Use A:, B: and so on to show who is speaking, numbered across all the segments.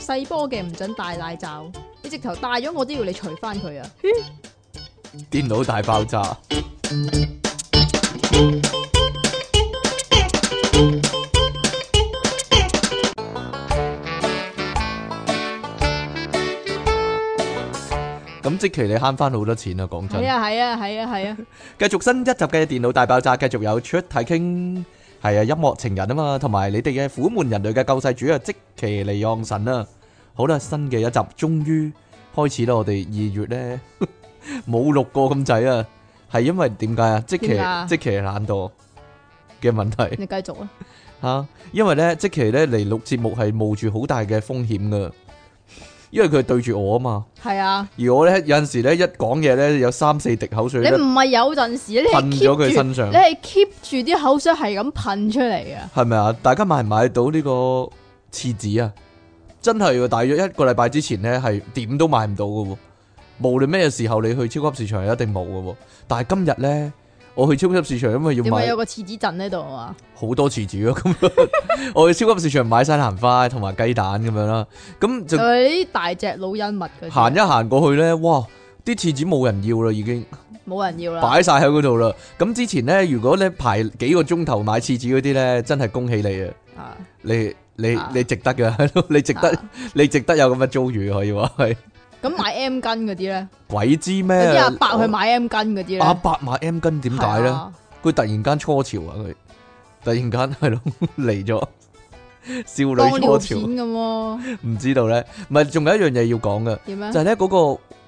A: 細波嘅唔准戴奶罩，你直頭戴咗我都要你除翻佢啊！
B: 電腦大爆炸。咁即期你慳翻好多錢啊！講真
A: 係。啊係啊係啊 係啊，
B: 繼續新一集嘅電腦大爆炸，繼續有出體傾，係啊音樂情人啊嘛，同埋你哋嘅苦悶人類嘅救世主啊，即其利昂神啊。好啦，新嘅一集終於開始啦，我哋二月咧 冇錄過咁滯啊，係因為點解啊？即其
A: 點解
B: 即其懶惰嘅問題
A: 你繼續啊！
B: 吓、啊因為咧即其咧嚟錄節目係冒住好大嘅風險噶，因為佢對住我啊嘛，
A: 係啊，
B: 而我咧有陣時咧一講嘢咧有三四滴口水
A: 你
B: 咧
A: 唔係有陣時你係
B: 噴
A: keep
B: 咗佢
A: 住
B: 身上
A: 你。係 keep 住啲口水係咁噴出嚟啊！
B: 系咪啊？大家買唔買到呢個廁紙啊？真係喎，大約一個禮拜之前呢，係點都買唔到嘅喎。無論咩時候你去超級市場一定冇嘅喎。但係今日呢，我去超級市場，因為要
A: 點解
B: 買
A: 有個廁紙陣喺度啊？
B: 好多廁紙啊。咁樣 我去超級市場買晒蘭花同埋雞蛋咁樣啦。咁
A: 就
B: 就
A: 係啲大隻老恩物嗰啲
B: 行
A: 啊，
B: 一行過去呢，哇！啲廁紙冇人要啦，已經
A: 冇人要啦。
B: 擺晒喺嗰度啦。咁之前呢，如果你排幾個鐘頭買廁紙嗰啲呢，真係恭喜你啊！
A: 啊
B: 你你
A: 啊
B: 你值 得嘅，係咯，你值得
A: 啊
B: 你值得有咁嘅遭遇可以話係
A: 咁買 M 巾嗰啲 咧，
B: 鬼知咩？
A: 有啲阿伯去買 M 巾嗰啲咧，
B: 阿伯買 M 巾點解咧
A: 係？啊
B: 佢突然間初潮啊！佢突然間係咯 嚟咗
A: 當尿片
B: 少女初潮，
A: 咁喎，
B: 唔知道咧。唔係，仲有一樣嘢要講嘅，
A: 點咧？
B: 就係咧嗰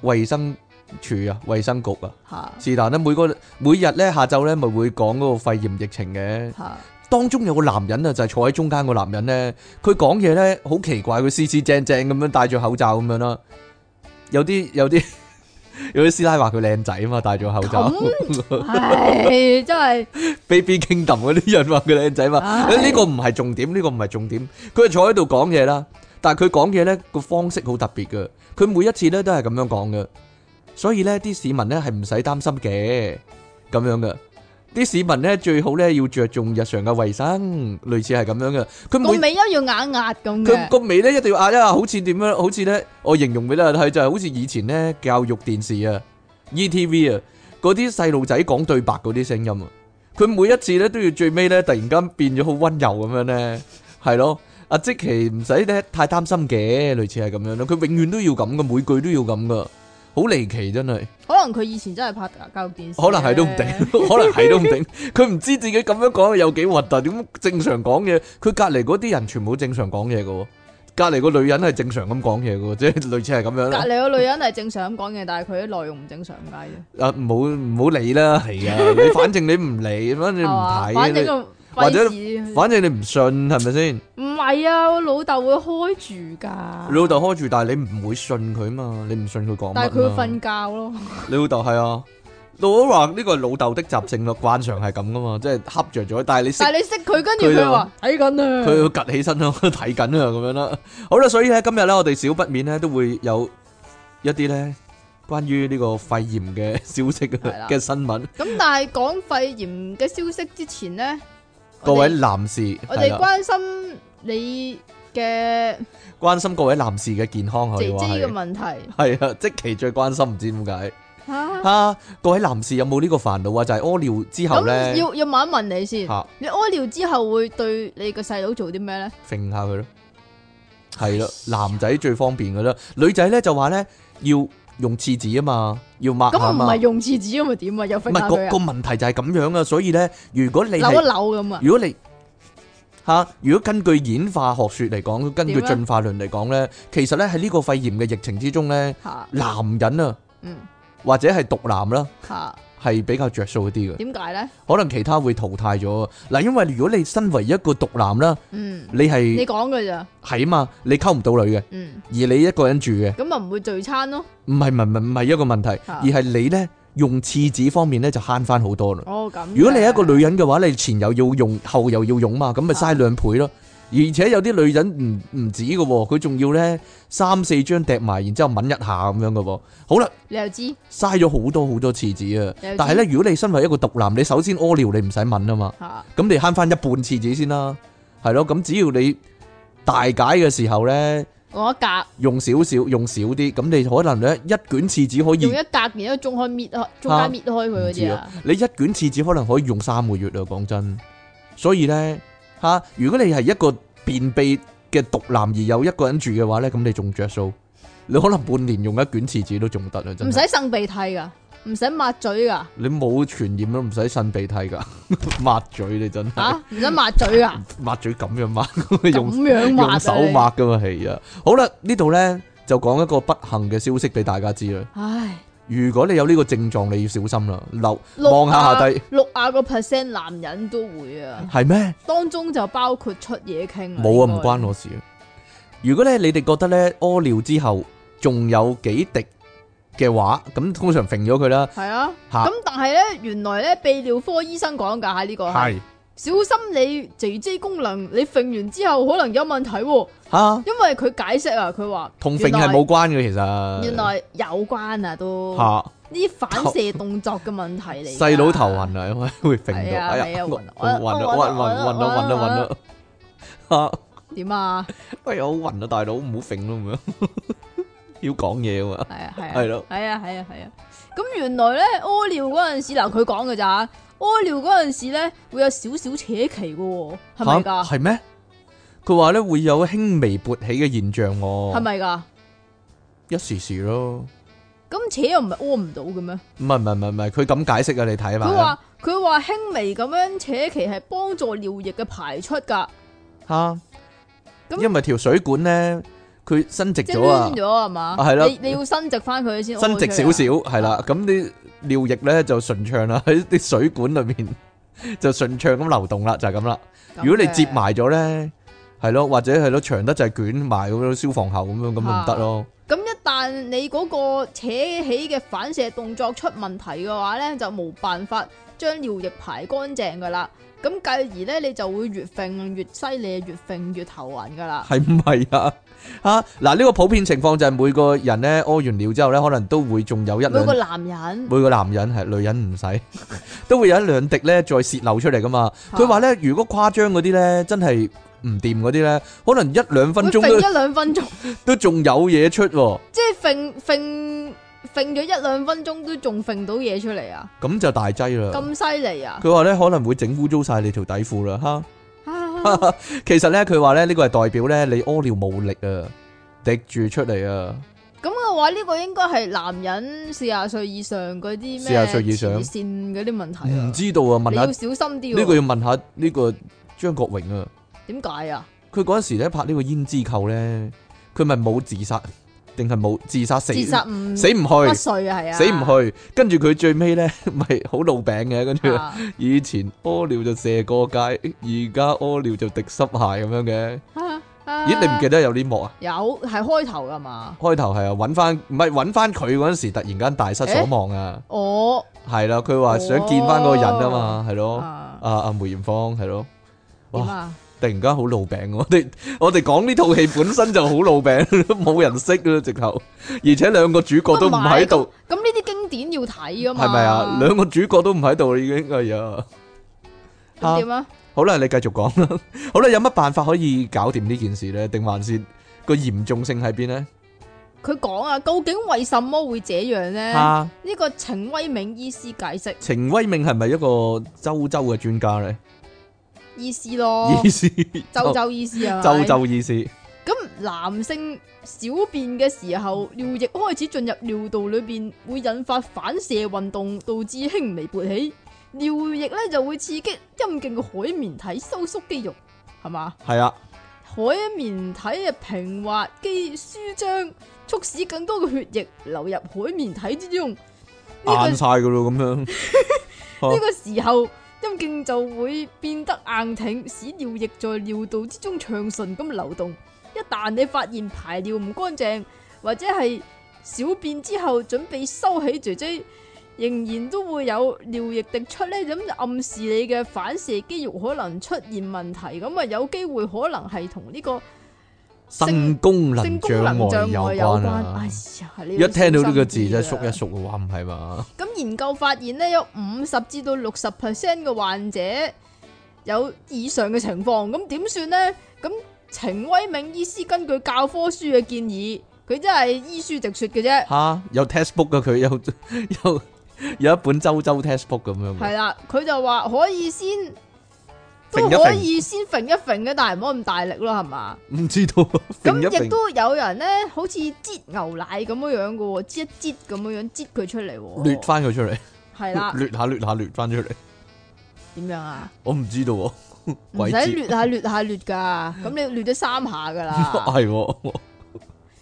B: 個衞生署啊、衞生局啊，
A: 嚇
B: 是但咧每個每日咧下晝咧咪會講嗰個肺炎疫情嘅。
A: 嚇
B: 當中有個男人啊，就係坐喺中間個男人咧，佢講嘢咧好奇怪，佢斯斯正正咁樣戴住口罩咁樣啦。有啲有啲 有啲師奶話佢靚仔啊嘛，戴住口罩。
A: 唉，真係
B: Baby Kingdom 嗰啲人話佢靚仔嘛，
A: 唉
B: 呢個唔係重點，呢、個唔係重點。佢係坐喺度講嘢啦，但係佢講嘢咧個方式好特別嘅，佢每一次咧都係咁樣講嘅，所以咧啲市民咧係唔使擔心嘅，咁樣嘅。啲市民咧最好咧要着重日常嘅衞生，類似係咁樣嘅。
A: 個
B: 佢每
A: 尾音要壓壓咁
B: 佢
A: 嘅，
B: 個尾咧一定要壓一壓，好似點樣？好似咧，我形容俾你睇就係好似以前咧教育電視啊、ETV 啊嗰啲細路仔講對白嗰啲聲音啊，佢每一次咧都要最尾咧突然間變咗好温柔咁樣咧，係咯。阿即其唔使咧太擔心嘅，類似係咁樣咯。佢永遠都要咁嘅，每句都要咁噶，好離奇真係。
A: 可能佢以前真係拍教育電視，
B: 可能係都唔定，
A: 啊
B: 可能係都唔定。佢唔知自己咁樣講有幾核突，點正常講嘢？佢隔離嗰啲人全部正常講嘢嘅喎，隔離個女人係正常咁講嘢嘅喎，即係 類似係咁樣
A: 隔
B: 啦。
A: 離個女人係正常咁講嘅，但係佢啲內容唔正常解啫，
B: 啊，唔好唔好理啦，係啊， 你反正你唔理，反正你
A: 係
B: 唔
A: 嘛？
B: 睇，
A: 反正
B: 你
A: 個
B: 或者
A: 費事
B: 反正你唔信係咪先？
A: 唔係啊，我老豆會開住噶，
B: 你老豆開住，但係你唔會信佢嘛，你唔信佢講乜嘛。
A: 但係佢會瞓覺咯，
B: 你老豆係啊，老話呢個係老豆的習性咯，慣常係咁噶嘛，即係恰着咗，但係你識
A: 但係你識佢，跟住
B: 佢就
A: 佢話睇緊啊，
B: 佢要趌起身咯， 睇緊啊咁樣啦。好啦，所以咧今日咧，我哋少不免咧都會有一啲咧關於呢個肺炎嘅 消息啊
A: 係啦
B: 嘅新聞。
A: 咁但係講肺炎嘅消息之前呢，
B: 各位
A: 我哋
B: 男士
A: 我
B: 係
A: 哋
B: 啦，
A: 關心你嘅
B: 關心各位男士嘅健康可以
A: J
B: 話
A: J 嘅
B: 係
A: 問題
B: 係啊，即其最關心唔知點解
A: 嚇。
B: 啊？各位男士有冇呢個煩惱啊？就係屙尿之後
A: 咁
B: 咧
A: 要要問一問你先，
B: 嚇
A: 你屙尿之後會對你個細佬做啲咩咧？
B: 揈下佢咯，係咯，男仔最方便噶啦，女仔咧就話咧要用廁紙啊嘛，要抹下啊
A: 咁唔
B: 嘛。
A: 係用廁紙咁咪點啊？又
B: 唔
A: 揈
B: 係
A: 下佢
B: 個個
A: 啊，
B: 問題就係咁樣啊，所以咧，如果你
A: 扭
B: 係
A: 一扭咁啊！
B: 如果你嚇、如果根據演化學説嚟講，根據
A: 點咧啊
B: 進化論嚟講咧，其實咧喺呢個肺炎嘅疫情之中咧，
A: 嚇，
B: 男人啊
A: 嗯
B: 或者係毒男啦，
A: 嚇，
B: 係比較着數啲嘅，
A: 點解咧？
B: 可能其他會淘汰咗啊嗱。因為如果你身為一個毒男啦，
A: 嗯，
B: 你
A: 你
B: 係
A: 講嘅咋？
B: 係啊嘛，你溝唔到女嘅，
A: 嗯，
B: 而你一個人住嘅，
A: 咁咪唔會聚餐咯。
B: 唔係唔係唔係唔係一個問題，
A: 啊
B: 而係你咧用廁紙方面咧就慳翻好多啦。
A: 哦，咁嘅。
B: 如果你係一個女人嘅話，你前又要用，後又要用嘛，咁咪嘥兩倍咯。而且有啲女人唔唔止嘅喎，佢仲要咧三四張疊埋，然之後抿一下咁樣嘅喎。好啦，
A: 你又知
B: 嘥咗好多好多廁紙啊
A: 有啲！
B: 但係咧，如果你身為一個毒男，你首先屙尿你唔使抿啊嘛，
A: 嚇，
B: 咁你慳翻一半廁紙先啦，係咯。咁只要你大解嘅時候咧，
A: 用一格，
B: 用少少，用少啲，咁你可能咧一卷廁紙可
A: 用
B: 以
A: 一格，然後中開搣開，中間搣開佢嗰
B: 唔知
A: 啲
B: 啊
A: 啊，，
B: 你一卷廁紙可能可以用三個月啊，講真。所以咧吓、如果你係一個便秘嘅獨男而有一個人住嘅話咧，咁你仲着數，你可能半年用一卷廁紙都仲得啊，真
A: 唔使
B: 係。
A: 擤鼻涕噶，唔使抹 嘴噶，
B: 你冇傳染都唔使擤鼻涕噶， 抹嘴你真係。
A: 吓唔使抹嘴噶，
B: 抹嘴咁樣抹，用
A: 咁樣抹啊
B: 用手抹，噶嘛，係啊。好啦，呢度呢就講一個不幸嘅消息俾大家知啦。
A: 你唉，
B: 如果你有呢個症狀，你要小心啦。留
A: 六
B: 望下下低，
A: 六啊個 percent 男人都會啊，
B: 係咩？
A: 當中就包括出嘢傾啊，
B: 冇啊，
A: 應
B: 唔
A: 該
B: 關我事啊。如果咧你哋覺得呢屙尿之後仲有幾滴嘅話，咁通常揈咗佢啦。
A: 係啊，
B: 嚇
A: 咁但係咧，原來咧泌尿科醫生講㗎喺呢個係
B: 係
A: 小心你 J J 功能，你揈完之後可能有問題喎，
B: 吓，
A: 因為佢解釋啊，佢話
B: 同揈係冇關嘅，其實。
A: 原來有關啊都
B: 吓
A: 呢反射動作嘅問題嚟㗎。
B: 細佬頭暈啊，因為會揈
A: 係
B: 到，
A: 啊
B: 哎
A: 係
B: 呀，
A: 啊
B: 我
A: 暈啊
B: 我暈啊，暈暈暈啊，暈啊，暈啊，吓。
A: 點啊？
B: 喂，我好暈啊，大佬，唔好揈啦咁樣，要講嘢啊嘛，
A: 係啊係啊
B: 係咯
A: 係啊係啊係啊。咁原來咧屙尿嗰陣時，嗱佢講嘅咋屙尿嗰陣時咧會有少少扯旗嘅喎，係咪
B: 嚇
A: 㗎？
B: 係咩？佢話咧會有輕微勃起嘅現象喎，
A: 係咪㗎？
B: 一時時咯，
A: 咁扯又唔係屙唔到嘅咩？
B: 唔係唔係唔係唔係，佢咁解釋啊，你睇
A: 佢
B: 埋
A: 話佢話輕微咁樣扯旗係幫助尿液嘅排出
B: 啊
A: 㗎，
B: 嚇，
A: 咁
B: 因為條水管咧佢伸直
A: 即係
B: 咗啊
A: 攣，咗係嘛？
B: 啊係啦
A: 你你要伸直翻佢先，
B: 伸直少少，。係啦，咁啲尿液咧就順暢啦， 喺啲水管裏面 就順暢咁流動啦，就係咁啦。如果你接，埋咗咧，係咯，或者係咯長得就係捲埋咁樣消防喉咁樣，咁就唔得咯。
A: 咁一旦你嗰個扯起嘅反射動作出問題嘅話咧，就冇辦法將尿液排乾淨㗎啦。咁繼而咧，你就會越揈越犀利，越揈越頭暈㗎啦。
B: 系唔系啊？吓嗱，呢個普遍情況就係每個人咧屙完尿之後咧，可能都會仲有一
A: 每
B: 兩
A: 個男人
B: 每個男人係女人唔使， 都會有一兩滴咧再泄漏出嚟噶嘛。
A: 嚇
B: 佢話咧，如果誇張嗰啲咧，真係唔掂嗰啲咧，可能一兩分
A: 會
B: 鐘
A: 揈
B: 都
A: 一兩分鐘，
B: 都仲有嘢出喎，
A: 即係揈揈揈咗一兩分鐘都仲揈到嘢出嚟 啊！
B: 咁就大劑啦。
A: 咁犀利啊！
B: 佢話咧可能會整污糟晒你條底褲啦，吓。
A: 啊
B: 其實咧，佢話咧呢個係代表咧你屙尿冇力啊，滴住出嚟啊。
A: 咁嘅話，呢個應該係男人四十歲以上嗰啲咩
B: 40歲以上
A: 前線嗰啲問題啊，
B: 唔知道啊，問
A: 你
B: 下
A: 要小心啲喎。
B: 呢個要問下呢個張國榮啊。
A: 點解啊？
B: 佢嗰陣時咧拍呢個胭脂扣咧，佢咪冇自殺，定係冇自殺死
A: 自殺唔
B: 死唔
A: 不
B: 去，
A: 遂嗯啊，係啊，
B: 死唔去。跟住佢最尾咧，咪好老餅嘅。跟 住
A: 啊。
B: 以前屙尿就射過街，而家屙尿就滴濕鞋咁樣嘅。咦，
A: 咦
B: 你唔記得有呢幕啊？
A: 啊有係開頭噶嘛？
B: 開頭係啊，揾翻唔係揾翻佢嗰陣時，突然間大失所望
A: 哦
B: 啊！
A: 我
B: 係啦，佢話想見翻嗰個人啊嘛，係咯，
A: 哦啊
B: 啊啊梅艷芳係咯，
A: 點
B: 哇！
A: 啊？
B: 突然間好老餅，我哋我哋講呢套戲本身就好老餅， 冇人識嘅直頭，而且兩個主角都唔喺度，
A: 咁呢啲經典要睇噶嘛？
B: 係咪啊？兩個主角都唔喺度啦已經，哎呀！
A: 咁點啊？
B: 好啦，你繼續講啦。 好啦，有乜辦法可以搞掂呢件事呢？定還是個嚴重性喺邊呢？
A: 佢講啊，究竟為什麼會這樣呢？
B: 啊，
A: 呢個程威明醫師解釋
B: 程威明係咪一個周周嘅專家呢？
A: 醫師咯，
B: 意思
A: 周周醫師哦啊，
B: 周周意思。
A: 咁男性小便嘅時候，尿液開始進入尿道裏邊，會引發反射運動，導致輕微勃起。尿液咧就會刺激陰莖嘅海綿體收縮肌肉，係嘛？
B: 係啊，
A: 海綿體嘅平滑肌舒張，促使更多嘅血液流入海綿體之中。呢、個
B: 硬晒噶咯咁樣。 哦
A: 呢個時候，陰莖就會變得硬挺，使尿液在尿道之中暢順咁流動。一旦你發現排尿唔乾淨，或者係小便之後準備收起 J J，仍然都會有尿液滴出呢，咁就暗示你嘅反射肌肉可能出現問題，咁啊有機會可能係同呢個
B: 性功能
A: 性
B: 障
A: 功能障礙
B: 礙有
A: 有
B: 關
A: 關。
B: 啊
A: 哎。呀，你
B: 一
A: 要
B: 聽到呢個字
A: 小
B: 真係
A: 心啲
B: 縮
A: 啊
B: 一縮喎，話唔係嘛？
A: 咁研究發現咧，有五十至到六十 percent 嘅患者有以上嘅情況，咁點算呢？咁程威明醫師根據教科書嘅建議，佢真係醫書直說嘅啫。
B: 吓有 textbook 噶佢有有 有一本周周 textbook 咁樣嘅，
A: 係啦，佢就話可以先都
B: 揈一揈
A: 可以先揈一揈嘅，但係唔好咁大力咯，係嘛？
B: 唔知道啊揈一
A: 咁亦
B: 揈
A: 都有人咧，好似擠牛奶咁樣樣嘅喎，擠一擠咁樣樣擠佢出嚟喎。
B: 掠翻佢出嚟，
A: 係啦，
B: 掠下掠下掠翻出嚟，
A: 點樣啊？
B: 我唔知道喎，
A: 唔
B: 鬼
A: 使
B: 知
A: 捋下捋下捋噶，咁 你捋咗三下噶啦。
B: 係喎，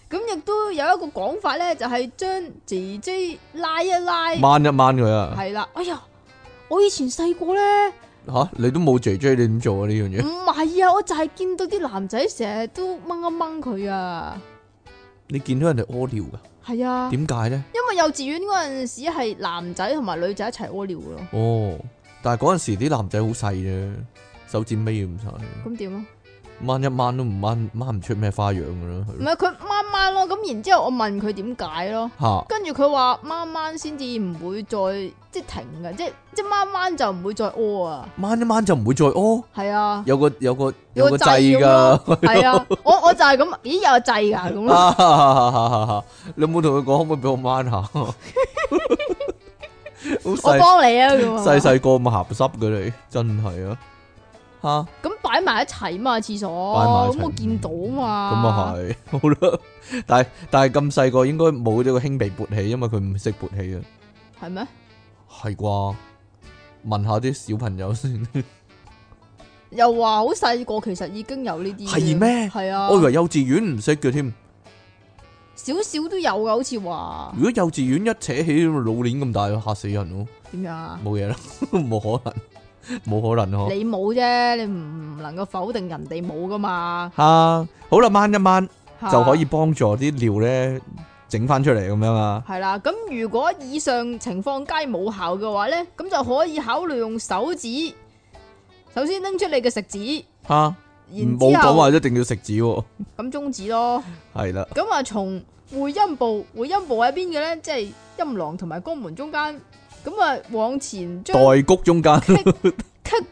A: 咁亦都有一個講法咧，就係將姐姐拉一拉，
B: 掹一掹佢啊，
A: 係啦。哎呀，我以前細個咧，
B: 吓你都冇 J J 你點做啊呢樣
A: 唔
B: 嘢？
A: 係啊，我就係見到啲男仔成日都掹一掹佢啊，
B: 你見到人哋屙尿噶，
A: 係啊，
B: 點解咧？
A: 因為幼稚園嗰陣時係男仔同埋女仔一齊屙尿噶咯，
B: 哦，但係嗰阵时啲男仔好細啫，手指尾咁細，
A: 咁點啊？
B: 掹一掹都唔掹掹唔出咩花樣噶啦係
A: 唔
B: 咯，
A: 係佢掹掹咯，咁然之後我問佢點解咯。
B: 吓
A: 跟住佢話掹掹先至唔會再即係停嘅，即即掹掹就唔會再屙啊，
B: 掹一掹就唔會再屙，
A: 係啊。
B: 有個有個
A: 有
B: 有
A: 個
B: 個
A: 掣咁
B: 掣
A: 咯
B: 㗎。
A: 系啊，我我就係咁，咦有掣噶咁啊咯，
B: 啊！你有冇同佢講可唔可以俾 我掹下？好
A: 我
B: 細
A: 幫你啊咁啊。
B: 細細個咁鹹濕嘅你，真係啊！吓
A: 咁擺埋一齊嘛，廁所
B: 擺埋一齊
A: 咁我見到嘛。
B: 咁啊係， 好啦。但係但係咁細個應該冇呢個輕微勃起，因為佢唔識勃起啊，
A: 係咩？
B: 係啩？問下啲小朋友先，
A: 又話好細個，其實已經有呢啲。
B: 係咩
A: 係 啊，
B: 我以為幼稚園唔識嘅添。
A: 少少都有噶，好似話
B: 如果幼稚園一扯起老鏈咁大，嚇死人咯！
A: 點樣啊？
B: 冇嘢啦， 冇可能，冇可能啊嗬。
A: 你冇啫，你唔能夠否定人哋冇噶嘛。
B: 吓，好啦，掹一掹。
A: 嚇
B: 就可以幫助啲尿咧整翻出嚟咁樣啊。
A: 係啦，咁如果以上情況皆冇效嘅話咧，咁就可以考慮用手指，首先拎出你嘅食指，
B: 吓，
A: 然
B: 冇
A: 之
B: 講話
A: 後
B: 一定要食指喎，
A: 咁中指咯。
B: 係啦，
A: 咁啊，從會陰部，會陰部喺邊嘅咧？即係陰囊同埋肛門中間。咁啊，往前將
B: 代谷中間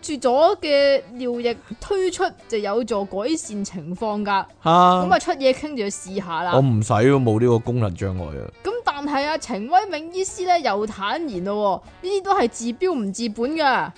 A: 棘住咗嘅尿液推出，就有助改善情況噶。
B: 吓
A: 咁，啊啊，出嘢傾住去試下啦
B: 我。唔使喎，冇呢個功能障礙啊。
A: 咁但係啊，程威明醫師咧又坦言咯喎，呢啲都係治標唔治本噶，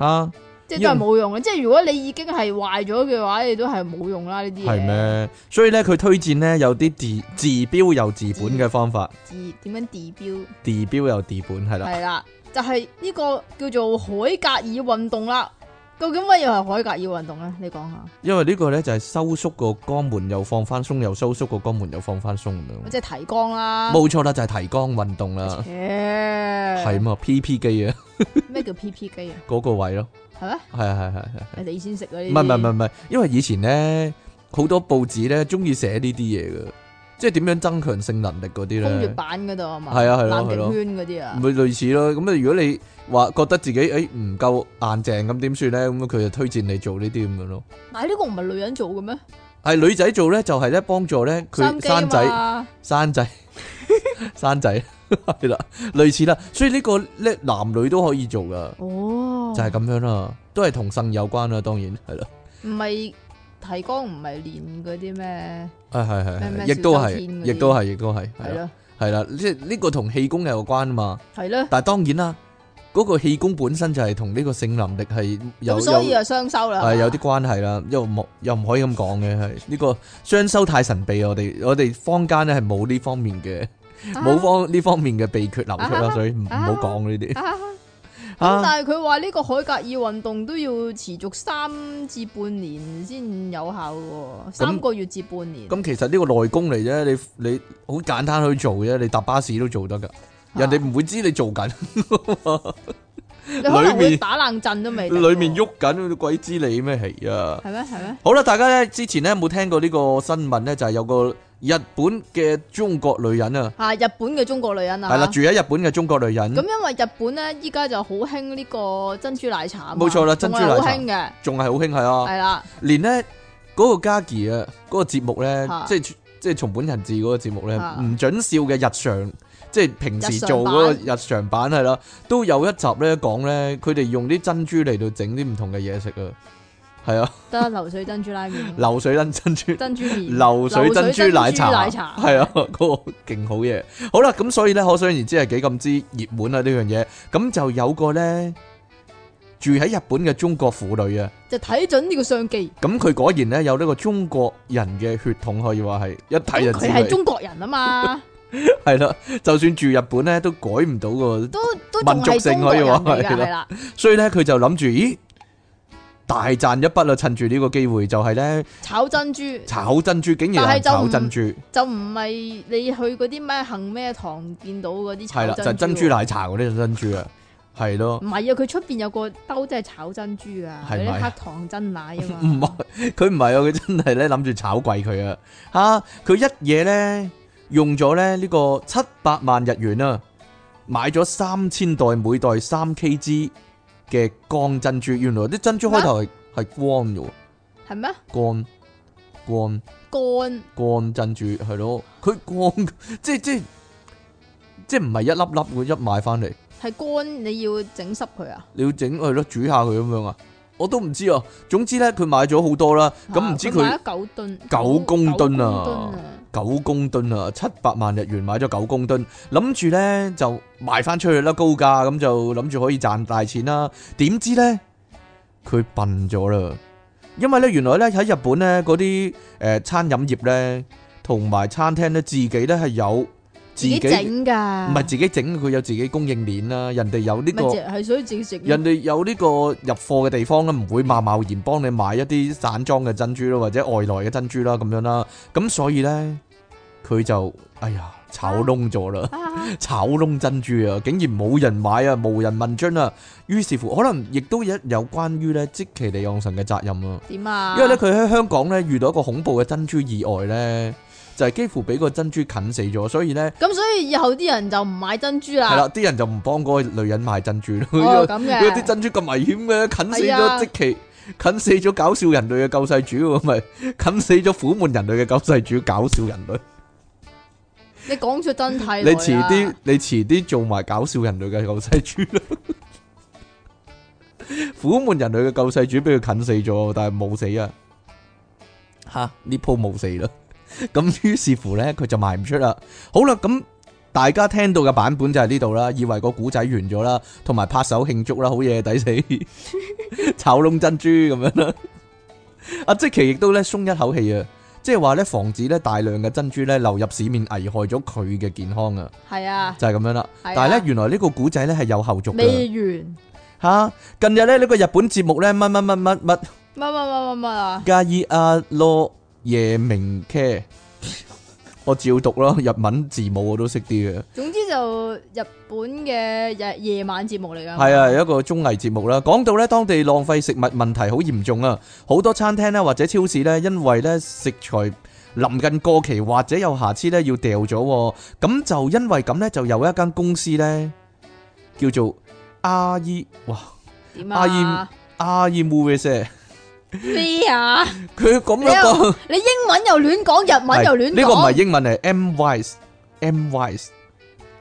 B: 吓，
A: 即係都係冇用嘅。即係如果你已經係壞咗嘅話，你都係冇用啦。呢啲嘢
B: 係咩？所以咧，佢推薦咧有啲治治標又治本嘅方法，
A: 治點樣治標？
B: 治標又治本係啦。
A: 系啦，就係呢個叫做海格爾運動啦。究竟乜嘢係海格爾運動咧？你講下，
B: 因為呢個咧就係收縮個肛門又放翻鬆，又收縮個肛門又放翻鬆咁樣。
A: 即係提肛啦。
B: 冇錯啦，就係提肛運動啦，係
A: 係
B: 嘛？PP 機啊，
A: 咩叫 PP 機啊？
B: 嗰個位咯，
A: 係咩？
B: 係啊係係係。
A: 你先識嗰
B: 唔
A: 啲。
B: 係唔係唔係唔係，因為以前咧好多報紙咧中意寫呢啲嘢嘅，即係點樣增強性能力嗰啲
A: 風月
B: 咧，
A: 版嗰度啊嘛。
B: 係啊係咯
A: 冷
B: 係咯
A: 極圈嗰啲啊。
B: 咪類似咯。咁啊，如果你話覺得自己誒唔夠硬淨咁點算咧？咁佢就推薦你做呢啲咁樣咯。
A: 但係呢個唔係女人做嘅咩？
B: 係女仔做咧，就係咧幫助咧佢
A: 機啊
B: 生仔
A: 嘛。
B: 生仔生仔 係啦，類似啦。所以呢個咧男女都可以做噶，
A: 哦。
B: 就係咁樣啦，都係同性有關啦，當然係啦。
A: 唔係提肛，唔係練嗰啲咩？
B: 啊係
A: 咩咩
B: 係係，亦都
A: 小周
B: 係，
A: 天嗰啲
B: 亦都係，亦都係，係
A: 係
B: 啦。
A: 咯，
B: 系啦，即系呢個同氣功有關啊嘛。
A: 係咯。
B: 但系当然啦，嗰、個氣功本身就係同呢個性能力係有
A: 咁所以
B: 有
A: 就雙修啦。
B: 系有啲關係啦，又冇又唔可以咁講嘅，係呢個雙修太神秘啊！我哋我哋坊間咧係冇呢方面嘅，
A: 啊
B: 冇方呢方面嘅秘訣流出
A: 啊
B: 啦，所以唔唔
A: 啊
B: 好講呢啲
A: 啊咁
B: 啊。
A: 但係佢話呢個海格爾運動都要持續三至半年先有效嘅喎，三個月至半年。
B: 咁其實呢個內功嚟啫，你你好簡單去做啫，你搭巴士都做得㗎，人哋唔會知你做緊，
A: 你可能
B: 裏
A: 會
B: 面
A: 打冷震都未定喎。
B: 裏面喐緊，鬼知你咩係啊！
A: 係咩？係咩？
B: 好啦，大家咧之前咧有冇聽過呢個新聞咧？就係、有個日本嘅中國女人啊，
A: 啊，日本嘅中國女人啊，
B: 係啦，住喺日本嘅中國女人
A: 咁，因為日本咧依家就好興呢個珍珠奶茶啊嘛，
B: 冇錯啦珍珠奶茶
A: 仲係好興嘅，
B: 仲係好興係啊，
A: 係啦，
B: 連呢嗰、個嘉怡啊，嗰、個節目咧
A: 啊，
B: 即係即係松本人志嗰個節目咧，
A: 啊
B: 唔準笑嘅日常。即係平時
A: 日常
B: 做嗰個日常版係啦，都有一集咧講咧，佢哋用啲珍珠嚟到整啲唔同嘅嘢食啊，係啊，
A: 得流水珍珠拉麵，
B: 流水珍 珍珠。
A: 珍珠麵，
B: 流水珍珠奶茶，
A: 流水珍珠奶茶
B: 係啊，嗰個勁好嘢。好啦，咁所以咧，可想而知係幾咁之熱門啊呢樣嘢。咁就有個咧住喺日本嘅中國婦女啊，
A: 就睇準呢個相機。
B: 咁佢果然咧有呢個中國人嘅血統，可以話係一睇
A: 咁
B: 就知
A: 佢係
B: 係
A: 中國人啊嘛，
B: 係啦。就算住日本咧，都改唔到個。
A: 都都仲係中國人嚟㗎，係啦，
B: 所以咧，佢就諗住，咦，大賺一筆啦！趁住呢個機會，就係咧
A: 炒珍珠
B: 炒珍珠，竟然有
A: 但
B: 人
A: 係就
B: 炒
A: 唔
B: 珍珠，
A: 就唔係你去嗰啲咩杏咩堂見到嗰啲
B: 係
A: 炒
B: 啦，就係珍珠
A: 喎
B: 奶茶嗰啲珍珠啊，係咯
A: 唔。係啊，佢出邊有個兜真係炒珍珠㗎，
B: 係
A: 嗰
B: 咪
A: 啲黑
B: 啊
A: 糖真奶啊嘛。
B: 唔係，佢唔係啊！佢真係咧諗住炒貴佢啊！吓，佢 一嘢咧用咗咧呢個七百萬日元啊，買咗三千袋，每袋三 kg 嘅乾珍珠。原來啲珍珠開頭係係光嘅喎，
A: 係咩？
B: 乾乾
A: 乾
B: 乾珍珠係咯，佢乾 即即即唔係一粒粒嘅，一買翻嚟
A: 係乾，你要整濕佢啊？
B: 你要整佢咯，煮下佢咁樣啊！我都唔知啊，總之咧佢買咗好多啦，咁唔知佢
A: 買。咗九噸，
B: 九公噸啊
A: 九公噸啊
B: 九公噸啊，七百萬日元買咗九公噸，諗住呢就賣翻出去啦，高價咁就諗住可以賺大錢啦。點知呢，佢笨咗啦，因為呢，原來呢喺日本呢嗰啲誒餐飲業呢，同埋餐廳呢，自己呢係有
A: 自
B: 自
A: 己
B: 己唔
A: 整㗎，
B: 係自己整，佢有自己供應鏈啦，人哋有呢、個
A: 咪就係所以自己整。
B: 人哋有呢個入貨嘅地方咧，唔會貿貿然幫你買一啲散裝嘅珍珠啦，或者外來嘅珍珠啦咁樣啦。咁所以呢，佢就哎呀炒窿咗啦，
A: 啊
B: 炒窿珍珠啊，竟然冇人買啊，無人問津啊。於是乎，可能亦都有有關於呢即其利昂神嘅責任啊。
A: 點啊？
B: 因為咧佢喺香港咧遇到一個恐怖嘅珍珠意外呢，就係、幾乎俾個珍珠啃死咗，所以呢，
A: 咁所以以後啲人就唔買珍珠啦。
B: 係啦，啲人就唔幫嗰個女人買珍珠咯。
A: 哦咁
B: 嗰啲
A: 嘅，
B: 珍珠咁危險嘅，啃死
A: 係啊
B: 咗即其，啃死咗搞笑人類嘅救世主喎，咪啃死咗苦悶人類嘅救世主，搞笑人類。
A: 你講出真諦來啦
B: 你遲啲，你遲啲做埋搞笑人類嘅救世主啦。 苦悶人類嘅救世主俾佢啃死咗，但係冇死啊！吓呢鋪冇死啦。 咁於是乎呢，佢就賣唔出啦。好啦，咁大家聽到嘅版本就係呢度啦，以為個古仔完咗啦，同埋拍手慶祝啦，好嘢，抵死炒窿珍珠咁樣啦。阿即奇亦都咧鬆一口氣啊，即係話咧防止咧大量嘅珍珠咧流入市面，危害咗佢嘅健康啊，
A: 係啊，
B: 就係、咁樣啦。
A: 係啊
B: 但係咧，原來呢個古仔咧係有後續
A: 未
B: 嘅
A: 完。
B: 吓、近日咧呢個日本節目咧乜乜乜
A: 乜
B: 乜乜。
A: 乜乜乜乜啊！
B: 加伊阿羅夜明茄，我照讀啦，日文字母我都識啲嘅。
A: 總之就日本嘅夜夜晚節目嚟㗎。
B: 係啊，有一個綜藝節目啦，講到咧當地浪費食物問題好嚴重啊，好多餐廳咧或者超市咧，因為咧食材臨近過期或者有瑕疵咧，要掉咗喎。咁就因為咁咧，就有一間公司咧叫做阿伊哇
A: 點
B: 阿
A: 啊
B: 燕？阿伊 m o v i
A: 咩啊？
B: 佢咁樣
A: 你
B: 講。
A: 你英文又亂講，日文又亂講。
B: 呢個唔係英文係 M Wise M Wise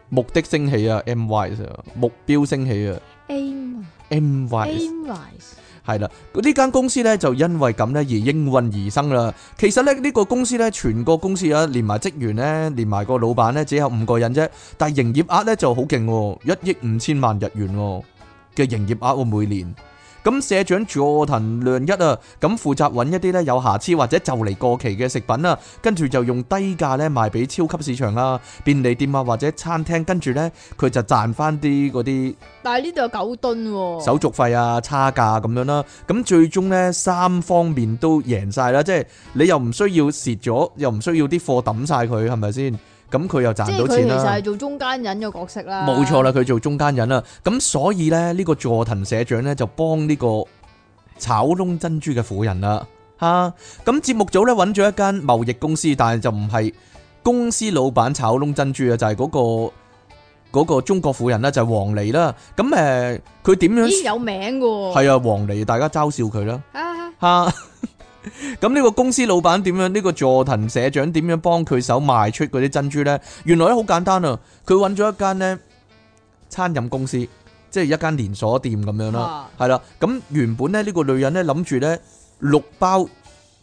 B: 目的升起啊 M Wise 啊目標升起啊
A: aim
B: M Wise
A: aim rise
B: 係啦，呢間公司咧就因為咁咧而應運而生啦。其實咧呢個公司咧全個公司啊，連埋職員咧，連埋個老闆咧，只有五個人啫，但係營業額咧就好勁喎，一億五千萬日元喎嘅營業額喎每年。咁社長佐藤亮一啊，咁負責揾一啲咧有瑕疵或者就嚟過期嘅食品啦，跟住就用低價咧賣俾超級市場啊、便利店啊或者餐廳，跟住咧佢就賺翻啲嗰啲。
A: 但係呢度有九噸喎。
B: 手續費啊、差價咁樣啦，咁最終呢，三方面都贏晒啦，即係你又唔需要蝕咗，又唔需要啲貨抌晒佢，係咪先？咁佢又
A: 即
B: 賺
A: 係
B: 到
A: 佢
B: 錢
A: 其實
B: 啦
A: 係。做中間人嘅角色啦。
B: 冇錯啦，，佢做中間人啦，咁所以呢，呢、個佐藤社長呢，就幫呢個炒窿珍珠嘅婦人啦，吓、咁節目組呢，揾咗一間貿易公司，但係就唔係公司老闆炒窿珍珠啊，就係、嗰、個嗰、個中國婦人啦，就係、黃梨啦，咁誒佢點樣
A: 咦有名㗎喎。
B: 系啊，黃梨，大家嘲笑佢啦
A: 啊
B: 吓。 咁呢個公司老闆點樣？呢、個佐藤社長點樣幫佢手賣出嗰啲珍珠呢？原來咧好簡單啊！佢揾咗一間呢餐飲公司，即係一間連鎖店咁樣啦，
A: 啊
B: 係啦、咁原本呢，呢、個女人呢諗住呢六包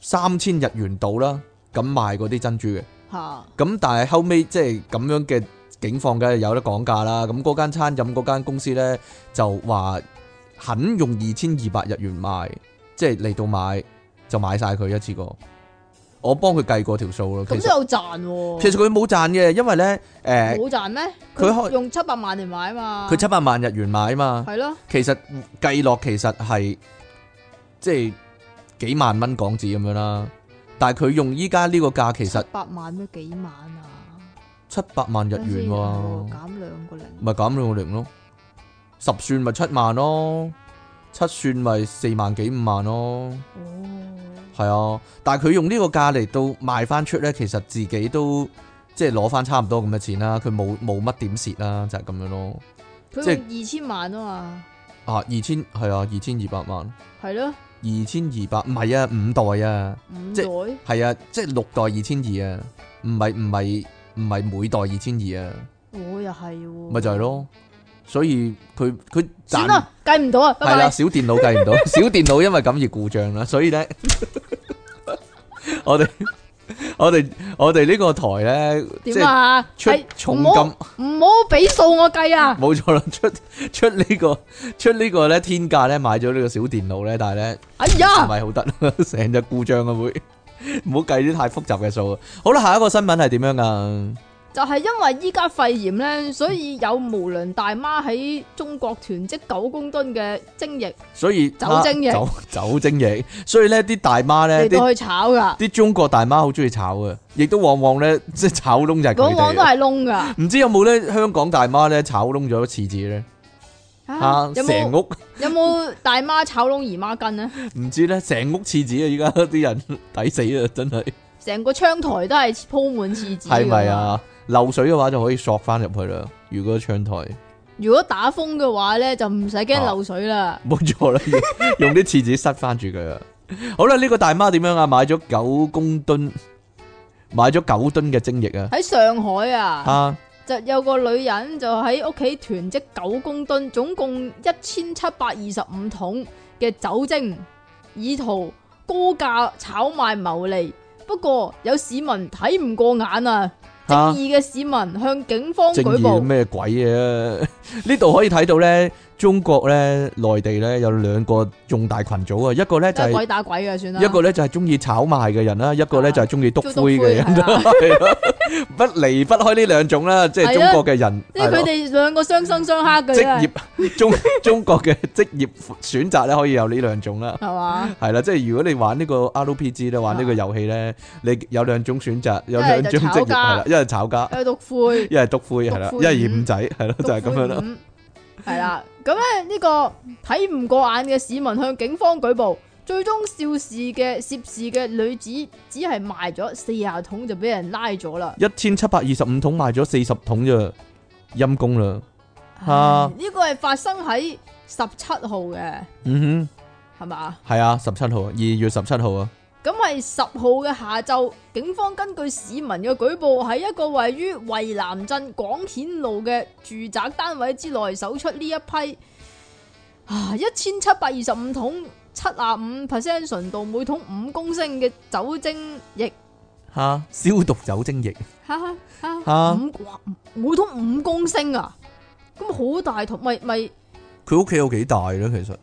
B: 三千日元到啦，咁賣嗰啲珍珠嘅。
A: 吓，
B: 咁但係後尾即係咁樣嘅境況，梗係有得講價啦。咁嗰間餐飲嗰間公司呢，就話肯用二千二百日元賣，即係嚟到買就買晒佢一次過。我幫佢計過條數咯。其
A: 咁
B: 實
A: 都有賺喎。
B: 其實佢冇賺嘅，因為呢，誒、
A: 啊冇賺咩？
B: 佢
A: 佢
B: 開
A: 用七百萬嚟買啊嘛。
B: 佢七百萬日元買嘛，
A: 係咯，
B: 其實計落其實係即係幾萬蚊港紙咁樣啦。但係佢用依家呢個價，其實
A: 七百萬咩幾萬啊？
B: 七百萬日元喎、
A: 減兩個零，
B: 咪減兩個零咯，十算咪七萬咯，七算咪四萬幾五萬咯，
A: 哦，
B: 係啊。但係佢用呢個價嚟到賣翻出呢，其實自己都即係攞翻差唔多咁嘅錢啦，佢冇冇乜點蝕啦，就係、咁樣咯。
A: 佢用二千萬啊嘛，
B: 啊，二千係啊，二千二百萬，
A: 係咯，
B: 二千二百唔係啊，五代啊。
A: 五
B: 即
A: 袋
B: 系啊，即系六代二千二啊，唔系唔系唔系每代二千二啊，
A: 我哦又係喎，
B: 咪就系，咯。所以佢佢
A: 算
B: 赚
A: 啦，計唔到啊，
B: 系
A: 拜
B: 啦，
A: 拜，
B: 小电脑 计唔到，小电脑因为咁而故障啦，所以咧， 我哋我哋我哋呢个台咧，即系
A: 點啊？
B: 出
A: 係
B: 重
A: 唔好
B: 金，
A: 唔好俾數我計啊！
B: 冇错啦，出出呢个出呢个咧天价咧买咗呢个小电脑咧，但系咧。
A: 哎
B: 唔
A: 呀，
B: 係好得， 成隻故障啊會，唔好計啲太複雜嘅數啊。好啦，下一個新聞係點樣啊噶？
A: 就係因為依家肺炎咧，所以有無良大媽喺中國囤積九公噸嘅精液
B: 所以
A: 酒精液
B: 酒酒精液，所以咧啲大媽
A: 嚟
B: 咧，啲
A: 到去炒噶，
B: 啲中國大媽好中意炒嘅，亦都往往咧即係炒窿就係
A: 往
B: 佢
A: 往
B: 哋
A: 都
B: 啊。
A: 係窿噶，
B: 唔知有冇咧香港大媽咧炒窿咗廁紙咧？
A: 啊
B: 啊，
A: 有
B: 成
A: 冇
B: 屋
A: 有冇大媽炒窿姨媽巾咧？
B: 唔知咧，成屋廁紙啊！依家啲人 抵死啊，真係
A: 成個窗台都係鋪滿廁紙，
B: 係咪？啊？漏水嘅話就可以索翻入去啦。如果窗台
A: 如果打風嘅話咧，就唔使驚漏水啦。
B: 冇錯啦，用用啲廁紙塞翻住佢啊！好啦，呢、個大媽點樣啊？買咗九公噸，買咗九噸嘅精液啊！
A: 喺上海啊，
B: 啊，
A: 就有個女人就喺屋企囤積九公噸，總共一千七百二十五桶嘅酒精，以圖高價炒賣牟利。不過有市民睇唔過眼啊，正
B: 啊
A: 義嘅市民向警方
B: 正
A: 舉
B: 義
A: 報，
B: 咩鬼嘢啊？ 呢度可以睇到咧，中國咧、內地咧有兩個重大群組啊，一個咧就
A: 真係
B: 係、
A: 鬼打鬼嘅算啦。
B: 一個咧就係中意炒賣嘅人啦，一個咧就係中意篤
A: 中意篤
B: 灰嘅
A: 灰
B: 人啦，
A: 係
B: 係啦不離不開呢兩種啦，即係
A: 係啊
B: 中國嘅人，
A: 即係
B: 係咯
A: 佢哋兩個相生相克嘅
B: 職
A: 啫，
B: 業 中中國嘅職業選擇咧可以有呢兩種啦。
A: 係嘛？
B: 系啦，即係如果你玩呢個 RPG 咧，玩呢個遊戲咧，你有兩種選擇，有
A: 一係
B: 兩
A: 就
B: 種職
A: 炒
B: 業係
A: 家
B: 啦，一係炒家，
A: 有毒灰。
B: 一係督灰係啦，
A: 篤
B: 一
A: 灰
B: 係二五仔係 咯，就係咁樣咯。
A: 嗯。系啦，咁咧呢個睇唔過眼嘅市民向警方舉報，最終肇事嘅涉事嘅女子只係賣咗四廿桶就俾人拉咗啦。
B: 一千七百二十五桶賣咗四十桶啫，陰公啦。啊
A: 唉呢個係發生喺十七號嘅，
B: 嗯
A: 係嘛？
B: 哼，係啊，十七號，二月十七號啊，
A: 咁係十號嘅下晝，警方根據市民嘅舉報，喺一個位於惠南鎮廣顯路嘅住宅單位之內搜出呢一批啊一千七百二十五桶七啊五 percent 純度，每桶五公升嘅酒精液，
B: 吓消毒酒精液，
A: 哈哈
B: 啊
A: 哈五哇每桶五公升啊！咁好大桶，咪咪
B: 佢屋企有幾大咧？其實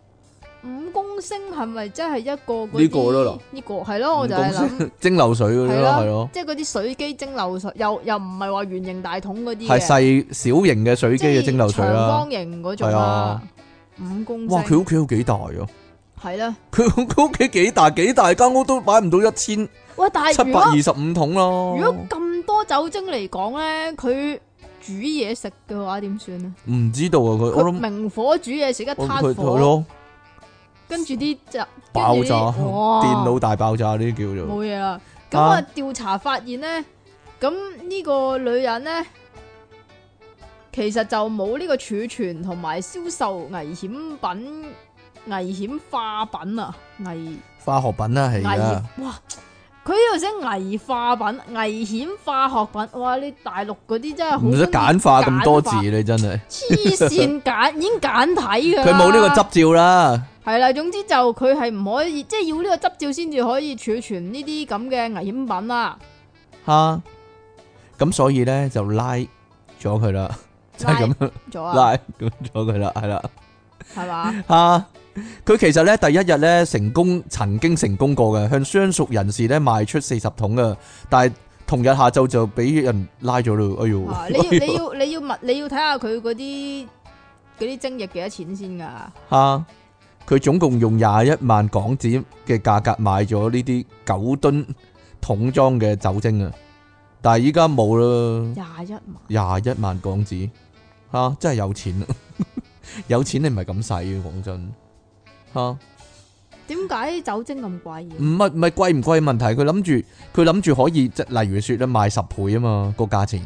A: 五公升係咪真係一個嗰啲
B: 呢個咯嗱
A: 呢個係咯，我哦就係
B: 五公
A: 諗。
B: 蒸馏水嗰啲
A: 係
B: 咯，
A: 啦
B: 係咯，
A: 即係嗰啲水機蒸馏水，又又唔係話圓形大桶嗰啲嘅，
B: 係細小型嘅水機
A: 即
B: 嘅
A: 係
B: 蒸馏水
A: 長
B: 啦。
A: 方形嗰種
B: 係
A: 啦
B: 啊，
A: 五公
B: 哇，佢
A: 升，
B: 屋企有幾大啊？
A: 係啦。
B: 佢佢屋企幾大？幾大間屋都擺唔到一千。
A: 喂，但係
B: 七
A: 如
B: 百
A: 果
B: 二十五桶咯，
A: 如果咁多酒精嚟講咧，佢煮嘢食嘅話點算啊？
B: 唔知道啊佢，我
A: 佢
B: 諗
A: 明火煮嘢食一
B: 我佢
A: 攤
B: 佢
A: 火，
B: 咯
A: 跟住啲就
B: 爆炸，電
A: 電
B: 腦大爆炸呢啲叫做
A: 哦冇嘢啦。咁啊
B: 啊，
A: 調查發現呢，咁呢個女人呢，其實就冇呢個儲存同埋銷售危險品、危險化品啊，危
B: 化學品啦，係
A: 危險
B: 啊，
A: 哇！佢呢度寫危化品、危險化學品，哇！你大陸嗰啲真係好
B: 唔使簡化咁多字，
A: 簡化
B: 你真係
A: 黐線簡已經簡體㗎啦。
B: 佢冇呢個執照啦，
A: 係啦，總之就佢係唔可以，即係要呢個執照先至可以儲存呢啲咁嘅危險品啦。
B: 吓咁所以咧就拉咗佢啦， 就係咁樣
A: 咗
B: 拉
A: 啊，
B: 咁咗佢啦，係啦。
A: 係 嘛？
B: 啊！佢其實咧第一日咧成功曾經成功過嘅，向相熟人士咧賣出四十桶嘅，但係同日下晝就俾人拉咗咯。哎
A: 啊
B: 呦，
A: 你要你要 你要物你要睇下佢嗰啲嗰啲精液幾多錢先㗎。
B: 嚇！佢、總共用廿一萬港紙嘅價格買咗呢啲九噸桶裝嘅酒精啊，但係依家冇啦，
A: 廿一萬，
B: 廿一萬港紙嚇、啊真係有錢啊！ 有錢你唔係咁使嘅，講真嚇。啊
A: 點解酒精咁貴
B: 唔
A: 嘅？
B: 係唔係貴唔貴嘅問題，佢諗住佢諗住可以即係例如説咧賣十倍啊嘛個價錢，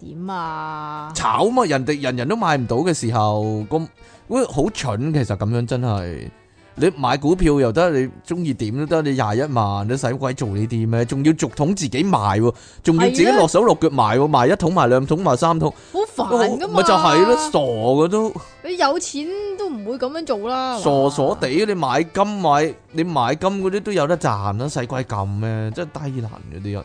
A: 點啊？
B: 炒嘛人哋人人都買唔到嘅時候，咁喂好蠢其實咁樣真係。你買股票又得，你中意點都得，你廿一萬你使鬼做呢啲咩？仲要逐桶自己賣喎，仲要自己
A: 係啊
B: 落手落腳賣喎，賣一桶賣兩桶賣三桶，
A: 好煩噶嘛！
B: 哦咪就係咯，傻嘅都
A: 你有錢都唔會咁樣做啦。
B: 傻傻。地。你買金買你買金嗰啲都有得賺啦，使鬼咁咩？真係低能嗰啲
A: 啊
B: 人。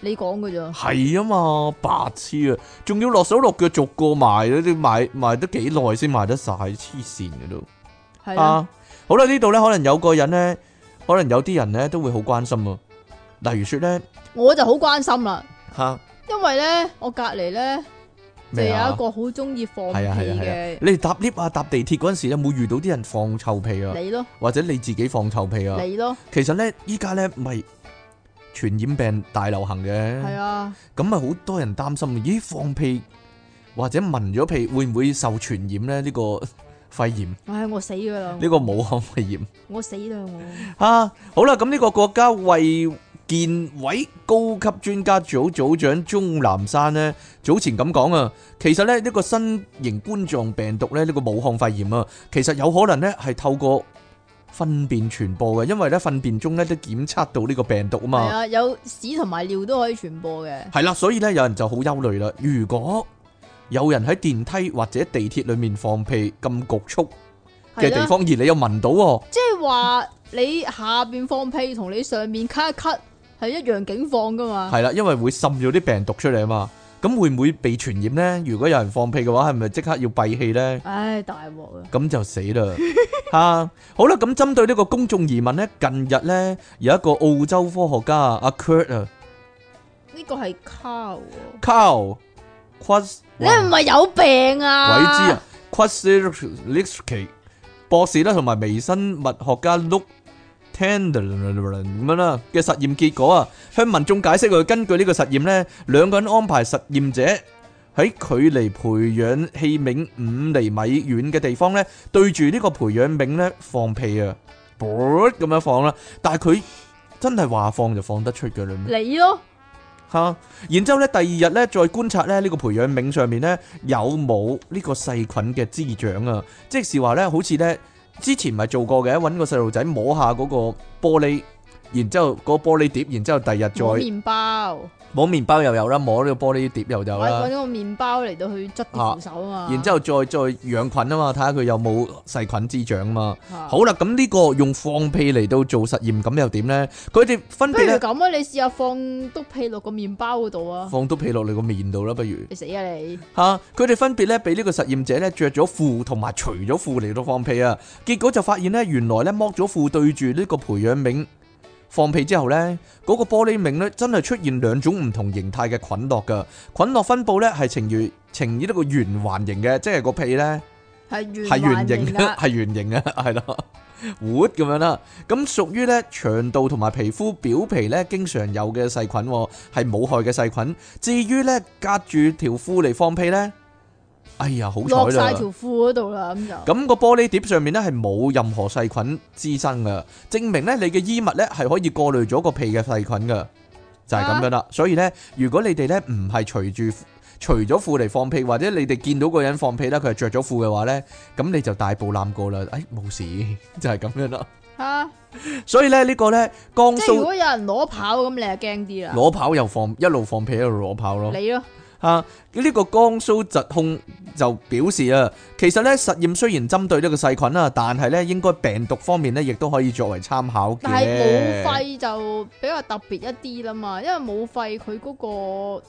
A: 你講嘅咋？
B: 係啊嘛，白痴啊，仲要落手落腳逐個賣咧，你賣賣得幾耐先賣得晒？黐線嘅都
A: 係啦，
B: 啊！好啦，呢度咧可能有個人咧，可能有啲人咧都會好關心啊。例如說咧，
A: 我就好關心啦，
B: 吓
A: 因為咧我隔離咧就有
B: 咩啊
A: 一？個好中意放屁
B: 係啊係啊係啊
A: 嘅！
B: 你哋搭 lift 啊搭地鐵嗰陣時有冇遇到啲人放臭屁啊？
A: 你咯，
B: 或者你自己放臭屁啊？
A: 你咯，
B: 其實咧依家咧咪傳染病大流行嘅。
A: 係啊，
B: 咁咪好多人擔心，咦放屁或者聞咗屁會唔會受傳染咧？呢、個肺炎， 呢、
A: 唉，我死噶啦，
B: 個武漢肺炎
A: 我死啦我，
B: 啊！好啦，咁呢個國家衛健委高級專家組組長鐘南山呢，早前咁講啊，其實咧呢、呢個新型冠狀病毒咧，呢、個武漢肺炎啊，其實有可能咧係透過糞便傳播嘅，因為咧糞便中咧都檢測到呢個病毒啊嘛
A: 係。啊，有屎同埋尿都可以傳播嘅，
B: 系啦，所以咧有人就好憂慮啦。如果有人喺電梯或者地鐵裏面放屁咁局促嘅
A: 係啊
B: 地
A: 啦，
B: 方，而你又聞到喎，
A: 即係話你下邊放屁同你上面咳一咳係一樣境況噶嘛，
B: 係啦，因為會滲咗啲病毒出嚟啊嘛。咁會唔會被傳染呢？如果有人放屁嘅話，係咪即刻要閉氣 呢？
A: 唉，大鑊啊，
B: 咁就死啦嚇！好啦，咁針對呢個公眾疑問呢，近日呢有一個澳洲科學家啊阿 Kurt 啊
A: 呢個係卡喎，
B: Carl Quas，
A: 你係唔係有病啊？
B: 鬼知啊 q u a s i l i s k i 博士啦，同埋微生物學家 Luke Tender 咁樣啦嘅實驗結果啊，向民眾解釋佢根據呢個實驗呢，兩個人安排實驗者喺距離培養器皿五厘米遠嘅地方呢，對住呢個培養皿呢放屁啊，啵咁樣放啦，但係佢真係話放就放得出嘅啦。
A: 你咯，
B: 吓，然之後咧，第二日咧再觀察咧呢個培養皿上面咧有冇呢個細菌嘅滋長啊，即是話咧好似咧之前咪做過嘅，揾個細路仔摸下嗰個玻璃，然之後個玻璃碟，然之後第日
A: 冇
B: 再
A: 麵包，
B: 摸麵包又有啦，摸呢個玻璃碟又有
A: 買嗰
B: 啦，
A: 個麵包嚟到去捽啲扶手啊嘛，
B: 然之後再再養菌啊嘛，睇下佢有冇細菌滋長啊嘛。
A: 嚇
B: 好啦，咁呢個用放屁嚟到做實驗，咁又點咧？佢哋分
A: 不
B: 別
A: 如
B: 咧
A: 咁啊，你試下放督屁落個麵包嗰度啊！
B: 放督屁落你個面度啦，不如。
A: 你死啊你！
B: 吓，佢哋分別咧俾呢個實驗者咧着咗褲同埋除咗褲嚟到放屁啊，結果就發現咧原來咧剝咗褲對住呢個培養皿放屁之後咧，嗰、個玻璃皿咧真係出現兩種唔同形態嘅菌落噶，菌落分布咧係呈如呈呢個圓環形嘅，即係個屁咧
A: 係圓
B: 係圓
A: 環
B: 形啊
A: 形啊
B: 嘅，
A: 噶，
B: 係圓形嘅， 係啦。活咁樣啦，咁屬於咧腸道同埋皮膚表皮咧經常有嘅細菌喎，係冇害嘅細菌。至於咧隔住條褲嚟放屁咧，哎呀好
A: 落
B: 彩
A: 晒
B: 啦！
A: 條褲嗰度啦，咁就
B: 咁個玻璃碟上面咧係冇任何細菌滋生嘅，證明咧你嘅衣物咧係可以過濾咗個屁嘅細菌嘅，就係、咁樣
A: 啊
B: 啦。所以咧，如果你哋咧唔係隨住除咗褲嚟放屁，或者你哋見到個人哎 放屁啦，佢係着咗褲嘅話咧，咁你就大步攬過啦。誒、冇事，就係、咁樣啦。
A: 吓，
B: 所以咧呢個咧江
A: 即系如
B: 蘇
A: 果有人攞跑咁，你就惊啲啦。
B: 攞跑又放一路放屁一路攞跑咯。
A: 你咯，
B: 啊！呢、個江蘇疾控就表示啊，其實咧實驗雖然針對呢個細菌啦，但係咧應該病毒方面咧，亦都可以作為參考嘅。
A: 但係冇肺就比較特別一啲啦嘛，因為冇肺佢嗰、個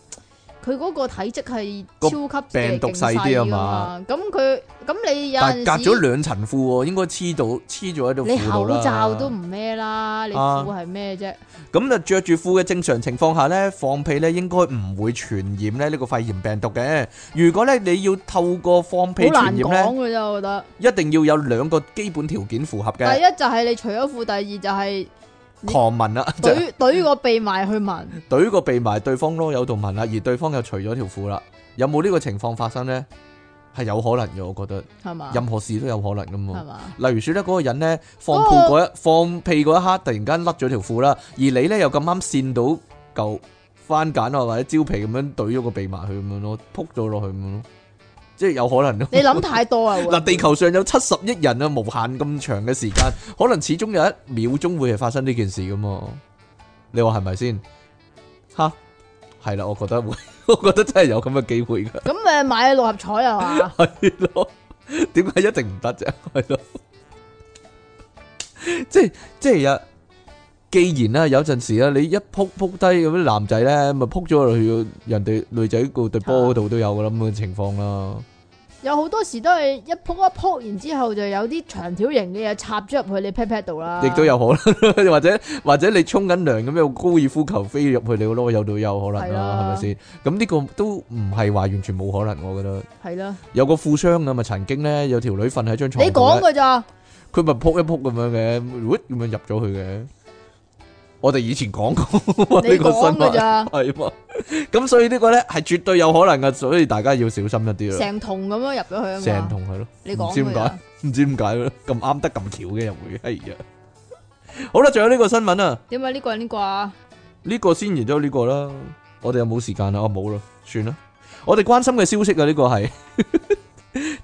A: 佢嗰個體積係
B: 個
A: 超級
B: 病毒細
A: 細
B: 啲啊
A: 㗎
B: 嘛
A: 嘛，咁佢咁你啊有
B: 但係
A: 陣
B: 隔咗
A: 時
B: 兩層褲喎，應該黐到黐咗喺度
A: 你
B: 褲度
A: 口
B: 啦。
A: 罩都唔咩啦，你
B: 啊
A: 褲係咩啫？
B: 咁就啊着住褲嘅正常情況下咧，放屁咧應該唔會傳染咧呢個肺炎病毒嘅。如果咧你要透過放屁
A: 好難
B: 傳染
A: 講
B: 咧，
A: 嘅啫，我覺得。
B: 一定要有兩個基本條件符合
A: 第一
B: 嘅。
A: 就係你除咗褲，第二就係
B: 狂聞啊啦，即係
A: 懟懟個鼻埋去聞，
B: 懟個鼻埋對方咯，有度聞啦，而對方又除咗條褲啦，有冇呢個情況發生呢？係有可能嘅，我覺得
A: 係嘛？
B: 任何事都有可能噶
A: 啊係
B: 嘛。
A: 嘛？哦
B: 例如說咧，嗰個人呢，放
A: 嗰
B: 屁
A: 個
B: 嗰一放屁嗰一刻，突然間甩咗條褲啦，而你呢，又咁啱跣到嚿番梘啊或者蕉皮咁樣懟咗個鼻埋去咁樣咯，撲咗落去咁樣咯，即係有可能咯。
A: 你諗太多啊！會
B: 嗱，地球上有七十億人啊，無限咁長嘅時間，可能始終有一秒鐘會係發生呢件事噶嘛？你話係咪先？吓，係啦，我覺得會， 我覺得真係有咁嘅機會噶，
A: 咁咪買六合彩啊嘛？
B: 係咯？點解一定唔得啫？ 係咯？即係即係啊！既然啦，有陣時啊，你一撲撲低咁啲男仔咧，咪撲咗落去人哋女仔個對波嗰度都有噶啦咁嘅情況啦。
A: 有好多時都係一撲一撲，然之後就有啲長條形嘅嘢插咗入去你 pat pat 度啦。
B: 亦都有可能， 或者或者你沖緊涼咁有高爾夫球飛入去你個啰柚度有可能
A: 係
B: 啦，
A: 啊
B: 係咪先？咁呢個都唔係話完全冇可能，我覺得
A: 係啦，
B: 有個富商咁啊，曾經咧有條女瞓喺張
A: 你
B: 床度
A: 講
B: 呢，
A: 噶咋？
B: 佢咪撲一撲咁樣嘅，咁咁樣入咗去嘅。我哋以前 講過
A: 你
B: 呢個
A: 講
B: 新
A: 噶
B: 聞，
A: 咋？
B: 係嘛？咁所以呢個咧係絕對有可能噶，所以大家要小心一啲啦。
A: 成桶咁樣入咗去啊
B: 成
A: 嘛？
B: 同係咯。
A: 你
B: 唔
A: 講啊
B: 知
A: 㗎
B: 點解
A: 咋？
B: 唔知點解咧，咁啱得咁巧嘅又會係啊。好啦，仲有呢個新聞啊，
A: 點解呢個人啊啩？
B: 呢、個先然之後呢個啦，我哋又冇時間啦，我哦冇啦，算啦。我哋關心嘅消息啊，呢、個係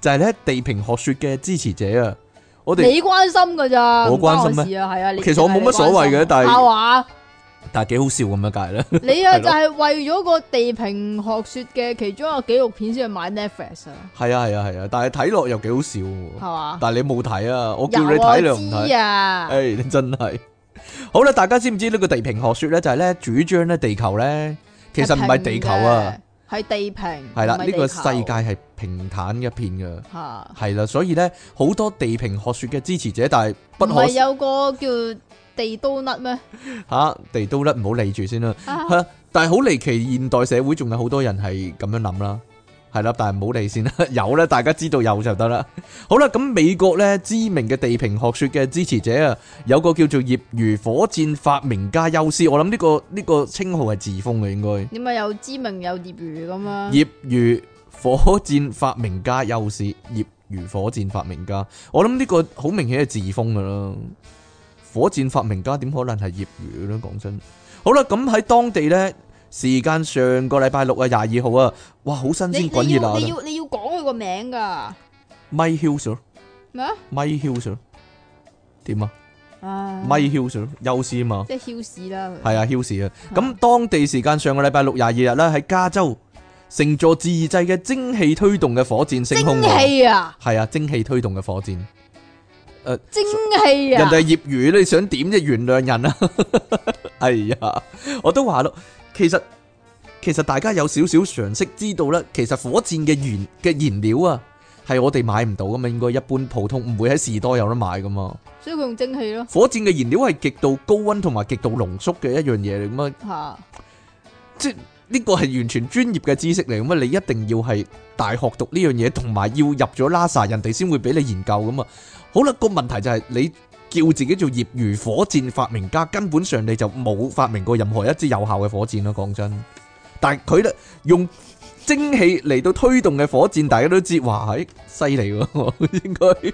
B: 就係咧地平學說嘅支持者啊，我
A: 你
B: 哋
A: 關心噶咋？
B: 我關心
A: 唔
B: 咩
A: 關事啊，係啊。你
B: 其實我冇乜所謂嘅
A: 你關心
B: 但係
A: 下 話
B: 但係幾好笑咁樣 解咧，
A: 你啊，
B: 係咯
A: 就係為咗個地平學說嘅其中一個紀錄片先去買 Netflix 啊，
B: 係啊係啊係啊，但係睇落又幾好笑喎。
A: 係嘛？
B: 但係你冇睇啊，我叫
A: 有
B: 你睇你又唔睇
A: 我。知啊，
B: 诶、你真係好啦，大家知唔知呢個地平學说咧，就係咧主張咧地球咧，其實唔係地球啊，
A: 係地平，
B: 係啦，
A: 唔係
B: 呢
A: 地
B: 個世
A: 球
B: 界係平坦一片嘅，
A: 吓。
B: 係啦，所以咧好多地平學说嘅支持者，但係不
A: 唔
B: 可
A: 係啊
B: 吓、
A: 有個叫地都甩咩？
B: 地都甩，唔好理住先啦。
A: 啊
B: 吓，但係好離奇，現代社會仲有好多人係咁樣諗啦，係啦，但係唔好理先啦，有咧，大家知道有就得啦。好啦，咁美國咧知名嘅地平學说嘅支持者啊， 有個叫做業餘火箭發明家休斯，我諗呢、個呢、個稱號係自封嘅應該，
A: 你咪有知名有業餘咁啊？
B: 業餘火箭發明家休斯，業餘火箭發明家，我諗呢個好明顯係自封噶啦。火箭發明家點可能係業餘咧？講真，好啦，咁喺當地呢，時間上個禮拜六啊，廿二號啊，哇，好新
A: 你
B: 鮮滾
A: 你
B: 熱
A: 要你
B: 啊
A: 要你要講佢個名㗎
B: ！Mike Hughes 咯
A: 咩啊？
B: ，Mike Hughes 咯點啊
A: 唉
B: ？Mike Hughes 咯，休斯啊嘛。
A: 即係囂屎啦佢。
B: 係啊，Hills 啊。咁當地時間上個禮拜六廿二日啦，喺加州乘坐自製嘅蒸汽推動嘅火箭升空
A: 蒸
B: 喎。
A: 氣啊，
B: 係啊，蒸汽推動嘅火箭。
A: 蒸氣
B: 人
A: 啊，
B: 哋係業餘，你想點啫？原諒人啊！ 哎呀，我都話咯，其實其實大家有少少常識知道啦，其實火箭嘅原嘅燃料啊，係我哋買唔到噶嘛，應該一般普通唔會喺士多有得買噶嘛。
A: 所以佢用蒸氣咯
B: 火箭嘅燃料係極度高温同埋極度濃縮嘅一樣嘢嚟咁啊。
A: 吓。
B: 即係呢個係完全專業嘅知識嚟，咁啊你一定要係大學讀呢樣嘢，同埋要入咗 NASA，人哋先會俾你研究噶嘛。好啦，個問題就係、你叫自己做業餘火箭發明家，根本上你就冇發明過任何一支有效嘅火箭啦。講真，但係佢咧用蒸氣嚟到推動嘅火箭，大家都知，哇，係犀利喎， 應該。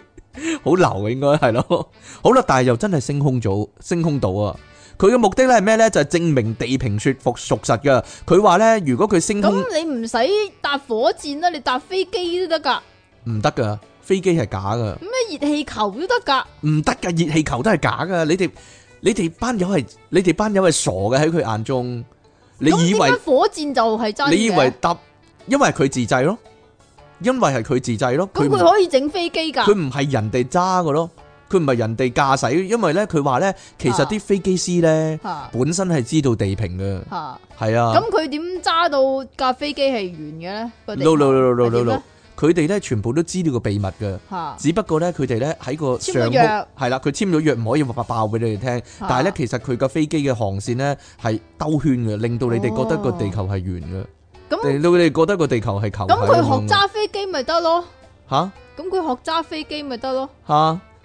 B: 好流嘅應該係咯，好啦，但係又真係升空咗，升空到啊！佢嘅目的咧係咩咧？就係、證明地平說服屬實嘅。佢話咧，如果佢升空
A: 咁你唔使搭火箭啦，你搭飛機都得㗎。
B: 唔得噶，飛機係假噶，
A: 咩熱氣球都得㗎，
B: 唔得噶，熱氣球都係假噶。你哋你哋班友係你哋班友係傻嘅喺佢眼中，你
A: 咁
B: 以
A: 點
B: 為
A: 解火箭就係真嘅？
B: 你以為搭，因為佢自製咯，因為係佢自製咯，
A: 咁
B: 佢唔
A: 佢可以整飛機
B: 佢
A: 㗎？
B: 唔係人哋揸嘅咯，佢唔係人哋駕駛，因為咧佢話咧，其
A: 啊
B: 實啲飛機師咧
A: 嚇
B: 本身係知道地平嘅，
A: 嚇，
B: 係啊。
A: 咁佢點揸到架飛機係圓嘅咧？個地
B: no no
A: 係
B: no no no
A: 點
B: no，
A: 咧
B: 佢哋咧全部都知道個秘密嘅，
A: 嚇
B: 只不過咧佢哋咧喺個
A: 簽咗
B: 上
A: 約
B: 係啦，佢簽咗約唔可以話爆俾你哋聽，
A: 啊
B: 但係咧其實佢個飛機嘅航線咧係兜圈嘅，令到你哋覺得個地球係圓嘅，
A: 咁
B: 令到你哋覺得個地球係球體
A: 咁佢
B: 咁樣
A: 學
B: 嘅
A: 揸飛機咪得咯？
B: 嚇
A: 咁佢學揸飛機咪得咯？
B: 吓，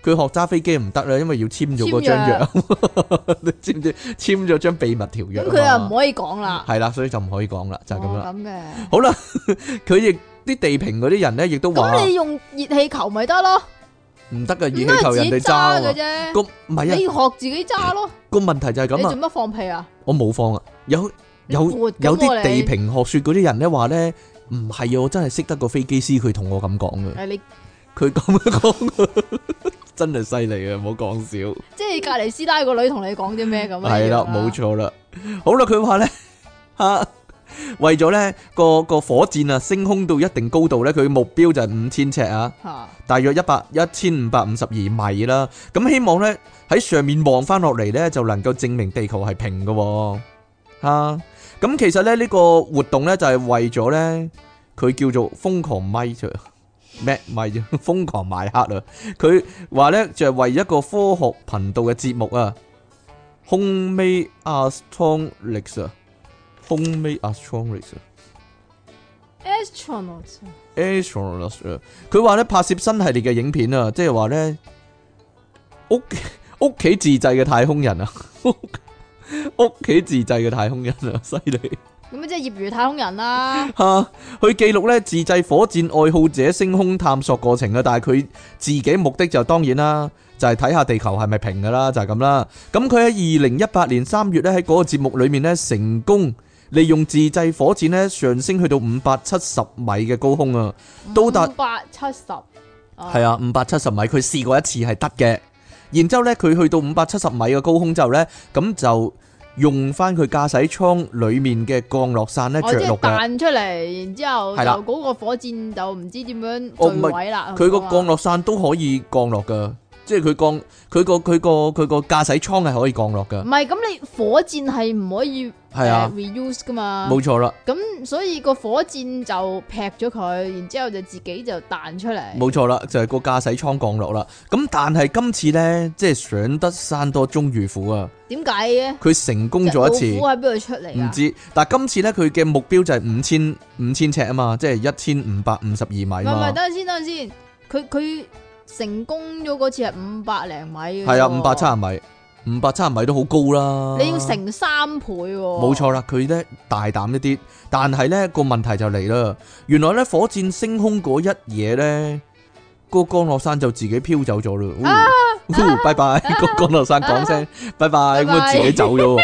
B: 佢學揸飛機唔得啦，因為要簽咗嗰張約， 你知唔知？簽咗張秘密條約
A: 咁
B: 啊嘛。
A: 佢又唔可以講啦。
B: 係啦，所以就唔可以講啦，就係咁
A: 哦
B: 啦。
A: 咁嘅，
B: 好啦， 佢亦啲地平嗰啲人咧，亦都話
A: 咁你用熱氣球咪得咯？
B: 唔得啊噶，熱
A: 咁
B: 氣
A: 都係
B: 球
A: 自
B: 人
A: 己
B: 哋
A: 揸嘅
B: 揸啊。
A: 啫。
B: 個唔係
A: 你
B: 啊，
A: 要學自己揸咯。
B: 個問題就係
A: 你
B: 咁
A: 做
B: 啊，
A: 乜放屁啊？
B: 我冇放啊，有有
A: 你活咁喎
B: 有啲
A: 你
B: 地平學說嗰啲人咧話咧，唔係啊，我真係識得個飛機師，佢同我咁講 嘅，
A: 誒，你
B: 佢咁樣講，真係犀利啊，唔好講笑。
A: 即係隔離師奶個女同你講啲咩咁啊？
B: 系啦，
A: 你
B: 冇錯啦。好啦，佢話咧吓，為咗咧個個火箭啊升空到一定高度咧，佢目標就係五千尺啊，
A: 嚇
B: 大約一百一千五百五十二米啦。咁希望咧喺上面望翻落嚟咧，就能夠證明地球係平嘅喎吓。咁其實咧呢個活動咧就係為咗咧，佢叫做瘋狂咪啫。咩咪啫， 瘋狂賣黑啊！佢話咧就係為一個科學頻道嘅節目啊。空尾 astronics 啊，空尾 astronics 啊
A: astronaut
B: ，astronics 啊，佢話咧拍攝新系列嘅影片啊，即係話咧屋屋企 自製嘅太空人啊， 屋屋企自製嘅太空人啊，犀利
A: 咁即係業餘太空人啦。
B: 吓！去記錄咧自製火箭愛好者升空探索過程啊，但係佢自己目的就當然啦。就係睇下地球係咪平噶啦，就係咁啦。咁佢喺二零一八年三月咧喺嗰個節目裏面咧成功利用自製火箭咧上升去到五百七十米嘅高空啊，到達
A: 八七十。
B: 係啊五百七十米，佢試過一次係得嘅。然之後咧佢去到五百七十米嘅高空之後咧，咁就用翻佢駕駛艙裡面嘅降落傘咧
A: 我哦即
B: 着
A: 係
B: 陸嘅。
A: 彈出嚟，然之後
B: 係啦
A: 就嗰個火箭就唔知點樣啊
B: 哦唔
A: 墜
B: 係
A: 毀啦。
B: 佢個啊
A: 係嘛
B: 降落傘都可以降落噶，即係佢降佢個佢個佢個駕駛艙係可以降落噶
A: 唔，係咁，你火箭係唔可以
B: 係啊
A: 誒 reuse 噶嘛？
B: 冇錯啦。
A: 咁所以個火箭就劈咗佢，然之後就自己就彈出嚟。
B: 冇錯啦，就係、個駕駛艙降落啦。咁但係今次呢，即係上得山多終遇虎啊！
A: 點解嘅？
B: 佢成功咗一
A: 隻老
B: 次，
A: 虎喺邊度出嚟
B: 唔
A: 啊？
B: 知。但係今次呢，佢嘅目標就係五千五千尺啊嘛，即係一千五百五十二米
A: 唔係唔
B: 嘛
A: 係，。等陣先，等陣先。佢佢成功咗嗰次係五百零米嘅。
B: 係啊，五百七。十米，五百七十米都好高啦。
A: 你要成三倍喎。
B: 冇
A: 冇
B: 錯。啦，佢呢大膽一啲，但係呢個問題就嚟啦。原來呢，火箭升空嗰一夜呢，個降落傘就自己飄走咗啦。
A: 啊
B: 哦拜 拜，個降落傘講聲拜拜，
A: 拜
B: 咁啊
A: 拜
B: 自己走咗 喎。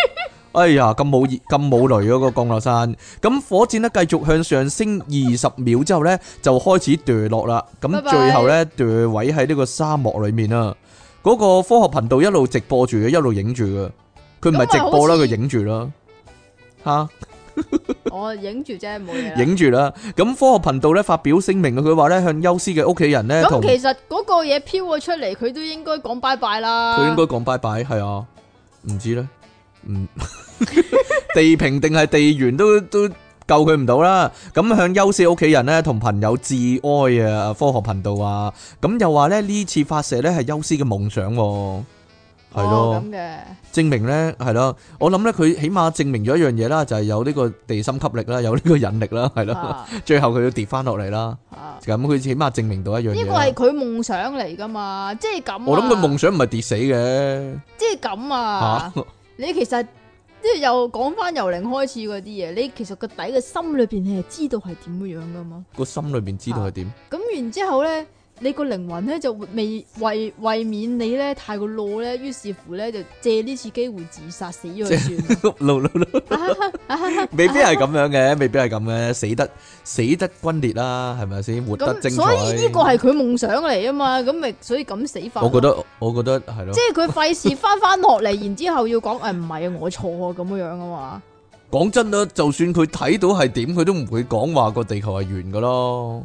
B: 哎呀，咁冇熱咁冇雷嗰個降落傘。咁火箭呢繼續向上升二十秒之後呢，就開始墜落啦。咁
A: 拜拜
B: 最後呢，墜毀喺呢個沙漠裏面啦。嗰個科學頻道一路直播住嘅，一路影住嘅。佢唔係直播啦，
A: 咁咪好
B: 佢
A: 似
B: 影住啦。吓、
A: 我影住啫，冇嘢啦。
B: 影住啦。咁科學頻道咧發表聲明啊，佢話咧向休斯嘅屋企人咧同
A: 咁
B: 佢
A: 其實嗰個嘢飄咗出嚟，佢都應該講拜拜啦。哦
B: 應該講拜拜，係啊，唔知咧，唔 地平定係地緣都都救佢唔到啦。咁向休斯屋企人咧同朋友致哀啊，科學頻道啊，咁又話咧呢次發射咧係休斯嘅夢想喎，係咯。
A: 哦咁嘅。
B: 證明咧係咯，我諗咧佢起碼證明咗一樣嘢啦，就係、有呢個地心吸力啦， 有呢個引力啦，係咯，
A: 啊
B: 最後佢要跌翻落嚟啦。
A: 啊
B: 咁佢起碼證明到一
A: 呢
B: 樣嘢
A: 個
B: 啦
A: 係。啊佢夢想嚟噶嘛，即係咁、啊。
B: 我諗佢夢，想唔係跌死嘅
A: 即係咁
B: 嚇，
A: 啊！ 你其實即係又講翻由零開始嗰啲嘢，你其實個底嘅心裏邊你係知道係點樣樣噶嘛。
B: 個心裏面知道係點。
A: 咁然之後咧，你個靈魂咧就會未為為免你咧太過懦咧，於是乎咧就借呢次機會自殺死咗 佢算
B: 露露露，
A: 啦。
B: 未必係咁 樣嘅，未必係咁嘅，死得死得轟烈啦，係咪先？活得
A: 咁
B: 精彩。
A: 所以呢個係佢夢想嚟啊嘛，咁咪所以咁死法咯。
B: 我覺得，我覺得係咯
A: 即。係佢費事翻翻落嚟，然之後要講誒唔係啊，我錯啊咁樣樣啊嘛。
B: 講真啦，就算佢睇到係點，佢都唔會講話個地球係圓噶咯。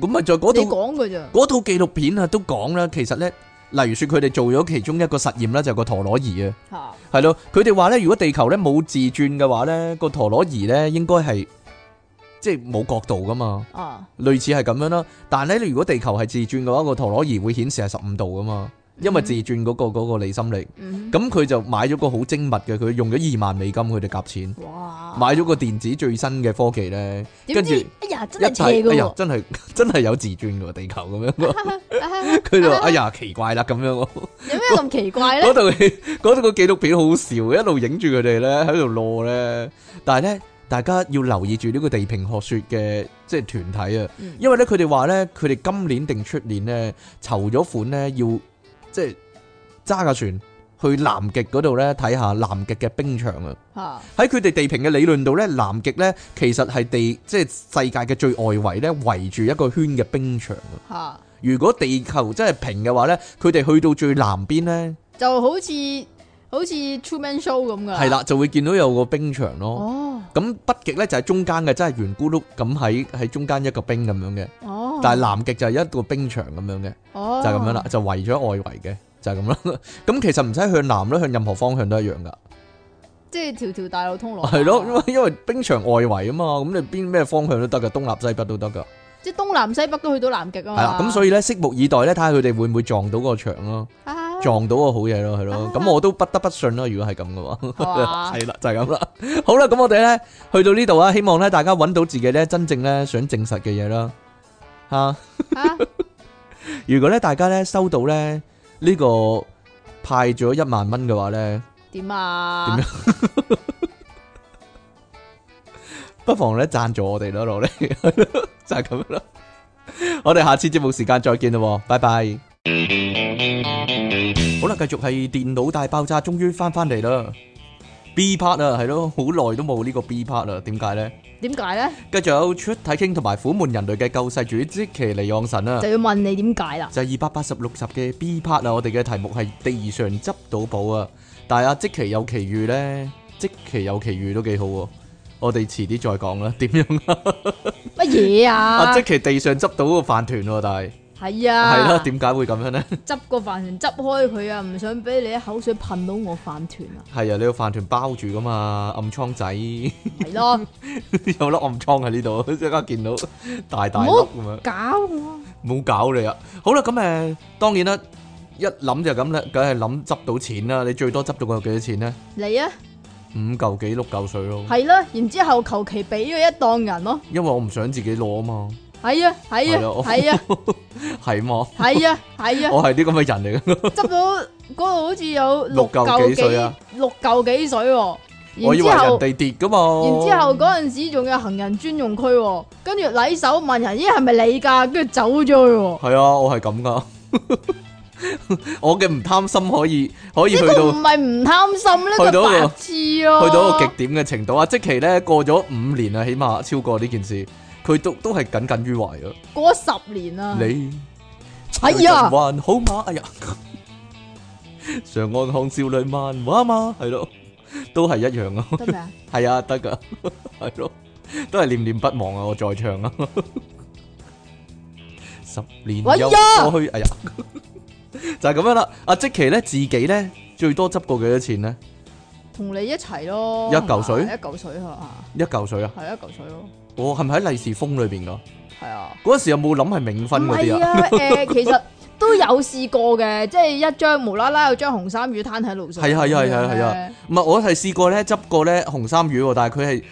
B: 咁咪在嗰
A: 你
B: 套
A: 講嘅咋？
B: 嗰套紀錄片啊，都講啦。其實咧，例如說佢哋做咗其中一個實驗啦，就係個陀螺儀啊。
A: 嚇
B: 係咯，佢哋話咧，如果地球咧冇自轉嘅話咧，個陀螺儀咧應該係即係冇角度噶嘛，
A: 啊！
B: 類似係咁樣啦。但係咧，如果地球係自轉嘅話，個陀螺儀會顯示係十五度噶嘛，因為自轉嗰、個嗰、個離心力。
A: 嗯
B: 咁佢就買咗個好精密嘅，佢用咗二萬美金，佢哋夾錢
A: 哇！
B: 買咗個電子最新嘅科技咧，
A: 點
B: 跟
A: 知
B: 住
A: 哎呀真
B: 一
A: 係
B: 睇
A: 斜
B: 哎
A: 嘅
B: 呀
A: 喎，
B: 真係 真係有自轉嘅喎地球咁樣喎，
A: 有
B: 佢就話哎呀奇怪啦咁樣喎。
A: 咩咁奇怪咧
B: 嗰？度嗰度個紀錄片好好笑，一路影住佢哋咧喺度攞咧，但係咧大家要留意住呢個地平學說嘅即係團體啊，
A: 嗯
B: 因為咧佢哋話咧佢哋今年定出年咧籌咗款咧要即係揸架船去南極嗰度咧睇下南極嘅冰場啊！
A: 嚇
B: 喺佢哋地平嘅理論度咧，南極咧其實係地即係世界嘅最外圍咧圍住一個圈嘅冰場啊！
A: 嚇
B: 如果地球真係平嘅話咧，佢哋去到最南邊咧。
A: 就好似好似 True Man Show 咁噶。
B: 係啦，就會見到有個冰場咯。
A: 啊哦
B: 咁北極咧就係中間嘅，真係圓咕碌咁喺喺中間一個冰咁樣嘅。
A: 哦，
B: 但係南極就係一個冰場咁樣嘅，
A: 哦
B: 就係咁樣啦，就圍咗外圍嘅，就係咁啦。 咁其實唔使向南啦，向任何方向都一樣噶。
A: 即係條條大路通羅馬
B: 係咯，因啊為因為冰場外圍啊嘛，咁你邊咩方向都得噶，東南西北都得噶。
A: 即係東南西北都去到南極啊
B: 係
A: 嘛。
B: 啦，咁所以咧，拭目以待咧，睇下佢哋會唔會撞到個場咯，
A: 啊
B: 撞到個好嘢咯，係咯。咁我都不得不信咯，如果係咁嘅話。
A: 係嘛
B: 系啦，就係咁啦。好啦，咁我哋咧去到呢度啊，希望咧大家揾到自己咧真正咧想證實嘅嘢啦。吓、
A: 啊
B: 如果咧大家咧收到咧呢、個派咗一萬蚊嘅話咧，
A: 點啊？
B: 點不妨咧贊助我哋啦，落嚟就係咁樣啦。我哋下次節目時間再見啦，拜拜。好啦，繼續係電腦大爆炸，終於翻翻嚟啦。B part 啊，係咯，好耐都冇呢個 B part 啦，點解咧？
A: 點解咧？
B: 繼續有出體傾同埋苦悶人類嘅救世主即其尼昂神啊
A: 就，要問你點解啦？
B: 就係二百八十六集嘅 B part 啊，我哋嘅題目係地上執到寶啊，但係阿即其有奇遇呢，即其有奇遇都幾好喎、我哋遲啲再講啦， 點樣啊？
A: 乜嘢啊
B: 阿？即其地上執到個飯團喎，但
A: 係啊，
B: 係係啦，點解會咁樣呢？
A: 執個飯團執開佢啊，唔想俾你一口水噴到我飯團 啊，
B: 係啊，你個飯團包住噶嘛，暗瘡仔 有
A: 係咯，
B: 粒暗瘡喺呢度，即刻見到大大
A: 唔
B: 粒
A: 好
B: 咁樣。
A: 搞我
B: 冇搞你啊！好啦，咁誒，當然啦，一諗就咁啦，梗係諗執到錢啦。你最多執到佢幾多錢咧？
A: 你啊，
B: 五嚿幾六嚿水咯，
A: 係啦，然之後求其俾咗一檔人咯，
B: 因為我唔想自己攞啊嘛，
A: 係啊，係
B: 係咯
A: 啊，係啊，
B: 係嘛？
A: 係啊，係啊，
B: 我 係啲咁嘅人嚟嘅，
A: 執到嗰度好似有
B: 六嚿幾水啊
A: 六嚿幾水喎，
B: 我
A: 然
B: 以
A: 之
B: 為人
A: 後。
B: 哋跌噶
A: 然
B: 嘛。
A: 之後嗰陣時仲有行人專用區喎、跟住禮手問人：咦係咪你㗎？跟住走咗去喎，
B: 係啊，我係咁噶。 我嘅唔貪心可以可以
A: 呢
B: 去
A: 個
B: 到
A: 唔係唔貪心呢
B: 去
A: 個
B: 到一個
A: 白痴咯、
B: 去到一個極點嘅程度啊！即期咧過咗五年啊，起碼超過呢件事，佢都都係耿耿於懷啊。
A: 過咗十年啦，
B: 你
A: 哎呀，
B: 還好嘛？哎呀，常安康少女漫畫嘛，係咯，都係一樣啊，
A: 得未啊？
B: 係啊，得噶，係咯，都係念念不忘啊，我再唱啊，十年
A: 哎
B: 又
A: 呀
B: 過去，哎呀，就係咁樣啦。阿即奇咧，自己咧最多執過幾多錢咧？
A: 同你一齊咯，
B: 一嚿水
A: 係嘛一嚿水係嘛？
B: 一嚿水啊！
A: 係一嚿水咯，
B: 我係咪喺利是封裏邊噶？
A: 係啊。
B: 嗰時有冇諗係冥
A: 唔
B: 婚嗰啲
A: 係
B: 啊？
A: 啊，誒，其實都有試過嘅，即係一張無啦啦有張紅衫魚攤喺路上。
B: 係啊係啊係啊係啊
A: 啊，
B: 唔係我係試過咧執過咧紅衫魚喎，但係佢係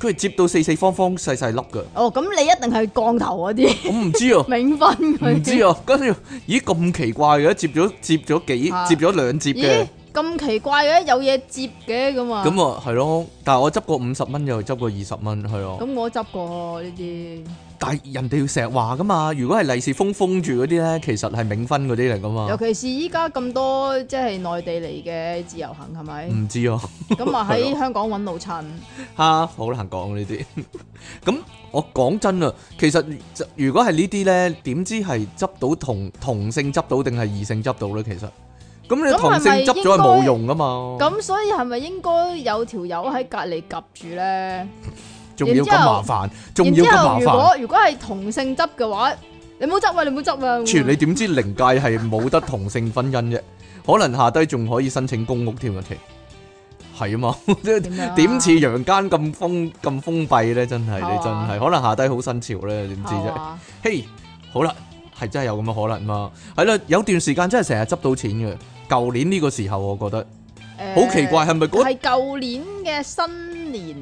B: 佢係接到四四方方細細粒噶。
A: 哦，咁你一定係降頭嗰 啲
B: 我唔知啊，
A: 冥婚佢。
B: 唔知啊，跟住咦咁奇怪嘅，接咗接咗幾
A: 啊
B: 接咗兩接嘅
A: 咦，，咁奇怪嘅，有嘢接嘅咁啊？
B: 咁啊係咯，但係我執過五十蚊又執過二十蚊，係咯，
A: 咁我執過呢啲，
B: 但係人哋成日話噶嘛，如果係利是封封住嗰啲咧，其實係冥婚嗰啲嚟噶
A: 尤
B: 嘛，
A: 其是依家咁多即係內地嚟嘅自由行係咪？
B: 唔知啊。
A: 咁啊喺香港揾老襯，
B: 哈，好難講呢啲。 咁我講真啊，其實就如果係呢啲咧，點知係執到同同性執到定係異性執到咧？其實咁你
A: 咁係
B: 同
A: 咪
B: 性執咗係冇用噶嘛，
A: 咁所以係咪應該有條友喺隔離夾住呢？
B: 仲要咁麻
A: 然
B: 煩，仲
A: 然
B: 要
A: 之
B: 咁麻
A: 後如
B: 煩。
A: 果如果係同性執嘅話，你唔好執啊！你唔好執啊！
B: 全你點知靈界係冇得同性婚姻啫？可能下低仲可以申請公屋添啊！其係啊嘛， 即係
A: 點樣啊哦
B: 點似陽間咁封咁封閉咧？真係
A: 係
B: 你
A: 嘛
B: 真係可能下低好新潮咧，點知啫
A: 係？嘛
B: 嘿，好啦，係真係有咁嘅可能嘛？係啦，有段時間真係成日執到錢嘅。舊年呢個時候，我覺得
A: 誒
B: 好奇怪，係咪嗰
A: 係舊年嘅新年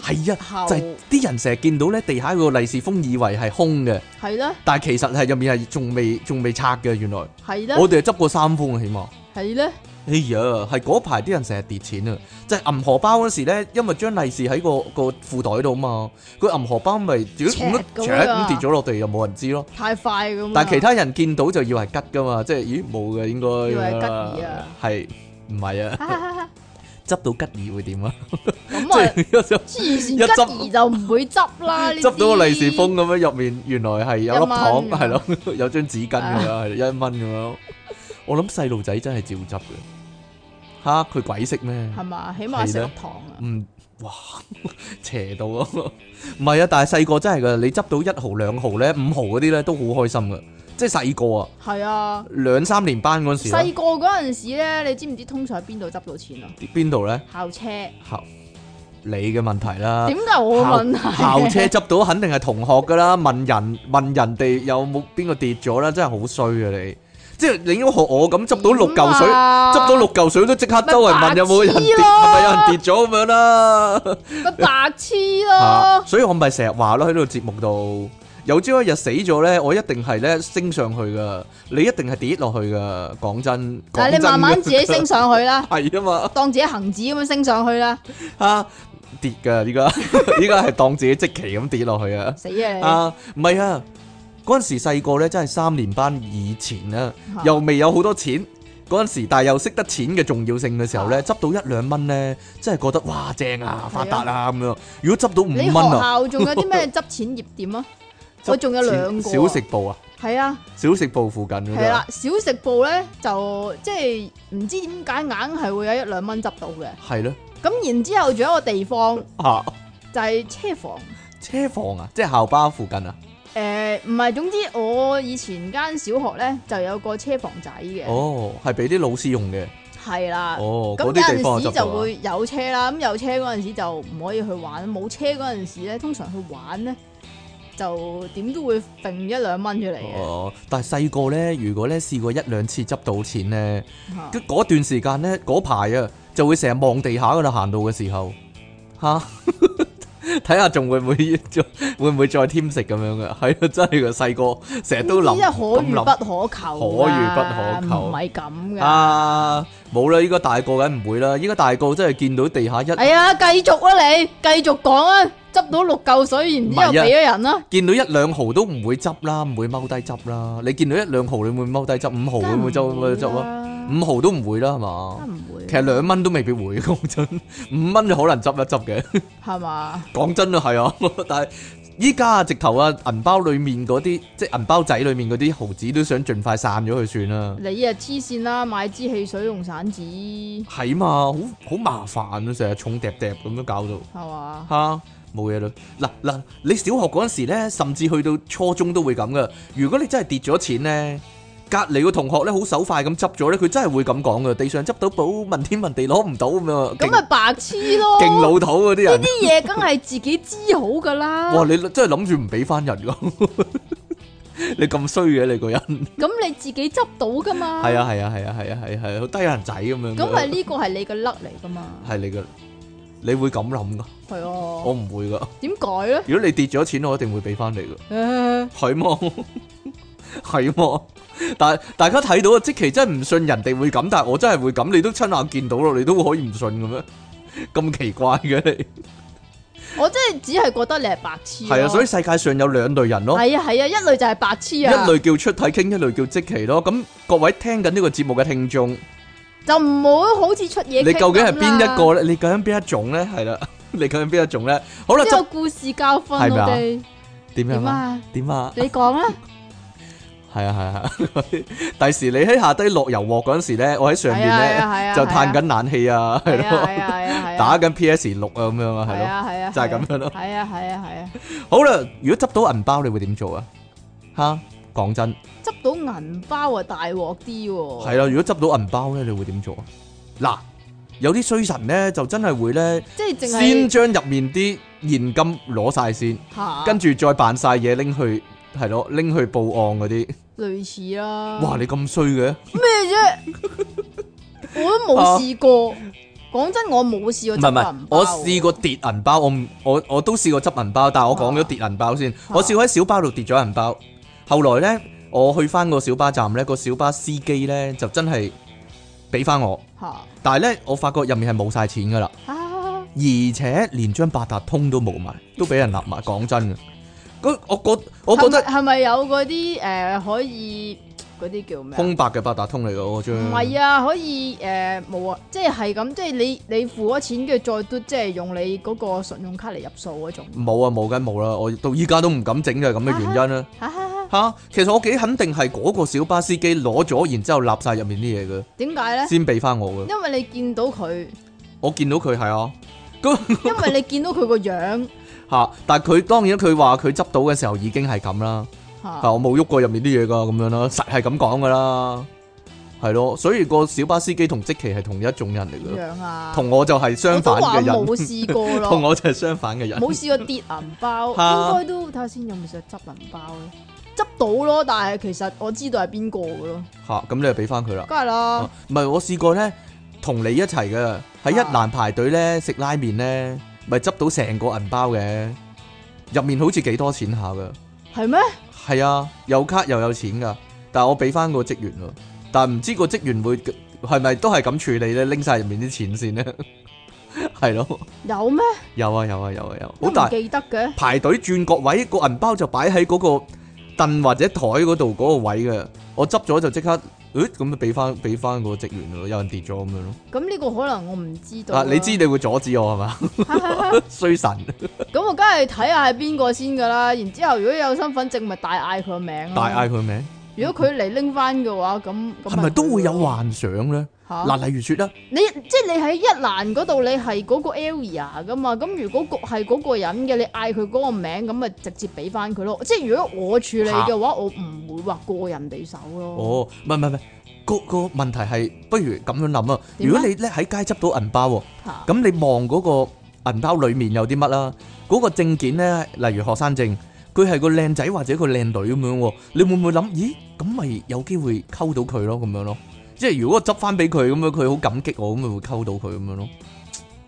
B: 係啊？
A: 後
B: 就係啲人成日見到咧地下個利是封，以為係空嘅，
A: 係啦，
B: 但係其實係入面係仲未仲未拆嘅。原來
A: 係啦，
B: 我哋係執過三封啊，起碼。
A: 係啦，
B: 哎呀，係嗰排啲人成日跌錢啊！就係銀荷包嗰時咧，因為將利是喺個個褲袋度啊嘛，個銀荷包咪如果
A: 赤咁樣
B: 咁跌咗落地就冇人知咯。
A: 太快咁啊。
B: 但係其他人見到就以為吉噶嘛，即係咦冇嘅應該。
A: 以為係吉爾啊？
B: 係唔係啊？
A: 咁
B: 執到吉爾會點啊？ 即
A: 啊
B: 係，一執
A: 黐線
B: 一執
A: 吉兒就唔會執啦。呢啲
B: 執到個利是封咁樣，入面原來係有粒糖，
A: 一蚊
B: 係咯，有張紙巾咁樣，係一蚊咁樣。我諗細路仔真係照執嘅，吓佢鬼識咩？
A: 係嘛？起碼食粒糖啊！
B: 唔哇 邪到啊！唔係啊，但係細個真係噶，你執到一毫兩毫咧，五毫嗰啲咧都好開心噶，即係細個啊，
A: 係啊，
B: 兩三年班嗰陣時
A: 細
B: 咧，
A: 個嗰陣時咧，你知唔知通常喺邊度執到錢啊？
B: 邊度咧？
A: 校車點
B: 校你嘅問題啦，
A: 解我問啊題？
B: 啊 校車執到肯定係同學噶啦，問人問人哋有冇邊個跌咗啦，真係好衰啊你！即係你應該學我咁執到六嚿水，
A: 點
B: 執
A: 啊
B: 到六嚿水都即刻周圍問有冇人跌，
A: 咪白痴咯
B: 係咪有人跌咗咁樣啦？
A: 咪白痴
B: 啊
A: 咯！
B: 所以我咪成日話咯喺呢個節目度，有朝一日死咗咧，我一定係咧升上去噶，你一定係跌落去噶。講真，
A: 但係啊你慢慢自己升上去啦，
B: 係啊嘛，
A: 當自己恒指咁樣升上去啦，
B: 啊跌噶依家， 依家係當自己即期咁跌落去啊！
A: 死啊
B: 啊，唔係啊，嗰陣時細個咧，真係三年班以前啊，
A: 嚇
B: 又未有好多錢。嗰陣時，但係又識得錢嘅重要性嘅時候咧，執到一兩蚊咧，真係覺得哇正啊，發達啊咁樣。如果執到五
A: 你！你
B: 蚊
A: 學
B: 啊，
A: 校仲有啲咩執錢熱點 啊？我仲有兩個啊
B: 小食部啊。
A: 係啊。
B: 小食部附近嗰
A: 係
B: 啲
A: 啦
B: 啊，，
A: 小食部咧就即係唔知點解硬係會有一兩蚊執到嘅。
B: 係咯，
A: 咁然之後仲有一個地方
B: 嚇
A: 就係車房。
B: 車房啊，即係校巴附近啊，
A: 誒呃唔係，總之我以前間小學咧就有個車房仔嘅，
B: 哦，係俾啲老師用嘅，
A: 係啦。
B: 哦，
A: 啊咁
B: 嗰
A: 有
B: 啲地方
A: 陣時
B: 就執到
A: 就
B: 啊
A: 會有車啦，咁有車嗰陣時就唔可以去玩，冇車嗰陣時咧，通常去玩咧就點都會揈一兩蚊出嚟嘅。
B: 哦，但係細個咧，如果咧試過一兩次執到錢咧，
A: 嚇
B: 跟嗰段時間咧，嗰排啊就會成日望地下噶啦，行路嘅時候，嚇。 睇下仲會唔會再 會唔會再添食咁樣嘅？係啊，真係嘅細個成日都諗
A: 呢啲係可遇
B: 咁諗
A: 不可求㗎，
B: 可遇不可求
A: 唔係咁㗎。
B: 啊，冇啦！依家大個梗唔會啦，依家大個真係見到地下一
A: 系啊，继续啊你，继续讲啊，执到六嚿水，然之后
B: 唔係啊
A: 俾咗人啦，
B: 見到一兩毫都唔會執啦，唔會踎低執啦。你見到一兩毫，你會踎低執；五毫會唔會執？會執啊？
A: 啊，
B: 五毫都唔會啦，係
A: 梗
B: 嘛？
A: 唔会，
B: 其實兩蚊都未必會，講真， 五蚊就可能執一執嘅。
A: 系嘛，
B: 講真啊，係啊， 但係依家啊，直頭啊，銀包裡面嗰啲，即係銀包仔裡面嗰啲毫子都想盡快散咗佢算啦。
A: 你啊黐线啦，买支汽水用散纸系
B: 係嘛，好好麻煩啊，成日重疊疊咁樣搞到。
A: 嘛，
B: 吓，冇嘢啦。嗱嗱，你小學嗰陣時咧，甚至去到初中都會咁噶。如果你真係跌咗錢咧，隔離個同學咧好手快咁執咗咧，佢真係會咁講噶。地上執到寶，問天問地攞唔到咁樣啊，
A: 咁
B: 勁
A: 咪白痴咯，
B: 勁老土嗰啲人
A: 呢。啲嘢梗系自己知好噶啦，
B: 哇！你真係諗住唔俾翻人噶， 你咁衰嘅你個人，
A: 咁你自己执到噶嘛，
B: 係，啊係啊係啊係啊係啊係啊，好低人仔咁樣㗎。
A: 咁咪呢个系你嘅甩嚟噶嘛，
B: 係你嘅，你會咁諗噶？
A: 系
B: 我
A: 啊，
B: 唔會噶。
A: 点改咧？
B: 如果你跌咗錢，我一定會俾翻你噶。
A: 唉
B: 係嘛，係嘛。但係大家睇到啊，即其真係唔信人哋會咁，但係我真係會 咁，你都親眼見到咯，你都可以唔信嘅咩？咁奇怪嘅你，
A: 我真系只系觉得你系白痴咯。
B: 係啊，所以世界上有兩類人咯，
A: 系啊系啊，一类就系白痴
B: 一
A: 啊，
B: 類叫出體傾，一類叫即期咯。咁各位聽緊呢個節目嘅聽眾，
A: 就唔好好似出嘢。
B: 你究竟係邊
A: 个？
B: 一個咧？你究竟邊一種咧？係啦， 你究竟邊一種咧？好啦，
A: 呢
B: 就
A: 个故事教训我
B: 係咪啊
A: 哋
B: 點
A: 点
B: 樣啊？
A: 啊？
B: 點啊？
A: 你讲啦，
B: 係啊 係啊係啊！第時你喺下低落油鑊嗰陣時咧，我喺上邊
A: 係啊係啊係
B: 咧
A: 啊
B: 就
A: 係啊
B: 嘆緊冷氣啊，係
A: 系啊
B: 咯，
A: 系啊系啊，
B: 打緊 PS 六啊咁樣啊，
A: 系
B: 係咯。
A: 啊系啊，
B: 就係咁樣咯
A: 系啊系啊系啊，
B: 好啦，如果執到銀包，你會點做啊？吓，講真，
A: 执到银包啊大镬啲喎。
B: 係啦，啊如果執到銀包咧，你會點做啊？嗱，有啲衰神咧，就真係會咧，
A: 即係淨
B: 先
A: 係
B: 將入面啲現金攞晒先，
A: 嚇，
B: 跟住再扮晒嘢拎去，係咯，拎去報案嗰啲。
A: 類似啦。
B: 哇，你咁衰嘅，
A: 咩啫？ 我都冇試過。講真，我冇試過
B: 唔係唔
A: 執
B: 係
A: 銀，包
B: 我試過跌銀包，我唔我我都試過執銀包，但係我
A: 啊
B: 講咗跌銀包先，我試過喺小巴度跌咗銀包，後來咧我去翻個小巴站咧，個小巴司機咧就真係俾翻我。
A: 嚇
B: 但系咧，我發覺入面係冇晒錢噶啦，
A: 啊！
B: 而且連張八達通都冇埋，都俾人立埋。講真嘅，嗰我覺我覺
A: 係
B: 得
A: 咪係咪有嗰啲誒可以嗰啲叫咩啊？
B: 空嗯白嘅八達通嚟嘅嗰張，
A: 唔係啊，可以誒冇啊，即係係咁，即係你你付咗錢，跟住再嘟，即係用你嗰個信用卡嚟入數嗰種。
B: 冇啊冇緊冇啦，我到依家都唔敢整就係咁嘅原因啦。
A: 哈哈哈
B: 吓、其實我幾肯定係嗰個小巴司機攞咗，然之後立晒入面啲嘢
A: 點解咧
B: 嘅，？先俾翻我嘅。
A: 因為你見到佢，
B: 我見到佢係啊，咁
A: 因為你見到佢個樣
B: 吓、但係佢當然佢話佢執到嘅時候已經係咁啦。
A: 嚇
B: 但我冇喐過入面啲嘢噶，咁樣啦，實係咁講噶啦，係咯，所以個小巴司機同即奇係同一種人嚟噶，
A: 樣啊。
B: 同我就係相反嘅
A: 我都話我冇
B: 人，
A: 試過咯
B: 同。我就係相反嘅人，
A: 冇試過跌銀包，
B: 嚇
A: 應該都睇下先有冇試過執銀包咧。執到咯，但係其實我知道係邊個嘅咯，
B: 吓咁你就俾翻佢啦，
A: 梗係啦
B: 啊，唔係我試過咧，同你一齊嘅喺一蘭排隊咧食拉麵咧，咪執到成個銀包嘅，入面好似幾多錢下噶，
A: 係咩？
B: 係啊，有卡又有錢噶，但係我俾翻個職員喎，但係唔知個職員會係咪都係咁處理咧，拎晒入面啲錢先咧， 係咯。
A: 有咩？
B: 有啊有啊有啊有，
A: 都
B: 好
A: 唔
B: 大
A: 記得嘅，
B: 排隊轉角位，個銀包就擺喺嗰個凳或者台嗰度嗰個位嘅。我執咗就即刻，誒咁就俾翻俾翻個職員咯，有人跌咗咁樣咯。
A: 咁呢個可能我唔知道
B: 啊
A: 啦。，
B: 你知你會阻止我係嘛？ 衰神
A: 咁我梗係睇下係邊個先㗎啦。然之後如果有身份證，咪大嗌佢個名咯
B: 大嗌佢名，
A: 如果佢嚟拎翻嘅話，咁咁啊
B: 係咪都會有
A: 佢咯
B: 幻想咧？
A: 嚇
B: 嗱，例如説啦，
A: 你即係你喺一欄嗰度，你係嗰個 area 噶嘛？咁如果個係嗰個人嘅，你嗌佢嗰個名，咁咪直接俾翻佢咯。即係如果我處理嘅話，我唔會話過人哋手咯。
B: 哦，唔係唔係唔係，個個問題係不如咁樣諗啊。
A: 點啊
B: 如果你咧喺街執到銀包喎。
A: 嚇
B: 咁你望嗰個銀包裏面有啲乜啦？嗰、個證件呢，例如學生證，佢係個靚仔或者個靚女咁樣喎，你會唔會諗？咦，咁咪有機會溝到佢咯，咁樣咯。即係如果我執翻俾佢咁樣，佢好感激我，咁咪會溝到佢咁樣咯。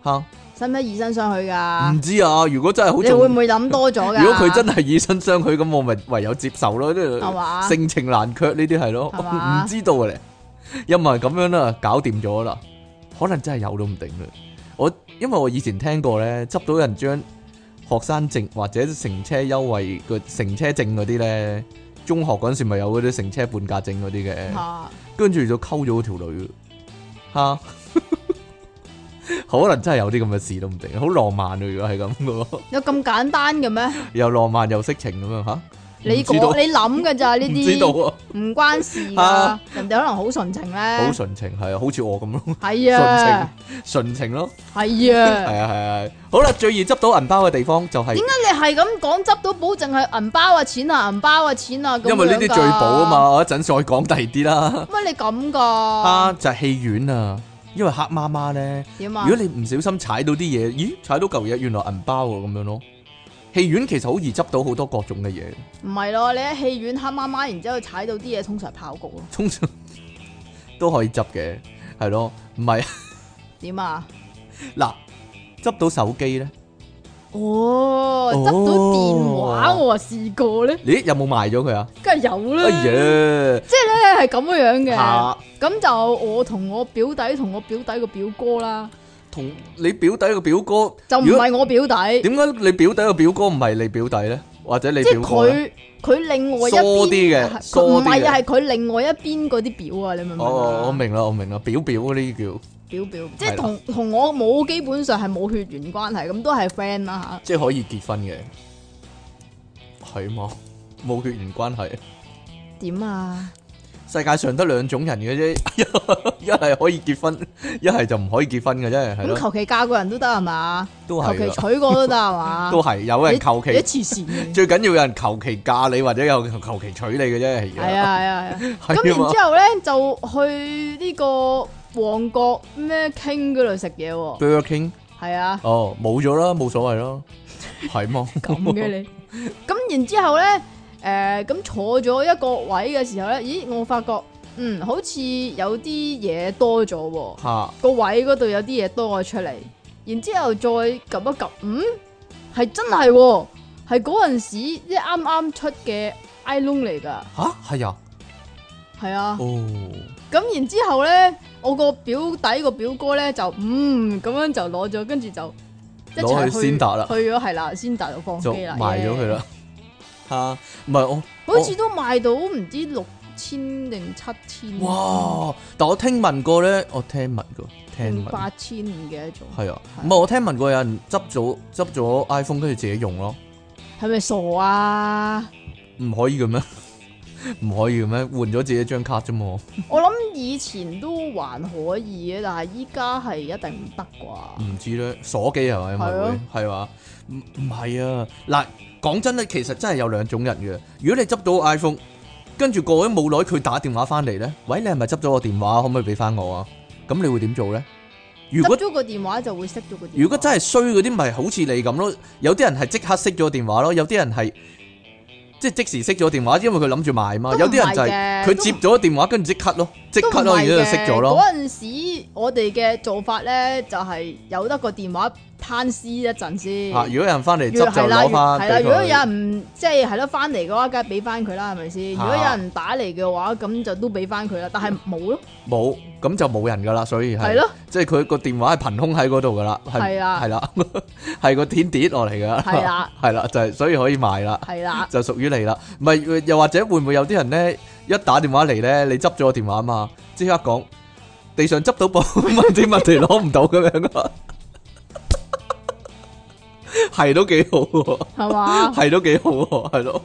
B: 嚇，唔、
A: 使唔使以身相許㗎？
B: 知啊！如果真係好
A: 你會唔
B: 重，
A: 會諗多咗㗎？
B: 如果佢真係以身相許，咁我咪唯有接受咯。即
A: 係
B: 係
A: 嘛？
B: 性情難卻呢啲係咯，
A: 係嘛
B: 唔知道啊咧。因為咁樣啦，搞掂咗啦，可能真係有都唔定啦。我因為我以前聽過咧，執到人將學生證或者乘車優惠個乘車證嗰啲咧，中學嗰陣時咪有嗰啲乘車半價證嗰啲嘅，
A: 嚇
B: 跟住就溝咗條女嚇。 可能真係有啲咁嘅事都唔定，好浪漫啊！如果係咁嘅喎，
A: 有咁簡單嘅咩？
B: 又浪漫又色情咁樣吓，
A: 你
B: 唔知道
A: 講你諗㗎咋呢
B: 唔知道
A: 啲？
B: 啊，
A: 唔關事㗎
B: 嚇，
A: 人哋可能好純情
B: 好
A: 咧。
B: 純情係啊，好似我咁咯。
A: 係
B: 純
A: 啊，
B: 情，純情咯，
A: 係啊
B: 係。啊係啊，係啊好啦，最易執到銀包嘅地方就係，
A: 點解你係咁講執到寶淨係銀包啊、錢啊、銀包啊、錢啊咁？
B: 因為呢啲最寶啊。嘛，我一陣再講第二啲啦，
A: 乜你咁噶
B: 啊？就係戲院啊，因為黑麻麻咧，
A: 點啊
B: 如果？你唔小心踩到啲嘢，咦，踩到嚿嘢，原來銀包喎咁樣咯。戲院其實好易執到好多各種嘅嘢，
A: 唔係咯，你喺戲院黑媽媽，然之後踩到啲嘢，通常係爆谷咯。
B: 通常 都可以執嘅，係咯，唔係
A: 點啊？
B: 嗱，執到手機咧，
A: 哦
B: 哦，
A: 執到電話我啊試過咧，
B: 咦，有冇賣咗佢啊？
A: 梗係有 啦。
B: 哎 呀，啊
A: 即係咧係咁樣樣嘅。
B: 嚇
A: 咁就我同我表弟同我表弟個表哥啦，
B: 同你表弟個表哥，
A: 就唔
B: 如果
A: 係我表弟，
B: 點解你表弟個表哥唔係你表弟咧？或者你
A: 即係
B: 表哥呢
A: 佢佢另外一
B: 疏啲
A: 邊
B: 嘅
A: 係佢唔
B: 疏啲
A: 係
B: 嘅
A: 啊，係佢另外一邊嗰啲表啊，你明唔明
B: 哦，我
A: 啊？
B: 明啦，我明啦，表表嗰啲叫
A: 表表，即
B: 係
A: 係
B: 啦
A: 同同我冇基本上係冇血緣關係，咁都係 friend 啦
B: 即係可以結婚嘅，係嘛？冇血緣關係，
A: 吓。點啊？
B: 世界上得兩種人嘅啫， 一係可以結婚，一係就唔可以結婚嘅啫，係
A: 咁
B: 咯，
A: 求其嫁個人都得係嘛？
B: 都
A: 求
B: 係
A: 其
B: 啦，
A: 娶個都得係嘛？
B: 都係有人求
A: 你
B: 其，
A: 黐線 嘅。
B: 最緊要有人求其嫁你或者有人求其娶你嘅啫，
A: 係啊係啊係啊。
B: 係
A: 咁
B: 啊嘛
A: 然之後咧就去呢個旺角咩傾嗰度食嘢喎，
B: ，Burger King。
A: 係啊
B: 哦，冇咗啦，冇所 謂啦，係麼？
A: 咁嘅你。
B: 啊
A: 咁然之後咧，誒、咁坐咗一個位嘅時候咧，咦我發覺嗯好似有啲嘢多咗喎，
B: 吓，
A: 個位嗰度有啲嘢多咗出嚟，然之後再撳一撳，嗯係真係喎，係嗰陣時即係啱啱出嘅 i l o n 嚟㗎，
B: 吓係啊，
A: 係啊。
B: 哦，
A: 咁然之後咧，我個表弟個表哥咧就嗯咁樣就攞咗，跟住就一齊
B: 攞去先達啦
A: 去咗係啦，先達就放
B: 就
A: 機啦，
B: 賣咗佢
A: 耶，
B: 啦。吓，唔係我，
A: 好似都賣到唔知六千定七千，
B: 我哇！但我聽聞過咧，我聽聞過，聽
A: 定
B: 聞
A: 八千唔記得咗，
B: 係啊，
A: 嗯係
B: 唔係我聽聞過有人執咗執咗 iPhone 跟住自己用咯，
A: 係咪傻啊？
B: 唔可以嘅咩？ 唔可以嘅咩？換咗自己張卡啫嘛，
A: 我諗以前都還可以嘅，但係依家係一定唔得啩。
B: 唔知咧，鎖機係咪
A: 係
B: 咪
A: 啊
B: 會係嘛？唔唔係啊，嗱，講真咧，其實真係有兩種人嘅。如果你執到 iPhone，跟住過咗冇耐，佢打電話翻嚟咧，喂，你係咪執咗我電話？可唔可以俾翻我啊？咁你會點做咧？如
A: 執
B: 果
A: 咗個電話就會熄咗個電話。
B: 如果真係衰嗰啲，咪好似你咁咯。有啲人係即刻熄咗電話咯，有啲人係即係即時熄咗電話，因為佢諗住賣嘛。
A: 都唔
B: 有啲人就係
A: 係嘅
B: 佢接咗電話，跟住即刻咯，即刻
A: 都唔
B: 咯，
A: 係
B: 然之後就熄咗
A: 嘅
B: 咯。
A: 嗰陣時我哋嘅做法咧，就係有得個電話攤屍一陣先。
B: 啊！如果有人翻嚟執
A: 如
B: 就
A: 係啦，
B: 攞
A: 如係啦，
B: 翻俾
A: 如果
B: 佢
A: 有人唔即係係咯翻嚟嘅話，梗係俾翻佢啦，係咪先？如果有人打嚟嘅話，咁就都俾翻佢啦。但係冇咯，
B: 冇，咁就冇人噶啦，所以係
A: 係咯，
B: 即係佢個電話係憑空喺嗰度噶啦，係
A: 係啊
B: 係啦， 係個天跌落嚟噶，
A: 係 啦，
B: 係啦，就係所以可以賣啦，
A: 係啦，
B: 就屬於你啦。唔係又或者會唔會有啲人咧一打電話嚟咧，你執咗個電話啊嘛，即刻講地上執到寶，問天問地攞唔到咁 樣啊，係都幾好喎。
A: 係嘛？
B: 系都幾好喎，係咯，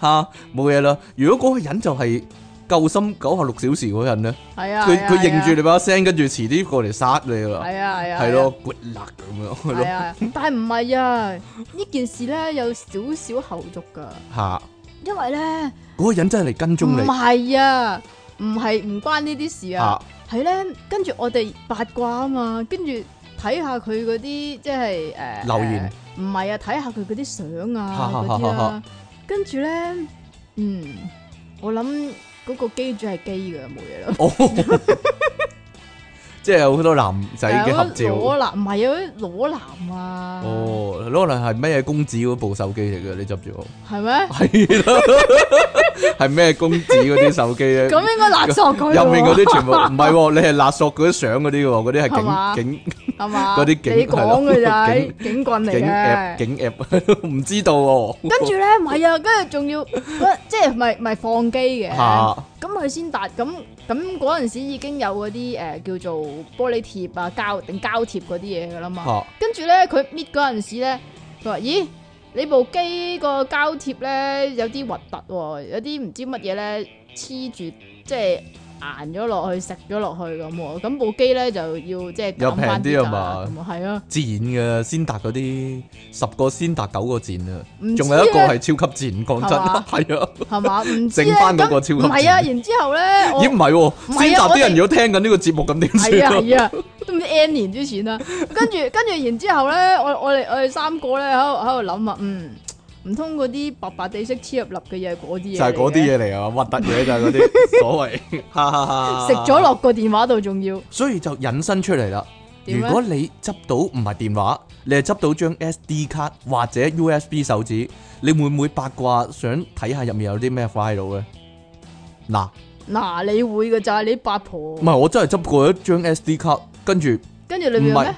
B: 吓冇嘢啦。如果嗰個人就係救心九十六小時嗰人咧，
A: 係啊，
B: 佢
A: 係啊
B: 佢認住你把聲，跟住遲啲過嚟殺你㗎啦，
A: 係啊，係啊，
B: 係咯，good luck 咁樣，係
A: 係啊，係
B: 咯，
A: 啊。但係唔係啊？呢件事咧有少少後續㗎，
B: 吓
A: 因為咧
B: 嗰個人真係嚟跟蹤
A: 唔
B: 你，
A: 係啊，唔係唔關呢啲事啊。
B: 吓
A: 系咧，跟住我哋八卦啊嘛，跟住睇下佢嗰啲即系诶、呃、
B: 留言
A: 呃，唔係啊，睇下佢嗰啲相啊
B: 哈哈
A: 嗰
B: 哈
A: 啲啦，跟住咧，嗯，我諗嗰個機主係機嘅，冇嘢啦。
B: 哦， 即係有好多男仔嘅合
A: 有
B: 照
A: 裸。啊男唔係有啲裸男啊，
B: 哦，可能係咩公子嗰部手機嚟嘅？你執 咗
A: 係咩？
B: 係啦， 係咩公子嗰啲手機咧？
A: 咁應該 勒索佢喎
B: 入面嗰啲全部唔係喎，你係勒索嗰啲相嗰啲喎，嗰啲
A: 係
B: 係
A: 嘛
B: 警警
A: 係嘛？
B: 嗰啲警
A: 你講嘅咋，
B: 係咯
A: 警警棍嚟
B: 警 app
A: 嘅。
B: 警 app，唔 知道喎。
A: 跟住咧，唔係啊，跟住仲要，即係咪咪放機嘅？
B: 嚇
A: 咁佢先達咁咁嗰陣時已經有嗰啲誒叫做玻璃貼啊膠定膠貼嗰啲嘢噶啦嘛，
B: 嚇
A: 跟住咧佢搣嗰陣時咧，佢話：咦，你部機個膠貼咧有啲核突喎，有啲唔知乜嘢咧黐住，即係硬咗落去，食咗落去咁喎，咁部機咧就要即係
B: 又
A: 減返
B: 平啲啊
A: 價
B: 嘛
A: 咁啊係啊，
B: 賤嘅先達嗰啲十個先達九個賤啊，
A: 唔
B: 仲
A: 知
B: 有一個
A: 咧
B: 係超級賤，講真
A: 係嘛
B: 係啊，
A: 係嘛？唔知
B: 剩
A: 咧
B: 翻嗰
A: 咁
B: 個超級
A: 唔係啊，
B: 賤
A: 然之後咧我
B: 咦。唔係喎，
A: 係啊
B: 先達啲
A: 我
B: 人
A: 哋
B: 如果聽緊呢個節目咁點
A: 系啊
B: 算啊？
A: 系啊，都唔知 N 年之前啦。啊跟住跟住，然之後咧，我我哋我哋三個咧喺度喺度諗啊，嗯，唔通嗰啲白白地色黐入粒嘅嘢係嗰啲嘢
B: 就係
A: 嚟嘅
B: 嗰啲嘢嚟啊，核突嘢就係嗰啲所謂，哈哈哈
A: 食咗，落個電話度，仲要
B: 所以就引申出嚟啦。
A: 點啊
B: 如
A: 咧
B: 果你執到唔係電話，你係執到張 SD 卡或者 USB 手指，你會唔會八卦想睇下入面有啲咩 file 咧？嗱，
A: 嗱，你會嘅就係你八婆
B: 唔係我真係執過一張 SD 卡，跟住
A: 跟住裏面有咩？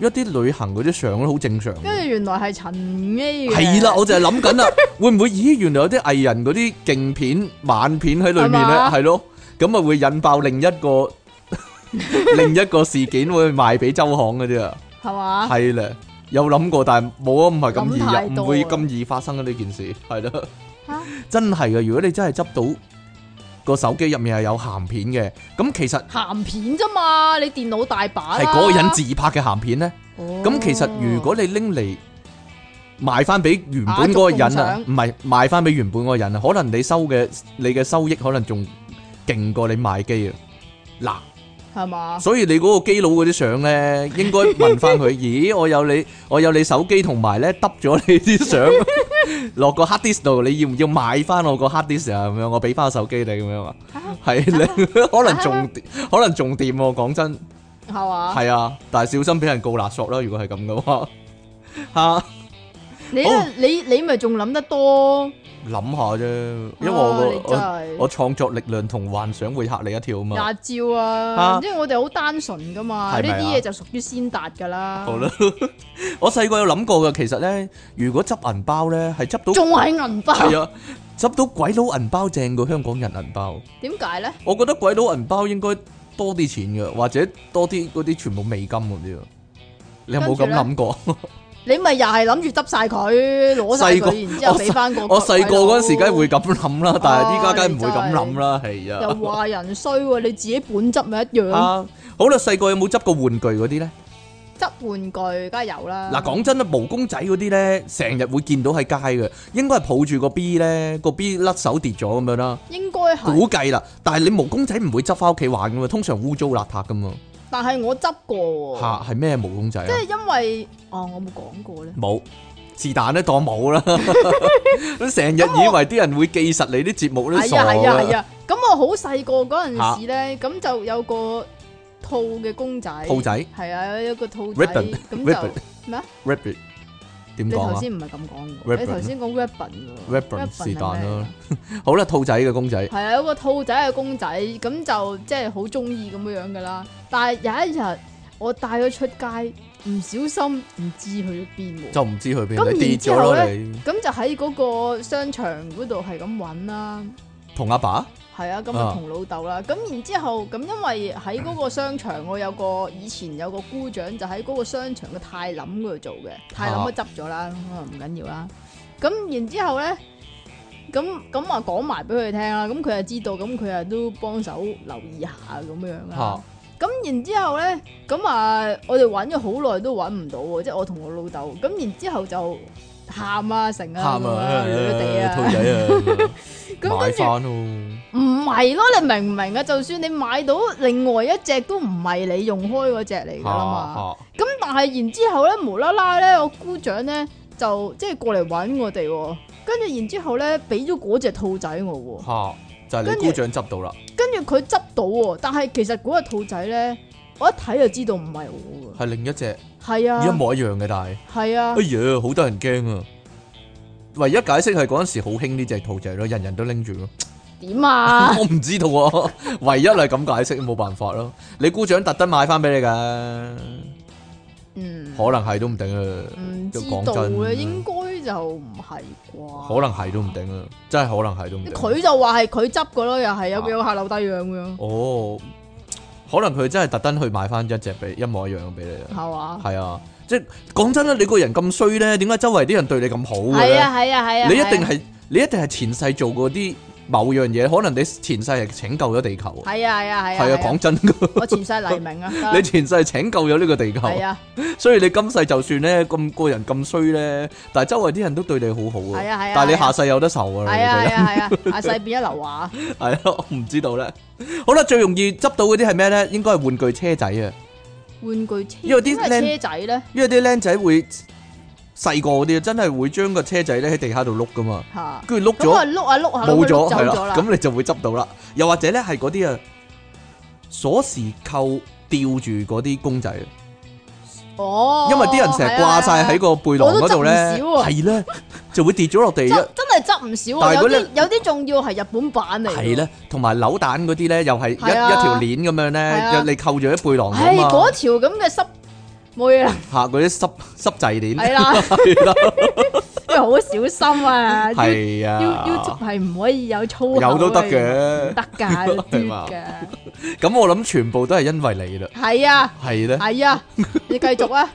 B: 一啲旅行嗰啲相咧好正常嘅。
A: 跟住原來係陳 A 嘅。
B: 係啦，我就係諗 緊啦，會唔會咦？原來有啲藝人嗰啲勁片、晚片喺裏
A: 係
B: 面咧，
A: 嘛
B: 係咯，咁咪會引爆另一 個另一個事件，會賣俾周行嗰啲啊，
A: 係嘛？
B: 係咧，有諗過，但係冇啊，唔係咁易
A: 諗太
B: 啊，
A: 多
B: 唔會咁易發生嘅呢件事，係咯
A: 嚇，
B: 真係嘅。如果你真係執到個手機入面係有鹹片嘅，咁其實
A: 鹹片啫嘛，你電腦大把啦。
B: 係嗰個人自拍嘅鹹片咧。
A: 哦。
B: 咁其實如果你拎嚟賣翻俾原本嗰個人啊
A: 啊，
B: 唔係賣翻俾原本嗰個人啊，可能你收嘅你嘅收益可能仲勁過你賣機啊！
A: 係嘛
B: 嗱，？所以你嗰個機佬嗰啲相咧，應該問翻 佢，咦，我有你我有你手機同埋咧揼咗你 啲相落個 hard disk 度，你要唔要買翻我個 hard disk 啊？咁樣我俾翻手機你咁樣啊？係 你可能仲可能仲掂喎，講真。
A: 係嘛？
B: 系啊，但系小心俾人告勒索啦！如果係咁嘅話， 吓
A: 你
B: 好
A: 你你咪仲諗得多。
B: 諗下啫，因為
A: 啊
B: 我
A: 你
B: 個
A: 真
B: 我
A: 係
B: 我創作力量同幻想會嚇你一跳啊嘛。
A: 廿照啊
B: 啊，
A: 因為我哋好單純噶嘛，
B: 係
A: 呢
B: 咪啊
A: 啲嘢就屬於先達噶啦。
B: 好啦， 我細個有諗過噶，其實咧，如果執銀包咧，係執到
A: 仲係銀包，
B: 係啊，執到鬼佬銀包正過香港人銀包。
A: 點解咧？
B: 我覺得鬼佬銀包應該多啲錢嘅，或者多啲嗰啲全部美金嗰啲啊。你有冇咁
A: 跟住咧
B: 諗過？
A: 你咪又係諗住執晒佢，攞晒
B: 細個
A: 佢，然之後俾翻個
B: 我細個嗰陣時梗
A: 鬼
B: 係會咁諗啦，但係依家
A: 啊
B: 梗係唔會咁
A: 你真係
B: 諗啦，係啊。
A: 佬又話人衰喎，你自己本質咪一樣，
B: 啊，好啦，細個有冇執過玩具嗰啲咧？
A: 執玩具梗係有啦。
B: 嗱，講真啦，毛公仔嗰啲咧，成日會見到喺街嘅，應該係抱住個 B 咧，個 B 甩手跌咗咁樣啦，
A: 應該係，
B: 估計啦。但係你毛公仔唔會執翻屋企玩噶嘛，通常污糟邋遢噶嘛。
A: 但係我執過喎，
B: 嚇，係咩毛公仔
A: 即
B: 啊？
A: 係因為啊，我冇講過咧。
B: 冇，是但咧，當 冇啦。成日以為啲人會記實你啲節目咧，
A: 係
B: 傻
A: 啊係啊係
B: 啊！
A: 啊，咁我好細個嗰陣時咧，咁就有個套嘅公仔，
B: 兔仔
A: 係啊，有一個兔仔，
B: Ribbon，
A: 咁就
B: Ribbon。
A: 咩啊
B: ？Rabbit 點
A: 你
B: 講
A: 頭
B: 啊
A: 先唔係咁講喎，
B: Ribbon
A: 你頭先講 weapon 喎
B: Ribbon，
A: 係
B: 是但
A: 咩
B: 啦。好啦，兔仔嘅公仔
A: 係啊，有個兔仔嘅公仔，咁就即係好中意咁樣樣噶啦。但係有一日我帶佢出街，唔小心唔知去咗邊喎，
B: 就唔知去
A: 咁
B: 邊，
A: 然
B: 你跌
A: 之
B: 咗
A: 後
B: 咯
A: 呢
B: 你，
A: 咁就喺嗰個商場嗰度係咁揾啦。
B: 同阿爸。
A: 係啊，咁
B: 啊
A: 啊同老豆啦，咁然之後咁，因為喺嗰個商場，我有個以前有個姑丈就喺嗰個商場嘅泰林嗰度做嘅，泰林都執咗啦，咁啊唔緊要啦。咁然之後咧，咁咁啊講埋俾佢聽啦，咁佢就知道，咁佢啊都幫手留意下咁樣啦
B: 嚇。
A: 咁然之後咧，咁啊我哋揾咗好耐都揾唔到喎，即係我同我老豆。咁然之後就喊啊成啊
B: 喊
A: 咁啊，女地
B: 啊，
A: 啊，
B: 兔仔啊，
A: 咁
B: 買
A: 跟住。
B: 翻咯，
A: 唔係咯，你明唔明啊？就算你買到另外一隻都唔係你用開嗰只嚟㗎啦嘛。
B: 嚇
A: 咁但係然之後咧，無啦啦咧，我姑丈咧就即係過嚟揾我哋喎。跟住然之後咧，俾咗嗰只兔仔我喎。
B: 嚇嚇，就係
A: 跟
B: 你
A: 住
B: 姑丈執到啦，
A: 跟住佢執到喎，但係其實嗰只兔仔咧，我一睇就知道唔係我㗎。
B: 係另一隻
A: 係
B: 一
A: 啊，
B: 模一樣嘅，但係，
A: 係啊
B: 哎，呀，好得人驚啊！唯一解釋係嗰陣時好興呢只兔仔咯，人人都拎住咯。
A: 點 啊？
B: 我唔知道啊，唯一係咁解釋，冇辦法咯。你姑丈特登買翻俾你㗎，
A: 嗯，
B: 可能係都唔定啊，
A: 唔知
B: 都講
A: 道
B: 真啊
A: 咧，應該就唔係啩？
B: 可能係都唔定啊，真係可能係都唔定。
A: 佢就話係佢執㗎咯，又係有
B: 啊
A: 有下樓低樣咁樣，
B: 哦，可能佢真係特登去買翻一隻俾一模一樣俾你啊。
A: 係嘛？
B: 系啊，即系讲真啦，你個人咁衰咧，點解周圍啲人對你咁好嘅
A: 係
B: 咧？
A: 啊係啊係啊！
B: 你一定係你一定係前世做過啲某樣嘢，可能你前世係拯救咗地球啊。
A: 係啊係啊係啊！
B: 係啊，講真㗎，
A: 我前世黎明啊，
B: 你前世係拯救咗呢個地球，
A: 係啊
B: 所以你今世就算咧咁個人咁衰咧，但係周圍啲人都對你好好
A: 係啊係啊
B: 但係你
A: 係啊
B: 下世有得受啊，
A: 係
B: 你個
A: 啊係
B: 人
A: 啊係啊！阿細變咗劉華，
B: 係咯，我唔知道咧。好啦，最容易執到嗰啲係咩咧？應該係玩具車仔啊。
A: 玩具車，
B: 因為啲
A: 點解
B: 靚
A: 車仔咧
B: 因為啲僆仔會細個嗰啲，真係會將個車仔咧喺地下度碌噶嘛，
A: 嚇，
B: 跟住碌
A: 咁啊
B: 咗
A: 碌啊碌下
B: 冇咗
A: 走
B: 係
A: 咗
B: 啦，
A: 啦，
B: 咁你就會執到啦。又或者咧係嗰啲啊鎖匙扣吊住嗰啲公仔，
A: 哦，
B: 因為啲人成日掛晒喺個背囊嗰度咧，
A: 我都執唔少啊
B: 係咧就會跌咗落地一
A: 真真真係執唔少啊！
B: 但係
A: 有
B: 嗰
A: 啲
B: 啲
A: 有啲仲要係日本版嚟。
B: 係啦，同埋扭蛋嗰啲咧，又係一一
A: 係啊
B: 條鏈咁樣
A: 係
B: 咧，
A: 啊
B: 又你扣住一背囊
A: 唉，
B: 咁
A: 嗰
B: 嘛，
A: 條咁嘅濕冇嘢啦，
B: 嚇嗰啲濕濕滯鏈，
A: 係啦，
B: 係啦，
A: 因為好小心啊，要
B: 係
A: 要要
B: 啊，
A: 係唔可以有粗口
B: 有都得
A: 唔
B: 嘅。
A: 得 㗎，要嘟
B: 係嘛
A: 㗎。
B: 咁我諗全部都係因為你啦，
A: 係啊，
B: 係咧，
A: 係啊，你繼續啊。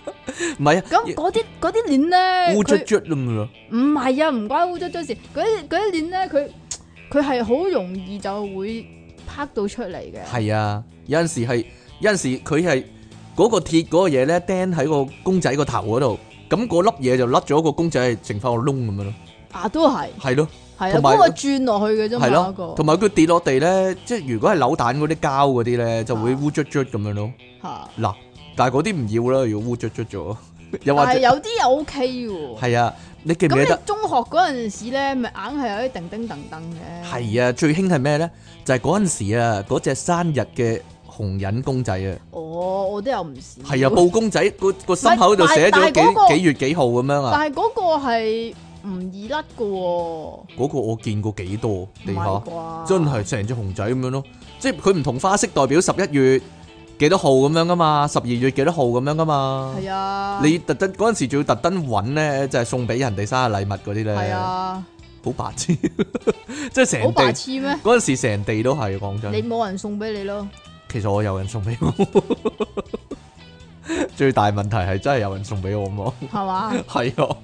B: 唔係啊，
A: 咁嗰啲嗰啲鏈咧，
B: 烏卒
A: 佢
B: 卒咁咯，
A: 唔係啊，唔關污糟糟事。嗰啲嗰啲鏈咧，佢佢係好容易就會拍到出嚟嘅。
B: 係啊，有陣時係有陣時佢係嗰個鐵嗰個嘢咧釘喺個公仔個頭嗰度，咁嗰粒嘢就甩咗個公仔，剩翻個窿咁樣咯，
A: 啊，都係
B: 係咯。
A: 係啊，
B: 同埋
A: 嗰個轉落去嘅啫嘛，
B: 係
A: 嗰
B: 咯，
A: 個
B: 同埋佢跌落地咧，即係如果係扭蛋嗰啲膠嗰啲咧，就會
A: 啊
B: 烏卒卒咁樣咯。
A: 嚇。
B: 嗱，但係嗰啲唔要啦，如果烏卒卒 咗，又或
A: 但係
B: 者
A: 有啲又 OK 喎。
B: 係啊，你記唔記
A: 咁
B: 得
A: 你？中學嗰陣時咧，咪硬係有啲叮叮噔噔嘅。
B: 係啊，最興係咩咧？就係嗰陣時啊，嗰隻生日嘅紅人公仔啊，
A: 哦，我都有唔少。
B: 係啊，布公仔個個心
A: 但
B: 口度寫咗
A: 但哦但係嗰個
B: 幾幾月幾號咁樣啊，
A: 但係嗰個係唔易甩嘅喎，唔
B: 嗰個我見過幾多地下。
A: 係啩？
B: 真係成隻熊仔咁樣咯，即係佢唔同花式代表十一月幾多號咁樣噶嘛，十二月幾多號咁樣噶嘛。
A: 係啊，
B: 你特登嗰陣時仲要特登揾咧，就係送俾人哋生日禮物嗰啲咧，
A: 係啊，
B: 好白痴， 即係
A: 好
B: 成
A: 白
B: 地
A: 痴咩？
B: 嗰陣時成地都係講
A: 你
B: 真。
A: 冇人送俾你咯，
B: 其實我有人送俾我， 最大問題係真係有人送俾我冇？
A: 係嘛？
B: 係啊，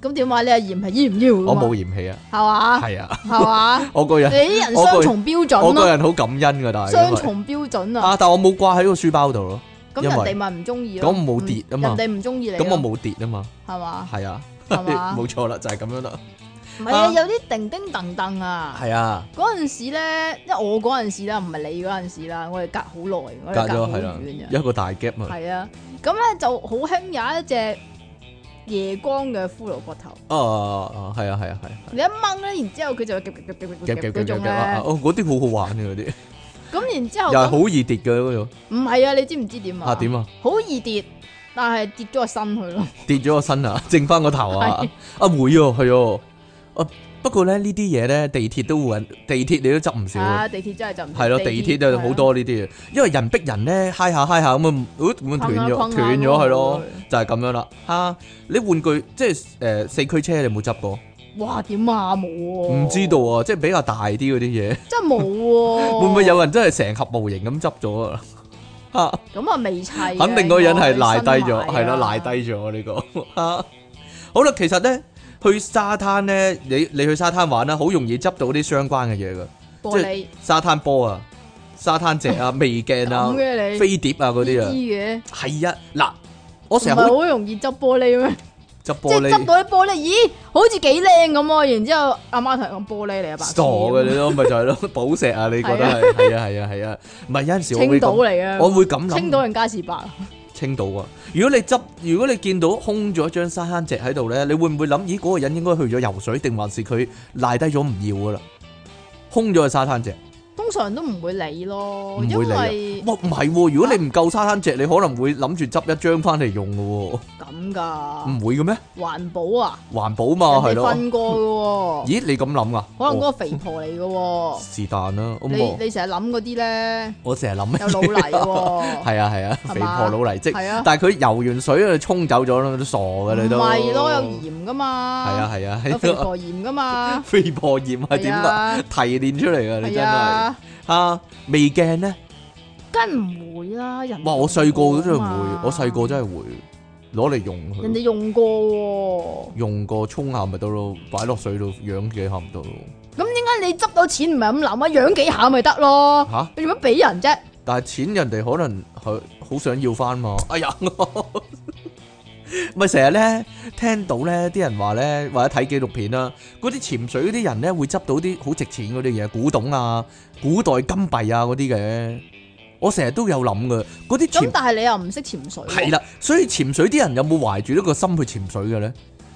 A: 咁點啊？你阿嫌係要唔要㗎
B: 我
A: 嘛
B: 冇嫌棄啊，
A: 係嘛？
B: 係啊，
A: 係 嘛？
B: 我個
A: 你
B: 人
A: 啲人
B: 我個
A: 雙重標
B: 我
A: 準
B: 個
A: 咯，
B: 人好感恩噶，但係因
A: 雙
B: 為
A: 重標準啊！
B: 啊，但我冇掛喺個書包度咯，
A: 咁
B: 因
A: 人
B: 為
A: 哋咪唔中意咯，嗯
B: 咁冇跌啊嘛
A: 人哋唔中意你咯，
B: 咁我冇跌啊嘛，
A: 係嘛？
B: 係啊，
A: 係嘛
B: 冇錯啦，就係咁樣啦，
A: 唔係
B: 啊
A: 啊，有啲叮叮噹噹啊！
B: 係啊，
A: 嗰陣時咧，因為我嗰陣時啦，唔係你嗰陣時啦，我哋隔好耐，我
B: 隔
A: 哋
B: 咗
A: 好
B: 係啦
A: 遠，嘅，
B: 一個大 gap 啊，
A: 係啊，咁咧就好興有一隻夜光嘅骷髏骨頭，
B: 啊啊啊，係啊係啊係啊。
A: 你一掹咧，然之後佢就會夾夾夾夾夾
B: 夾
A: 夾
B: 夾
A: 嗰
B: 夾夾
A: 種
B: 夾啊！
A: 咧，哦
B: 哦，嗰啲好好玩嘅 嗰啲，
A: 咁然之
B: 又係
A: 後
B: 好易跌嘅嗰種。
A: 唔係啊，你知唔知點
B: 啊
A: 啊？
B: 點啊？
A: 好易跌，但係跌咗個身去咯，
B: 跌咗個身啊， 剩翻個頭啊
A: 係！
B: 啊會啊，係啊。啊不過咧呢啲嘢咧，地鐵都會揾，地鐵你都執唔少啊。
A: 啊地鐵真係就啊唔
B: 係咯，地鐵就好多呢啲嘢，因為人逼人咧，嗨下嗨下咁啊，咁咁斷
A: 困下困
B: 咗
A: 下
B: 斷咗係
A: 咁
B: 咯
A: 樣，
B: 就係咁樣啦。嚇，你玩具即係誒四驅車，你有冇執過？
A: 哇點啊冇喎，
B: 唔知道啊，即係比較大啲嗰啲嘢，
A: 真係冇喎，
B: 會唔會有人真係成盒模型咁執咗啊？嚇！
A: 咁啊未砌嘅？
B: 肯定嗰個人係
A: 應該
B: 賴低咗，
A: 新買
B: 係咯，
A: 啊
B: 賴低咗呢個。啊好啦，其實咧去沙灘咧，你你去沙灘玩啦，好容易執到啲相關嘅嘢噶，
A: 玻
B: 即係
A: 璃
B: 沙灘波啊、沙灘石 啊、微鏡啊
A: 咁、嘅你。
B: 飛碟啊嗰啲啊
A: 呢。啲嘅，
B: 係啊，嗱，我
A: 唔
B: 成
A: 係
B: 日好
A: 好容易執玻璃咩？
B: 執
A: 即係
B: 玻
A: 執
B: 璃，
A: 到啲玻璃，咦，好似幾靚咁喎。然之後阿媽同佢講玻璃嚟啊，白痴
B: 傻嘅你咯，咪就係 咯，寶石啊，你覺得係係啊係啊係啊，唔係有陣時我
A: 青
B: 會
A: 島
B: 咁，
A: 嚟嘅，
B: 我會咁諗。
A: 青島人加士伯，
B: 青島啊！如果你執，如果你見到空咗張沙灘席喺度咧，你會唔會諗？咦，嗰、個人應該去咗游水，定還是佢賴低咗唔要噶啦？空咗個沙灘席，
A: 通常都唔會理咯，
B: 唔
A: 因
B: 會理啊
A: 為
B: 哇，唔係喎！如果你唔夠沙灘席，你可能會諗住執一張翻嚟用噶
A: 咁
B: 喎，
A: 噶
B: 唔會嘅咩？
A: 環保啊，
B: 環保嘛，哦係
A: 人哋
B: 咯。
A: 瞓過嘅喎，
B: 咦，哦你咁諗啊？
A: 可能嗰個
B: 哦
A: 肥婆嚟嘅喎。
B: 是但啦，咁我
A: 你你成日諗嗰啲咧，
B: 我成日諗
A: 有老泥喎，
B: 係啊係啊，
A: 係
B: 肥
A: 嘛
B: 婆老泥積，
A: 係啊
B: 但係佢游完水啊，沖走咗啦，都傻嘅啊你
A: 唔
B: 都。
A: 係咯，有
B: 係
A: 鹽噶嘛，
B: 啊係啊，
A: 有肥婆鹽噶嘛，
B: 肥婆鹽係點
A: 係
B: 啊？
A: 啊，
B: 提煉出嚟㗎，你
A: 係
B: 真係
A: 啊。
B: 啊！未鏡咧，
A: 梗唔會啦，人
B: 哇！我細個都真係
A: 用
B: 會，
A: 過
B: 我
A: 啊
B: 細個真係會攞嚟用
A: 人哋
B: 佢，
A: 用過喎，
B: 用過沖下咪得咯，擺落水度養幾下咪得咯。
A: 咁點解你執到錢唔係咁諗啊？養幾下咪得咯，
B: 吓！
A: 你做乜俾人啫？
B: 但係錢人哋可能係好想要翻嘛。哎呀，咪成日咧聽到咧啲人話咧，或者睇紀錄片啦，嗰啲潛水嗰啲人咧會執到啲好值錢嗰啲嘢，古董啊、古代金幣啊嗰啲嘅。我成日都有諗噶，嗰啲潛
A: 咁但係你又唔識潛水喎，
B: 係啦，啊所以潛水啲人有冇懷住呢個心去潛水嘅咧？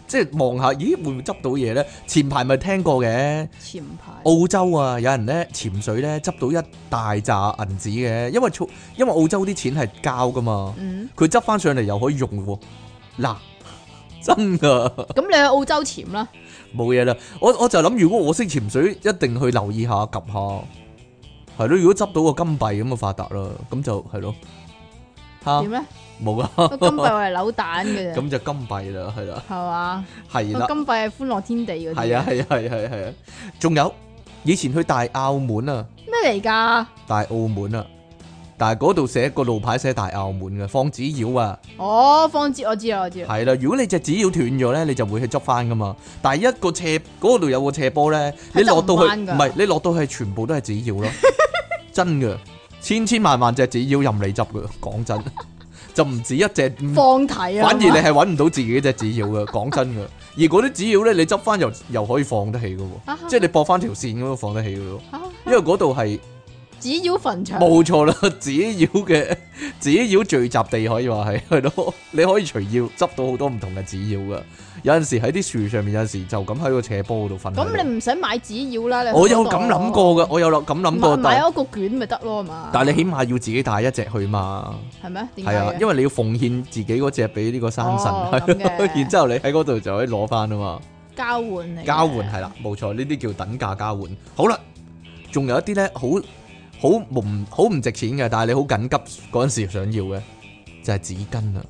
B: 即係望下，咦會唔會執到嘢咧？前排咪聽過嘅
A: 前排
B: 澳洲啊，有人咧潛水咧執到一大扎銀紙嘅，因為儲因為澳洲啲錢係膠噶嘛，
A: 嗯
B: 佢執翻上嚟又可以用喎。嗱，真噶。
A: 咁你去澳洲潛啦，
B: 冇嘢啦，我我就諗，如果我識潛水，一定去留意下及下，係咯。如果執到個金幣咁就發達啦，咁就係咯，吓
A: 點咧？
B: 冇啊，
A: 個金幣係扭蛋嘅啫，
B: 咁就金幣啦，係啦，
A: 係嘛？
B: 係
A: 個
B: 啦，
A: 哦金幣係啊歡樂天地嗰啲，
B: 係啊，係啊，係啊，係啊係啊，仲有以前去大澳門啊，
A: 咩嚟㗎？
B: 大澳門啊，但係嗰度寫個路牌寫大澳門嘅，放紙鷂啊。
A: 哦，方知我知啦，我知啦，
B: 係啦，如果你隻紙鷂斷咗咧，你就會去執翻噶嘛。但係一個斜嗰度有個斜坡咧，你
A: 係執
B: 落到去
A: 唔返
B: 唔
A: 㗎
B: 係你落到去全部都係紙鷂咯， 真嘅，千千萬萬隻紙鷂任你執嘅，講真 就唔止一隻，唔
A: 放題啊，
B: 反而你
A: 係嘛
B: 係揾唔到自己隻紙鷂嘅，講真嘅。而嗰啲紙鷂咧，你執翻又又可以放得起嘅喎，
A: 啊
B: 即係你駁翻條線咁樣放得起嘅咯，
A: 啊
B: 因為嗰度係。
A: 紙鷂墳場
B: 冇錯啦，紙鷂嘅 紙鷂聚集地可以話係係咯， 你可以隨要執到好多唔同嘅紙鷂噶。有陣時喺啲樹上面，有陣時就咁喺個斜坡度瞓喺度。
A: 咁你唔使買紙鷂啦，你
B: 我有咁諗過噶，我有咁諗過，
A: 買
B: 但
A: 買一個卷咪得咯，係嘛？
B: 但係你起碼要自己帶一隻去嘛，
A: 係咩？點解
B: 係啊，
A: 嘅
B: 因為你要奉獻自己嗰隻俾呢個山神，
A: 哦
B: 係
A: 咁
B: 咯
A: 嘅
B: 然之後你喺嗰度就可以攞翻啊嘛，
A: 交換嚟嘅，
B: 交換係啦，冇錯，呢啲叫等價交換。好啦，仲有一啲咧，好好唔好唔值錢嘅，但係你好緊急嗰陣時想要嘅，就係紙巾啊。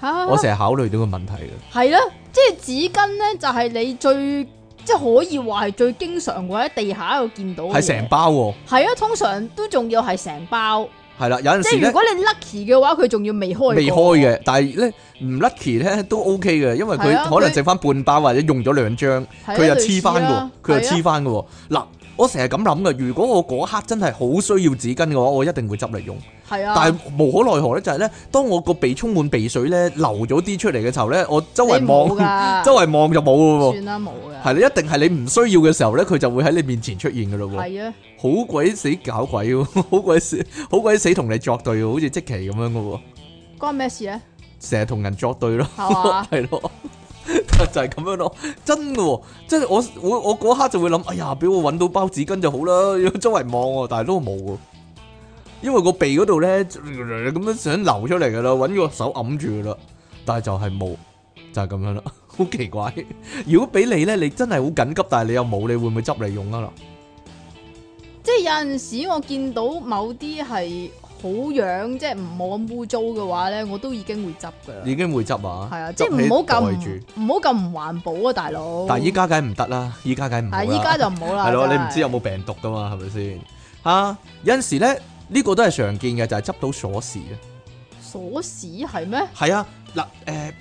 A: 嚇
B: 我成日考慮到個問題嘅，
A: 係啦，即係紙巾咧，就係你最即係可以話係最經常會喺地下度見到嘅嘢。
B: 係成包喎，
A: 係啊，通常都仲要係成包，
B: 係啦，有陣
A: 即
B: 時
A: 係如
B: 咧
A: 果你 lucky 嘅話，佢仲要未開過
B: 未開嘅，但係咧唔 lucky 咧都 OK 嘅，因為
A: 係啊
B: 佢可能
A: 佢
B: 剩翻半包或者用咗兩張，
A: 係啊
B: 佢又黐翻嘅
A: 類似
B: 喎
A: 啊，
B: 佢又
A: 係
B: 黐
A: 啊
B: 翻嘅喎。嗱，我成日咁諗嘅，如果我嗰刻真係好需要紙巾嘅話，我一定會執嚟用。
A: 係啊，
B: 但係無可奈何咧，就係咧，當我個鼻充滿鼻水咧，流咗啲出嚟嘅時候咧，我周圍望，
A: 噶，
B: 周圍望就冇嘅喎。
A: 算啦冇嘅，
B: 係啦，一定係你唔需要嘅時候咧，佢就會喺你面前出現嘅咯喎。
A: 係啊，
B: 好鬼死搞鬼喎， 好鬼死好鬼死同你作對喎，好似即期咁樣嘅喎，
A: 關咩事咧？
B: 成日同人作對咯，
A: 係嘛
B: 係咯，就係咁樣咯，真嘅喎，即係我我我嗰刻就會諗，哎呀，俾我揾到包紙巾就好啦， 要周圍望喎，但係都冇喎，因為個鼻嗰度咧咁樣想流出嚟嘅啦，揾個手揞住噶啦，但係就係冇，就係咁樣啦， 好奇怪。如果俾你咧，你真係好緊急，但係你又冇，你會唔會執嚟用啊啦？
A: 即係有陣時我見到某啲係好樣，即係唔冇咁污糟嘅話咧，我都已經會執噶啦。
B: 已經會執啊，
A: 係啊，
B: 執
A: 即係唔
B: 起
A: 好咁
B: 袋住。
A: 唔好咁唔環保啊，大佬。
B: 但係依家梗係唔得啦，依家梗係唔好啦
A: 係依家就唔好啦。
B: 係咯，你
A: 真
B: 唔知有冇病毒噶嘛，係咪先？嚇，有陣時咧，呢個都係常見嘅，就係執到鎖匙啊。
A: 鎖匙係咩？
B: 係啊，嗱誒，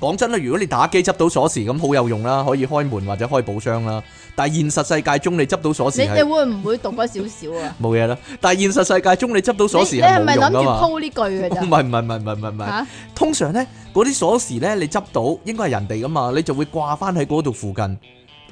B: 講真啦，如果你打機執到鎖匙咁好有用啦，可以開門或者開寶箱啦。但係現實世界中你執到鎖
A: 你
B: 匙
A: 你
B: 係
A: 會唔會讀多少少啊？
B: 冇嘢啦，但係現實世界中你執到鎖匙
A: 你你係
B: 係冇
A: 咪
B: 用
A: 諗
B: 噶
A: 住
B: 嘛？
A: 鋪呢句 嘅
B: 唔
A: 咋？
B: 係唔係唔係唔係唔係唔係。
A: 嚇
B: 通常咧，嗰啲鎖匙咧，你執到應該係人哋噶嘛，你就會掛翻喺嗰度附近，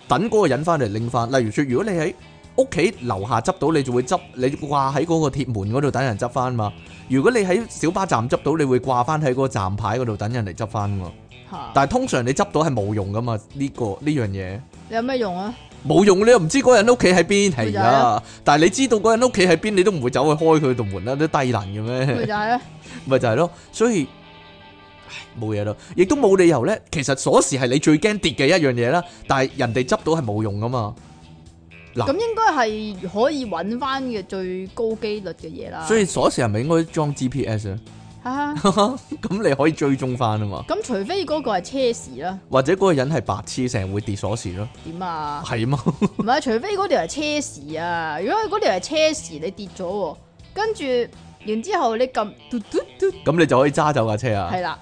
B: 等嗰個人翻嚟拎翻。例如說，如果你喺屋企樓下執到，你就會執你掛喺嗰個鐵門嗰度等人執翻嘛。如果你喺小巴站執到，你會掛翻喺嗰個站牌嗰度等人嚟執翻嘛。
A: 嚇！
B: 但係通常你執到係冇用噶嘛，呢、個呢樣嘢
A: 你有咩用啊？
B: 冇用，你又唔知嗰人屋企喺
A: 咪
B: 邊係
A: 就係
B: 啊
A: 咯。
B: 但係你知道嗰人屋企喺邊，你都唔會走去開佢度門啦，都低能嘅咩？
A: 咪就係 咧，
B: 咪就係咯，所以唉冇嘢咯，亦都冇理由咧。其實鎖匙係你最驚跌嘅一樣嘢啦，但係人哋執到係冇用噶嘛，嗱
A: 咁應該係可以揾翻嘅最高機率嘅嘢啦。
B: 所以鎖匙係咪應該裝 GPS 啊？
A: 嚇
B: 咁你可以追蹤翻啊嘛，
A: 咁除非嗰個係車匙啦，
B: 或者嗰個人係白痴，成日會跌鎖匙咯，
A: 點啊？
B: 係啊嘛，
A: 唔係，除非嗰條係車匙啊！如果嗰條係車匙，你跌咗喎，跟住然之後你撳嘟嘟嘟，
B: 咁你就可以揸走架車啊
A: 係。啦，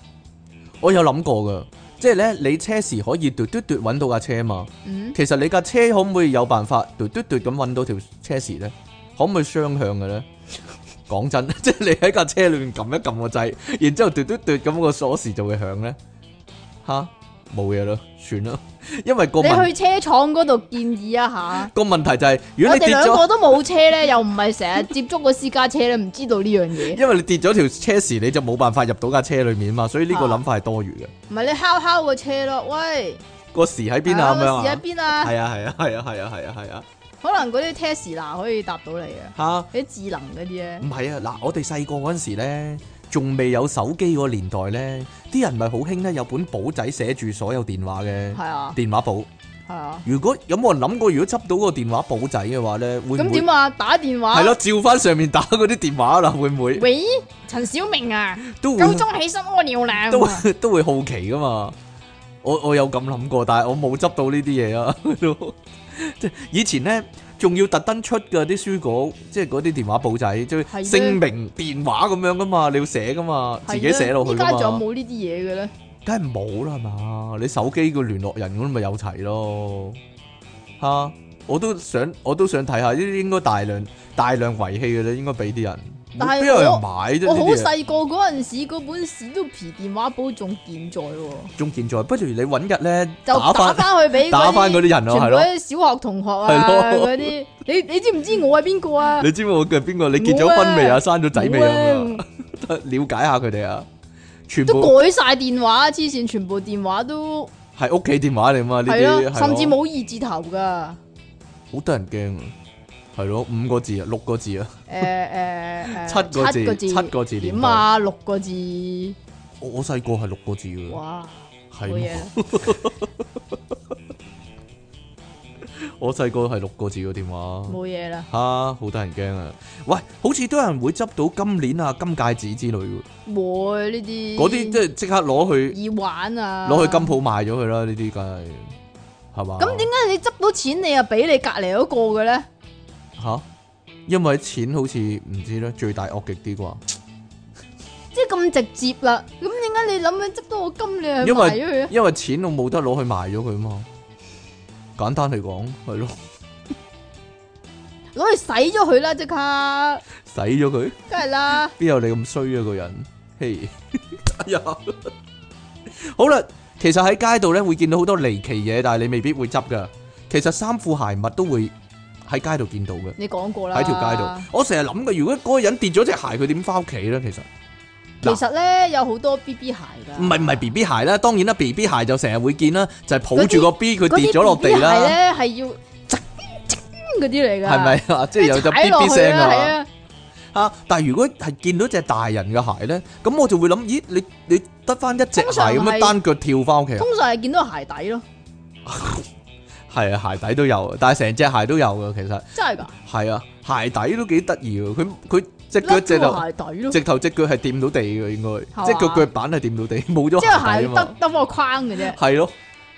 B: 我有諗過噶，即係咧你車匙可以嘟嘟嘟揾到架車嘛，
A: 嗯，
B: 其實你架車可唔可以有辦法嘟嘟嘟咁揾到條車匙咧？可唔可以雙向嘅咧？講真， 即係你喺架車裏面撳一撳個掣，然之後嘟嘟嘟咁個鎖匙就會響咧？吓，冇嘢咯，算啦。 因為個
A: 你
B: 問
A: 去車廠嗰度建議一下。
B: 個問題就係、如
A: 我
B: 果
A: 哋
B: 你跌
A: 兩
B: 咗，
A: 個都冇車咧，又唔係成日接觸個私家車咧，唔知道呢樣嘢。
B: 因為你跌咗條車匙，你就冇辦法入到架車裏面嘛，所以呢個
A: 啊
B: 諗法係多餘
A: 唔
B: 嘅。
A: 係你敲敲個車咯，喂，
B: 個匙喺邊啊？咁樣
A: 試喺
B: 啊？
A: 邊啊？
B: 係啊係啊係啊係啊係啊係啊
A: 可能嗰啲 Tesla 可以答到你啊，
B: 吓。
A: 啲智能嗰啲咧
B: 唔係啊，嗱，我哋細個嗰陣時咧，仲未有手機嗰個年代咧，啲人咪好興咧有本簿仔寫住所有電話嘅
A: 係啊，
B: 電話簿。
A: 係啊。
B: 如果有冇人諗過，如果執到個電話簿仔嘅話咧，會唔
A: 咁
B: 會
A: 點啊？打電話
B: 係咯？照翻上面打嗰啲電話啦，會唔會
A: 喂，陳小明啊，
B: 都會
A: 夠鐘起身屙尿啦。
B: 都
A: 咁啊
B: 都會 好奇噶嘛？我我有咁諗過，但係我冇執到呢啲嘢啊。 都即係以前咧，仲要特登出嘅啲書稿，即係嗰啲電話簿仔，即
A: 係
B: 係
A: 啫
B: 姓名、電話咁樣噶嘛，你要寫噶嘛，
A: 係
B: 自己寫落
A: 啊
B: 去
A: 依
B: 噶
A: 家仲有
B: 嘛。
A: 冇呢啲嘢嘅咧？
B: 梗係冇啦係嘛，你手機個聯絡人咁咪有齊咯。吓、我都想我都想睇下呢啲應該大量大量遺棄嘅咧，應該俾啲人。
A: 但係
B: 邊有人
A: 我
B: 買啫？
A: 我
B: 呢
A: 好
B: 啲嘢
A: 細個嗰陣時，嗰本史都皮電話簿仲健在喎，
B: 仲健在，不如你揾日咧
A: 就打
B: 打翻
A: 翻去俾
B: 打翻嗰
A: 啲
B: 啲人咯，
A: 全
B: 係
A: 部
B: 咯。
A: 啲小學同學啊
B: 係咯
A: 嗰啲，你你知唔知我係邊個啊？
B: 你知唔知我嘅邊個？你結咗婚未
A: 冇
B: 啊？
A: 啊
B: 生咗仔未啊？咁啊了解下佢哋啊！全
A: 都
B: 部
A: 改晒電話，黐線，全部電話都
B: 係屋企電話嚟嘛？呢
A: 係
B: 啲
A: 咯，
B: 係
A: 甚至冇二字頭噶。
B: 好得人驚啊！係咯，五個字啊，六個字啊，
A: 誒誒
B: 七個
A: 誒，
B: 字，
A: 字，
B: 七個字
A: 點
B: 年代。
A: 啊？六個字，
B: 我我細個係六個字嘅，
A: 哇，冇
B: 係
A: 嘢
B: 咩
A: 啦，
B: 我細個係六個字嘅電話。
A: 冇嘢啦，
B: 嚇，好得人驚啊！喂，好似都有人會執到金鏈啊、金戒指之類嘅，
A: 會呢啲
B: 嗰啲即係即刻攞去
A: 耳環啊，
B: 攞去金鋪賣咗佢啦。呢啲梗係係嘛？
A: 咁點解你執到錢你又俾你隔離嗰個嘅咧？
B: 吓？因為錢好似唔知咧，最大惡極啲啩。
A: 即係咁直接啦。咁點解你諗起執到個金你去
B: 因
A: 賣
B: 為
A: 咗佢咧？
B: 因為錢我冇得攞去賣咗佢嘛。簡單嚟講，係咯，
A: 攞去洗咗佢啦，即刻，
B: 洗咗佢，
A: 梗係啦。
B: 邊有你咁衰啊個人？嘿，哎呀，好啦，其實喺街度咧會見到好多離奇嘢，但係你未必會執噶。其實衫褲鞋襪都會喺街度見到嘅，
A: 你講過啦，
B: 喺條街度。。我成日諗嘅，如果嗰個人跌咗隻鞋，佢點翻屋企咧？其實
A: 其實咧有好多 B B 鞋㗎，
B: 唔係唔係 B B 鞋啦，當然啦，B B 鞋就成日會見啦，就係抱
A: 嗰
B: 住
A: 啲
B: 個 B 佢
A: 嗰啲
B: 跌咗落地
A: BB 鞋
B: 啦，
A: 咧係要嗰啲嚟㗎，
B: 係咪啊？即係
A: 跟
B: 有
A: 住
B: 隻
A: 踩
B: B
A: 落
B: B
A: 去
B: 聲
A: 啦？
B: 啊
A: 係
B: 嘛！
A: 啊，
B: 啊！但係如果係見到隻大人嘅鞋咧，咁我就會諗，咦，你你得翻一隻鞋
A: 通常
B: 咁樣
A: 係
B: 單腳跳翻屋企啊
A: 通？常係見到鞋底咯，
B: 係啊，鞋底都有，但係成隻鞋都有嘅，其實
A: 真係㗎，
B: 係啊，鞋底都幾得意嘅，佢佢隻腳
A: 甩
B: 隻
A: 咗
B: 頭
A: 鞋底咯，
B: 直頭隻腳係掂到地嘅，應該
A: 嘛
B: 即係腳腳板係掂到地，冇咗
A: 即係
B: 鞋
A: 鞋
B: 底
A: 得
B: 啊嘛，
A: 得個框嘅啫。
B: 係咯，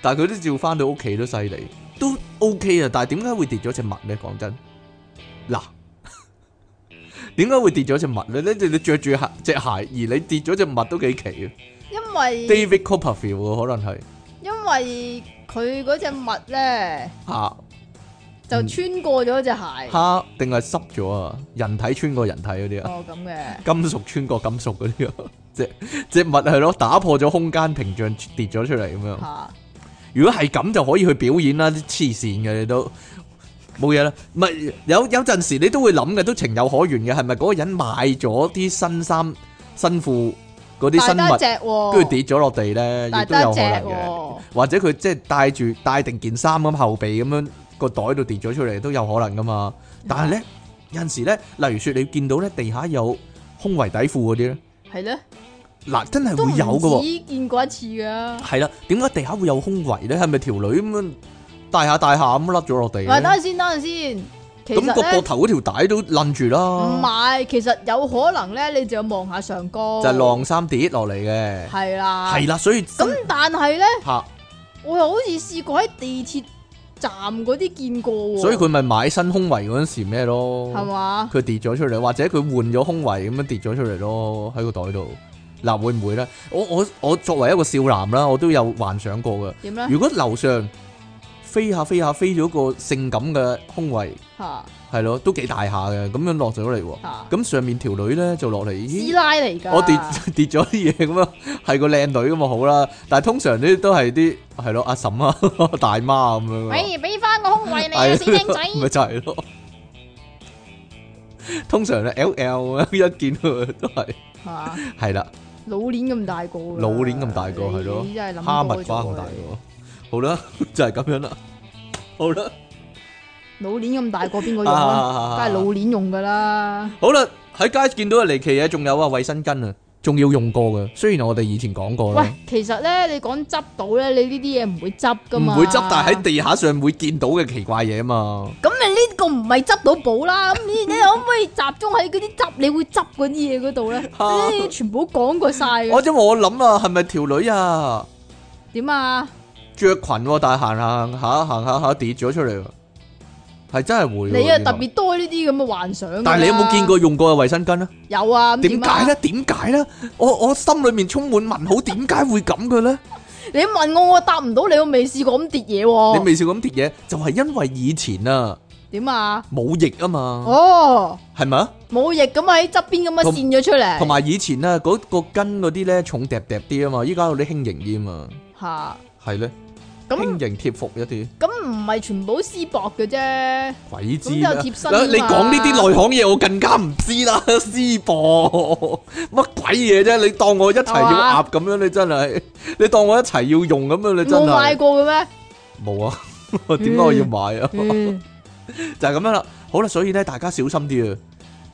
B: 但係佢都照翻到屋企都犀利，都 OK 啊！但係點解會跌咗隻襪咧？講真，嗱。點解會跌咗隻襪咧？你你着住鞋隻鞋，而你跌咗隻襪都幾奇嘅。
A: 因為
B: David Copperfield 喎可能係
A: 因為佢嗰隻襪咧
B: 嚇
A: 就
B: 嗯
A: 穿過咗隻鞋，
B: 嚇定係濕咗啊？人體穿過人體嗰啲啊，
A: 哦咁嘅。
B: 金屬穿過金屬嗰啲啊， 隻隻物係咯，打破咗空間屏障跌咗出嚟咁樣。
A: 吓，
B: 如果係咁就可以去表演啦，啲黐線嘅你都冇嘢啦。唔係有有陣時你都會諗嘅，都情有可原嘅，係咪嗰個人買咗啲新衫、新褲嗰啲
A: 大
B: 新
A: 家隻
B: 物，
A: 喎，
B: 跟住跌咗落地咧，亦
A: 大
B: 都
A: 家
B: 有可
A: 隻
B: 能嘅。
A: 喎，
B: 或者佢即係帶住帶定件衫咁後備咁樣個袋度跌咗出嚟都有可能噶嘛。但係咧有陣時咧，例如説你見到咧地下有胸圍底褲嗰啲咧，
A: 係咧，
B: 嗱真係
A: 都
B: 會有嘅
A: 唔
B: 喎。
A: 止見過一次噶。
B: 係啦，點解地下會有胸圍咧？係咪條女咁樣帶下帶下咁甩咗落地
A: 唔
B: 呢？
A: 係，等陣先，等陣先。其
B: 咁
A: 實
B: 個膊
A: 咧，
B: 頭嗰條帶都攆住
A: 唔
B: 啦，
A: 係，其實有可能咧，你就要望下上高，
B: 就係晾衫跌落嚟嘅。
A: 係啦，
B: 係啦，所以真
A: 咁哦但係咧，
B: 嚇，
A: 我又好似試過喺地鐵站嗰啲見過喎，
B: 所以佢咪買新胸圍嗰陣時咩咯？
A: 係嘛？
B: 佢跌咗出嚟，或者佢換咗胸圍咁樣跌咗出嚟咯，喺個袋度。嗱，會唔會咧？我我我作為一個少男啦，我都有幻想過嘅。
A: 點咧？
B: 如果樓上飛下飛下飛咗個性感嘅胸圍，
A: 嚇
B: 係咯，都幾大下嘅，咁樣落咗嚟喎。
A: 嚇，
B: 咁上面條女咧就落嚟，
A: 師
B: 咦？
A: 奶嚟㗎，
B: 我跌 跌咗啲嘢咁啊，係個靚女咁啊好啦。但係通常呢都係啲係咯阿嬸啊 大媽咁樣啊。
A: 喂，俾翻個胸位你啊，
B: 係
A: 死靚仔！
B: 咪就係咯。通常咧 L L 一見佢都係
A: 係嘛？
B: 係啦，
A: 老年咁大個㗎，
B: 老年咁大個係咯
A: 你真係諗
B: 哈密
A: 多咗
B: 瓜咁大
A: 你
B: 個。好啦， 就係咁樣啦。好啦，
A: 老鏈咁大個邊個用啊？梗係
B: 啊
A: 老鏈用噶啦，
B: 好啦，喺街見到嘅離奇嘢仲有啊，衛生巾啊，仲要用過嘅。雖然我哋以前講過
A: 喂
B: 啦，，
A: 其實咧，你講執到咧，你呢啲嘢唔會執噶
B: 唔
A: 嘛，
B: 會執，但係喺地下上會見到嘅奇怪嘢啊嘛。
A: 咁你呢個唔係執到寶啦，咁你你可唔可以集中喺嗰啲執你會執嗰啲嘢嗰度咧？ 呢啲全部都講過晒嘅，
B: 我因為我諗啊，係咪條女啊
A: 點啊？
B: 着裙喎，但係行行下行下下跌咗出嚟喎，係真係會喎。
A: 你啊
B: 原來
A: 特別多呢啲咁嘅幻想㗎啦。
B: 但係你有冇見過用過嘅衛生巾啊？
A: 有啊，咁
B: 點
A: 點啊
B: 解咧？點解咧？我我心裏面充滿問號，點解會咁嘅咧？
A: 你問我，我答唔到你，我未試過咁跌嘢喎。
B: 你未試過咁跌嘢，就係因為以前啊
A: 點啊？
B: 冇翼啊嘛，
A: 哦，
B: 係咪啊？
A: 冇翼咁喺側邊咁樣
B: 同
A: 跣咗出嚟。
B: 同埋以前啊，嗰個筋嗰啲咧重疊疊啲啊嘛，依家有啲輕盈啲啊嘛，
A: 吓，
B: 係咧，
A: 咁
B: 輕盈貼服一啲，
A: 咁唔係全部都絲薄嘅啫。
B: 鬼知
A: 咁
B: 啦！
A: 就貼身
B: 嗱你
A: 嘛
B: 講呢啲內行嘢，我更加唔知啦， 師伯乜鬼嘢啫？你當我一齊
A: 係
B: 要
A: 嘛
B: 鴨咁樣，你真係，你當我一齊要用咁樣，你
A: 你
B: 真
A: 冇買
B: 係
A: 過嘅咩？
B: 冇啊！ 點解我要買啊？
A: 嗯
B: 就係咁樣啦。好啦，所以咧，大家小心啲啊，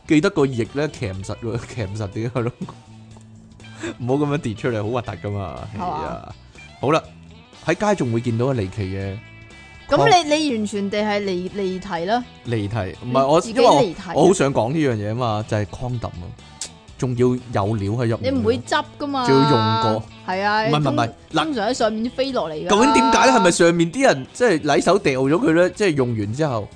B: 記得個翼咧鉗實喎， 鉗實啲係咯，唔好咁樣跌出嚟，好核突噶嘛。係
A: 係嘛
B: 啊，好啦，喺街仲會見到離奇嘅
A: 咁你你完全地係離離題啦。
B: 離題，唔
A: 你
B: 係我
A: 自己
B: 因為我
A: 離題啊
B: 我好想講呢樣嘢啊嘛，就係 condom 啊，仲要有料喺入
A: 你唔
B: 面。
A: 會執噶嘛？
B: 仲要用
A: 過。係啊。
B: 唔係唔係唔係嗱
A: 嗱，通常喺上面飛落嚟㗎。
B: 究竟點解咧？係咪上面啲人即係禮手掉咗佢咧？即係用完之後，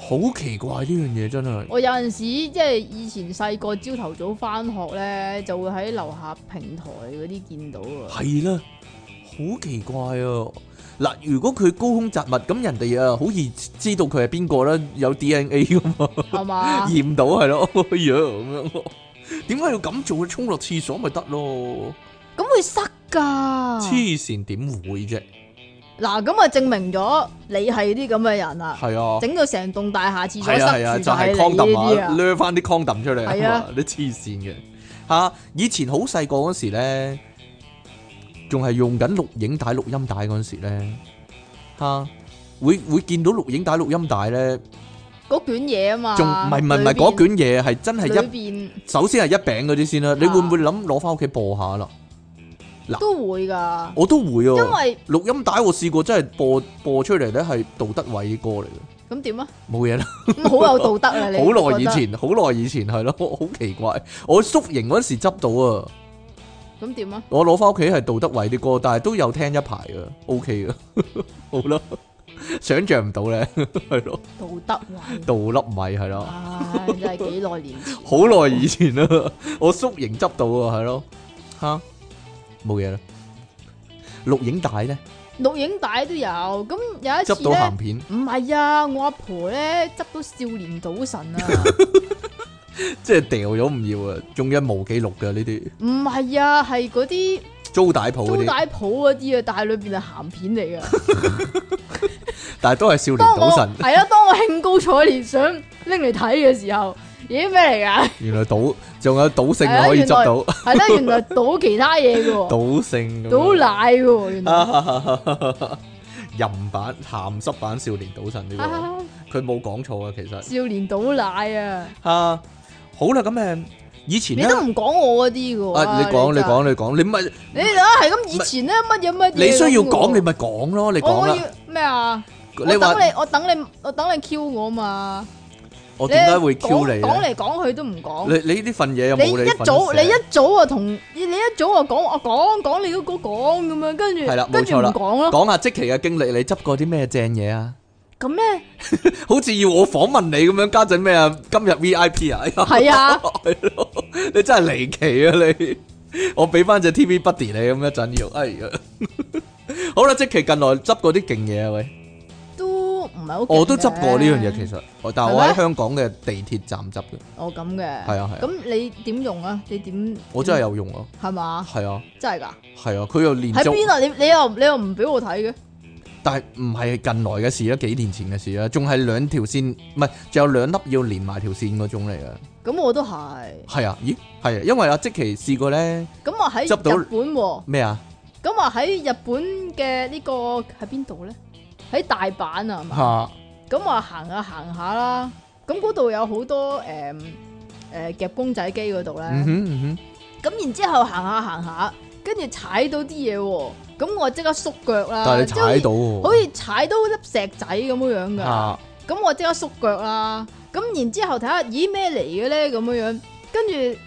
B: 好奇怪呢樣嘢真係。
A: 我有陣時即係以前細個朝頭早翻學咧，就會喺樓下平台嗰啲見到啊。
B: 係啦，好奇怪啊！嗱，如果佢高空擲物，咁人哋啊好易知道佢係邊個啦，有 DNA 噶嘛，
A: 係嘛？
B: 驗到係咯，哎呀咁樣，點解要咁做咧？沖落廁所咪得咯？
A: 咁會塞噶。
B: 黐線點會啫？
A: 嗱，咁啊證明咗你係啲咁嘅人啦，
B: 係啊，
A: 整到成棟大廈廁所
B: 係啊係
A: 塞
B: 啊，
A: 住
B: 就係
A: 係
B: condom
A: 你
B: 啊，
A: 呢啲啊，
B: 掠翻啲 condom 出嚟
A: 係啊
B: 啊，你黐線嘅嚇！以前好細個嗰時咧，仲係用緊錄影帶、錄音帶嗰陣時咧嚇，會會見到錄影帶、錄音帶咧。
A: 嗰卷嘢啊嘛，
B: 仲唔係唔係唔係
A: 裏邊
B: 嗰卷嘢係真係
A: 裏
B: 一
A: 邊
B: 首先係一餅嗰啲先啦。你
A: 啊
B: 會唔會諗攞翻屋企播下啦？
A: 都會噶，
B: 我都會
A: 因
B: 啊。
A: 為
B: 錄音帶我試過真係播播出嚟咧係杜德偉歌嚟嘅，
A: 咁點 啊，
B: 冇嘢啦。
A: 咁好有道德啊你，
B: 好耐以
A: 覺
B: 前，好耐以前係咯， 好奇怪。我宿營嗰時執到啊，
A: 得，咁點啊，
B: 我攞翻屋企係杜德偉啲歌，但係都有聽一排嘅，OK 嘅，好啦。想象唔到咧， 係咯，
A: 道德位，
B: 杜粒米係咯。
A: 唉，真係幾耐年前，
B: 好耐以前啦， 我宿營執到啊，係咯，吓冇嘢啦。錄影帶咧，
A: 錄影帶都有，咁有一
B: 執
A: 次
B: 到
A: 咧
B: 鹹。片，
A: 唔係啊，我阿婆咧執到少年賭神啊，
B: 即係掉咗唔要啊，仲有無記錄嘅呢啲
A: 唔係啊，係嗰啲
B: 租帶鋪
A: 租
B: 嗰啲，
A: 帶鋪嗰啲啊，但係裏邊係鹹片嚟噶。
B: 但係都係少年
A: 當我
B: 賭神。
A: 係啊，當我興高采烈想拎嚟睇嘅時候，咦咩 嚟
B: 原來賭仲有賭
A: 係
B: 聖
A: 啊
B: 可以執到，
A: 噶？係啦，原來賭其他嘢嘅喎，
B: 賭啊聖咁樣
A: 賭奶嘅喎，原來。
B: 淫版鹹濕版少年賭神呢
A: 啊
B: 個，佢冇講錯啊，其實
A: 少年賭奶啊！
B: 啊好啦，咁誒以前
A: 你
B: 咧
A: 都唔講我嗰啲嘅喎。
B: 啊，你講你
A: 真係，
B: 講你講，你咪
A: 你啊係咁以前咧乜嘢乜嘢。
B: 你需要講你，咪講咯，你
A: 我
B: 講
A: 我
B: 啦。
A: 要咩啊？我
B: 你
A: 等
B: 話
A: 你，我等你，我等你 Q 我嘛？
B: 我點解會
A: 你
B: Q 你
A: 講嚟
B: 咧？
A: 講去都唔講。
B: 你你呢份嘢有
A: 你
B: 冇
A: 一
B: 份
A: 早
B: 寫
A: 你一早啊同你你一早啊講我講講你都嗰講咁樣，跟住
B: 係啦冇
A: 跟住
B: 錯
A: 唔
B: 啦
A: 講咯。
B: 講下即期嘅經歷，你執過啲咩正嘢啊？
A: 咁咧
B: 好似要我訪問你咁樣，家陣咩啊？今日 V I P 啊？哎呀
A: 係啊，
B: 係咯，你真係離奇啊你！我俾翻只 T V Buddy 你咁一陣要，哎呀， 好啦，即期近來執過啲勁嘢啊喂，
A: 都唔係好勁嘅。
B: 我都執過呢樣嘢其實，我但係我
A: 係
B: 喺
A: 咩
B: 香港嘅地鐵站執嘅，
A: 我咁嘅。
B: 係啊係啊
A: 咁你點用啊？你點？
B: 我真係有用啊，
A: 係嘛？
B: 係啊
A: 真係㗎？
B: 係啊，佢又連
A: 嗯喺
B: 續。
A: 邊啊？你你又你又唔俾我睇嘅？
B: 但係唔係近來嘅事啦，幾年前嘅事啦，仲係兩條線，唔係仲有兩粒要連埋條線嗰種嚟嘅。
A: 咁我都係。
B: 係啊，咦，係啊，因為阿即奇試過咧
A: 咁我喺
B: 執到
A: 日本喎。
B: 咩啊
A: 咁我喺日本嘅呢個喺邊度咧？喺大阪啊係嘛？
B: 嚇
A: 咁我行下行下啦。咁嗰度有好多誒誒夾公仔機嗰度咧。
B: 嗯哼嗯
A: 咁然之後行下行下，跟住踩到啲嘢喎，咁我即刻縮腳啦。
B: 但係你
A: 啊即係好似
B: 踩到喎
A: 好似踩到粒石仔咁樣樣噶。
B: 啊，
A: 咁、我即刻縮腳啦。咁然之後睇下，咦咩嚟嘅咧？咁樣樣，跟住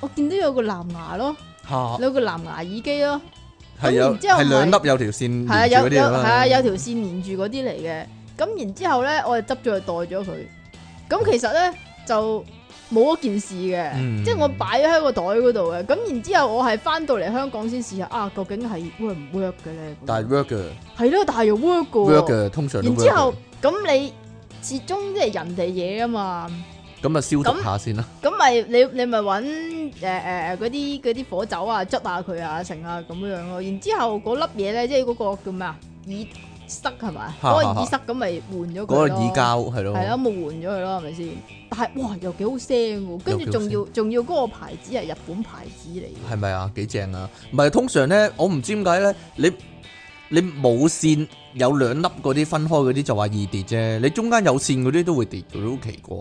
A: 我見到有個藍牙咯，
B: 嚇
A: 有個藍牙耳機咯，
B: 係有
A: 然之後
B: 係兩
A: 咪
B: 粒有條線
A: 係啊有
B: 連
A: 有
B: 住嗰啲
A: 係啊
B: 啊嘛，
A: 有條線連住嗰啲嚟嘅。咁然之後咧，我就執咗佢袋咗佢。咁其實咧就冇一件事嘅。
B: 嗯
A: 即係我擺咗喺個袋嗰度嘅，咁然之後我係翻到嚟香港先試下啊，究竟係 work 唔 work 嘅咧？
B: 但係 work 嘅
A: 係咯，但係又 work 嘅
B: work
A: 喎。
B: 嘅，通常都
A: 哦然
B: work
A: 之
B: 嘅
A: 後咁你始終即係人哋嘢啊嘛，
B: 咁啊消毒
A: 咁
B: 下先啦，
A: 咁咪你你咪揾誒誒嗰啲嗰啲火酒 啊，捽下佢啊，成啊咁樣樣咯。然之後嗰粒嘢咧，即係嗰個叫咩啊耳塞係咪？
B: 嚇
A: 嗰個
B: 嚇
A: 耳
B: 嚇
A: 塞咁咪換咗佢
B: 嗰個
A: 咯
B: 耳膠係咯，
A: 係咯，咪換咗佢咯，係咪先？但係哇，又幾好聲喎，跟
B: 又幾
A: 住
B: 好
A: 仲
B: 聲
A: 要仲要嗰個牌子係日本牌子嚟嘅。
B: 係咪啊？幾正啊！唔係通常咧，我唔知點解咧，你你冇線有兩粒嗰啲分開嗰啲就話易跌啫，你中間有線嗰啲都會跌，都好奇怪。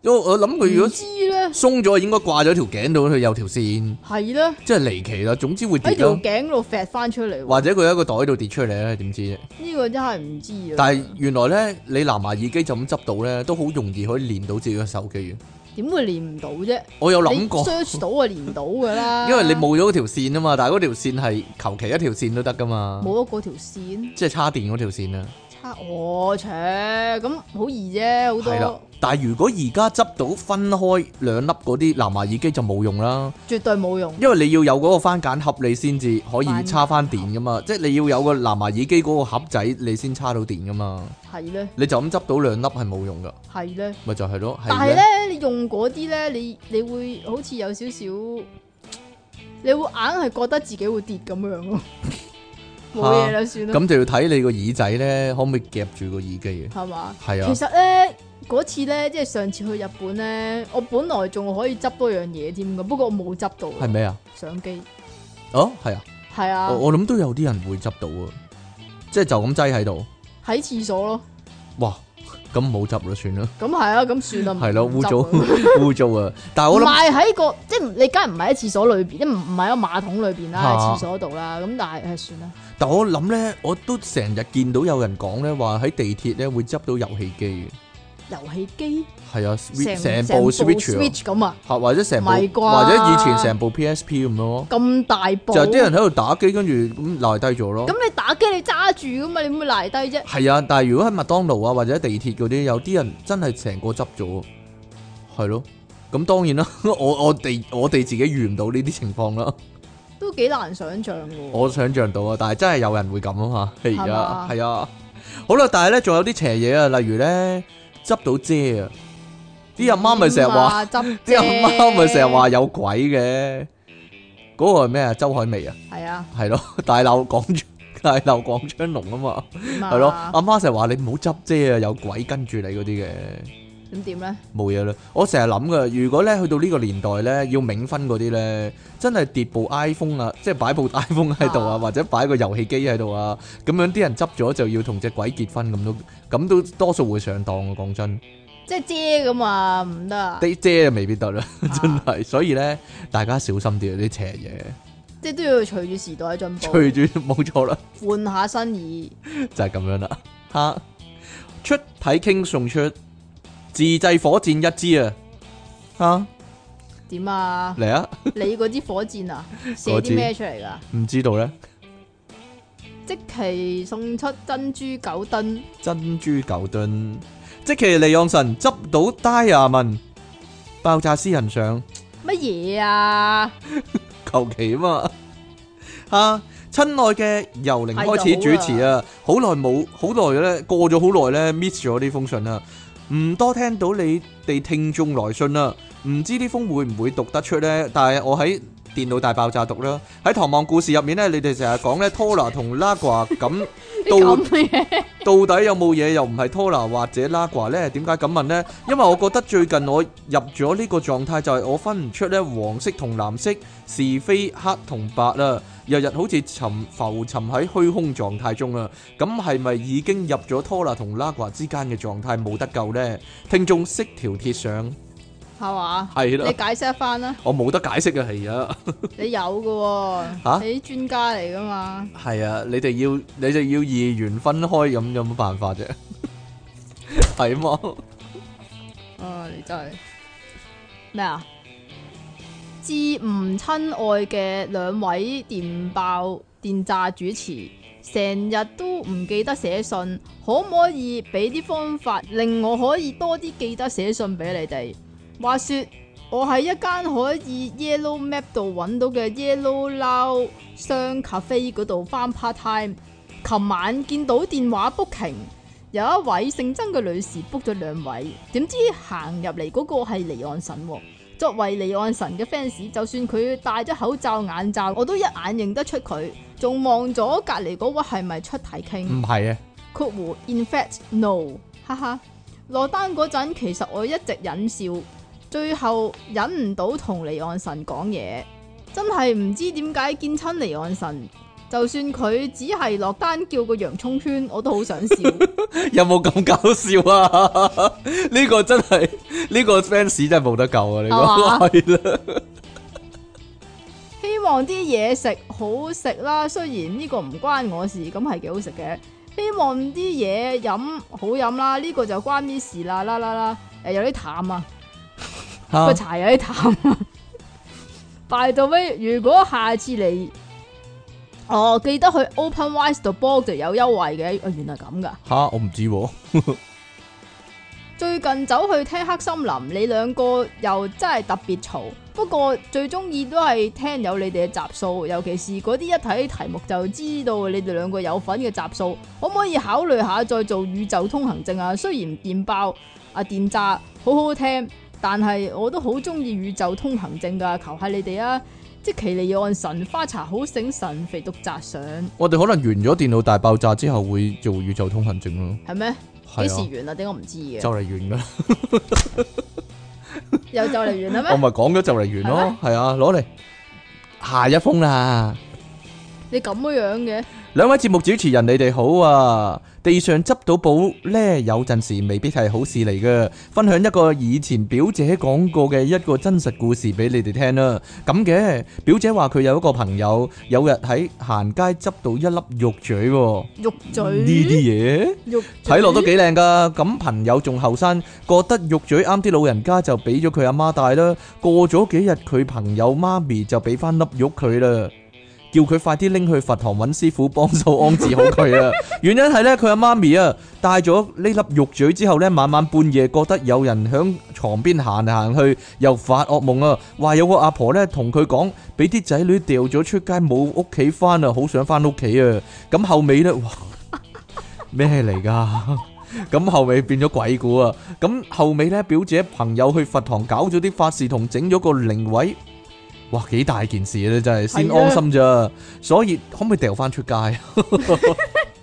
B: 因為我諗佢如
A: 唔
B: 果
A: 知咧，
B: 鬆咗，應該掛咗條頸度，佢有條線，
A: 係咧
B: 真係離奇啦。總之會跌
A: 喺條
B: 咯，
A: 頸度揈翻出嚟喎，
B: 或者佢喺個袋度跌出嚟咧，點知啫？
A: 呢個真係唔知啊！
B: 但係原來咧，你藍牙耳機就咁執到咧，都好容易可以連到自己嘅手機嘅。
A: 點會連唔到啫？
B: 我有諗
A: 你
B: 過。
A: search 到啊，連到噶啦，
B: 因為你冇咗嗰條線啊嘛，但係嗰條線係求其一條線都得噶嘛，
A: 冇咗嗰條線，
B: 即係叉電嗰條線啊。
A: 差我切咁好易啫，好
B: 係啦
A: 多，
B: 但係如果而家執到分開兩粒嗰啲藍牙耳機就冇用啦，
A: 絕對冇用。
B: 因為你要有嗰個番梘盒你先至可以
A: 番梘
B: 插翻電噶嘛，即係你要有個藍牙耳機嗰個盒仔你先插到電噶嘛，
A: 係咧，
B: 你就咁執到兩粒係冇用噶，
A: 係咧，
B: 咪就係咯。
A: 但係咧，你用嗰啲咧，你你會好似有少少，你會硬係覺得自己會跌咁樣 咯，冇嘢啦，算啦，
B: 咁就要睇你個耳仔咧可唔可以夾住個耳機嘅，
A: 係嘛？
B: 係啊
A: 其，實咧嗰次咧，即係上次去日本咧，我本來仲可以執多樣嘢添噶，不過我冇執到
B: 係咩啊？
A: 相機，
B: 哦，係啊，
A: 係啊
B: 我，我諗都有啲人會執到啊，即係就咁擠喺度。
A: 喺廁所咯，
B: 哇，咁冇執啦，算啦，
A: 咁係啊，咁算啦，唔
B: 係咯，
A: 唔
B: 污
A: 執
B: 糟
A: 啦
B: 污糟 啊！但係
A: 唔
B: 我諗
A: 係喺個即係你梗係唔係喺廁所裏邊，即係唔唔係喺馬桶裏邊啦，
B: 嚇
A: 喺廁所度啦，咁但係唉算啦，
B: 但我諗咧，我都成日見到有人講咧，話喺地鐵咧會執到遊戲機
A: 遊戲機
B: 嘅，係啊，Switch-
A: 成
B: 成部 Switch 啊
A: Switch 咁啊，
B: 嚇，或者成部
A: 唔係啩
B: 或者以前成部 PSP 咁樣咯，
A: 咁大部，
B: 就係啲人喺度打機，跟住咁賴低咗咯。
A: 咁你打機你揸住噶嘛，你會唔會賴低啫？
B: 係啊，但係如果喺麥當勞啊或者地鐵嗰啲，有啲人真係成個執咗，係咯。咁當然啦， 我我哋我哋自己遇唔到呢啲情況啦。
A: 都幾難想象噶喎，
B: 我想象到啊，但係真係有人會咁啊嘛，係
A: 係
B: 啊
A: 嘛，
B: 係啊。好啦，但係咧仲有啲邪嘢啊，例如咧執到遮啊，啲阿媽咪成日
A: 點啊
B: 話，
A: 執
B: 啲阿
A: 啫
B: 媽咪成日話有鬼嘅。嗰個係咩啊？周海媚啊，
A: 係 啊，
B: 係咯，大鬧廣昌大鬧廣昌龍啊嘛，係
A: 係
B: 咯。阿媽成日話你唔好執遮啊，有鬼跟住你嗰啲嘅，
A: 咁點咧？
B: 冇嘢啦。我成日諗噶，如果咧去到呢個年代咧，要冥婚嗰啲咧，真係跌部 iPhone 啊，即係擺部 iPhone 喺度啊，
A: 啊
B: 或者擺個遊戲機喺度啊，咁樣啲人執咗就要同只鬼結婚咁都，咁都多數會上當啊！講真，
A: 即係遮咁啊，唔得啊，
B: 啲遮就未必得啦， 真
A: 啊哦
B: 係。所以咧，大家小心啲啊啲邪嘢，
A: 即係都要隨住時代進步，
B: 隨住冇錯啦，
A: 換下新意。
B: 就係咁樣啦。 吓，出體傾送出自製火箭一支啊！吓
A: 點啊？
B: 嚟啊！
A: 你嗰支火箭啊，射
B: 嗰支
A: 啲咩出嚟噶？
B: 唔知道咧，
A: 即期送出珍珠九噸，
B: 珍珠九噸，即其利昂神執到 Diamond 爆炸私人相，
A: 乜嘢啊？
B: 求其啊嘛 吓。親愛嘅由零開始主持啊，好耐冇，好耐咧，過咗好耐咧，miss 咗呢封信啦，唔多聽到你哋聽眾來信啦，唔知呢封會唔會讀得出呢？但係我喺電腦大爆炸讀啦，喺《唐望故事》入面呢，你哋成日講呢 Tola 同 Laga 咁到
A: 咁嘅
B: 到底有冇嘢又唔係 Tola 或者 Laga 呢？點解咁問呢？因為我覺得最近我入咗呢個狀態，就係我分唔出呢黃色同藍色、是非黑同白啦，日日好似沉浮沉喺虛空狀態中啊！咁係咪已經入咗 Tola 同 Laga 之間嘅狀態冇得救呢？聽眾識條鐵上
A: 系嘛？
B: 係啦
A: 你解釋翻 啦，
B: 我冇得解釋啊，係啊，
A: 你有噶
B: 嚇
A: 喎，你啲專家嚟噶嘛？
B: 係啊，你哋要你哋要二元分開咁有乜辦法啫？ 係嘛，
A: 啊，你真係咩啊？至唔親愛嘅兩位電爆電炸主持，成日都唔記得寫信，可唔可以俾啲方法令我可以多啲記得寫信俾你哋？話說我喺一間可以 Yellow Map 度揾到嘅 Yellow Now 雙 cafe 嗰度翻 part time，琴晚見到電話 booking。有一位姓曾嘅女士 book 咗兩位，點知行入嚟嗰個係離岸神、喎。作為離岸神嘅 fans，就算佢戴咗口罩眼罩，我都一眼認得出佢，仲望咗隔離嗰位係咪出體傾。
B: 唔係啊，
A: 括弧 in fact no，哈 哈。落單嗰陣，其實我一直忍笑，最後忍唔到同離岸神講嘢，真係唔知點解見親離岸神，就算佢只係落單叫個洋葱圈，我都好想笑。
B: 有冇咁搞笑啊？ 呢個真係呢個 fans 真係冇得救啊！呢
A: 哦
B: 個 係啦，
A: 希望啲嘢食好食啦，雖然呢個唔關我事，咁係幾好食嘅。希望啲嘢飲好飲啦，呢、個就關啲事啦啦啦啦，誒、有啲淡啊。
B: 嚇
A: 個茶有啲淡啊。拜到尾，如果下次嚟，哦，記得去 OpenWise 度 book 就有優惠嘅。哦，原來咁噶。
B: 嚇，我唔知喎。
A: 最近走去聽黑森林，你兩個又真係特別嘈。不過最中意都係聽有你哋嘅集數，尤其是嗰啲一睇題目就知道你哋兩個有份嘅集數，可唔可以考慮下再做宇宙通行證啊？雖然電爆啊電炸好好聽，但係我都好中意宇宙通行證噶，求下你哋啊！即奇利岸神花茶好醒神，肥毒宅上
B: 我哋可能完咗電腦大爆炸之後會做宇宙通行證咯，
A: 係咩？幾時
B: 係啊，
A: 完啊？點解我唔知嘅
B: 就？嚟完噶啦，
A: 又就嚟完啦
B: 我
A: 咩？
B: 咪講咗就嚟完 咯，係啊，攞嚟下一封啦。
A: 你咁樣嘅，
B: 兩位節目主持人，你哋好啊！地上執到寶呢，有陣時未必係好事嚟嘅。分享一個以前表姐講過嘅一個真實故事俾你哋聽啦。咁嘅表姐話佢有一個朋友，有日喺行街執到一粒肉嘴喎，
A: 肉
B: 呢
A: 嘴。
B: 啲嘢。
A: 肉
B: 睇落都幾靚噶，咁朋友仲後生，覺得肉嘴啱啲老人家就俾咗佢阿媽帶啦。過咗幾日，佢朋友媽咪就俾翻粒肉佢啦，叫佢快啲拎去佛堂揾師傅幫手安置好佢啊！原因係呢，佢阿媽咪啊帶咗呢粒肉嘴之後呢，晚晚半夜覺得有人響床邊行嚟行去，又發惡夢啊，話有個阿婆呢同佢講，俾啲仔女掉咗出街冇屋企翻啊，好想翻屋企啊！咁後尾呢。哇 咩嚟噶？ 咁後尾變咗鬼故啊！咁後尾呢，表姐朋友去佛堂搞咗啲法事，同整咗個靈位，哇，幾大件事咧，真係先
A: 係啊
B: 安心咋。所以可唔可以掉翻 出街？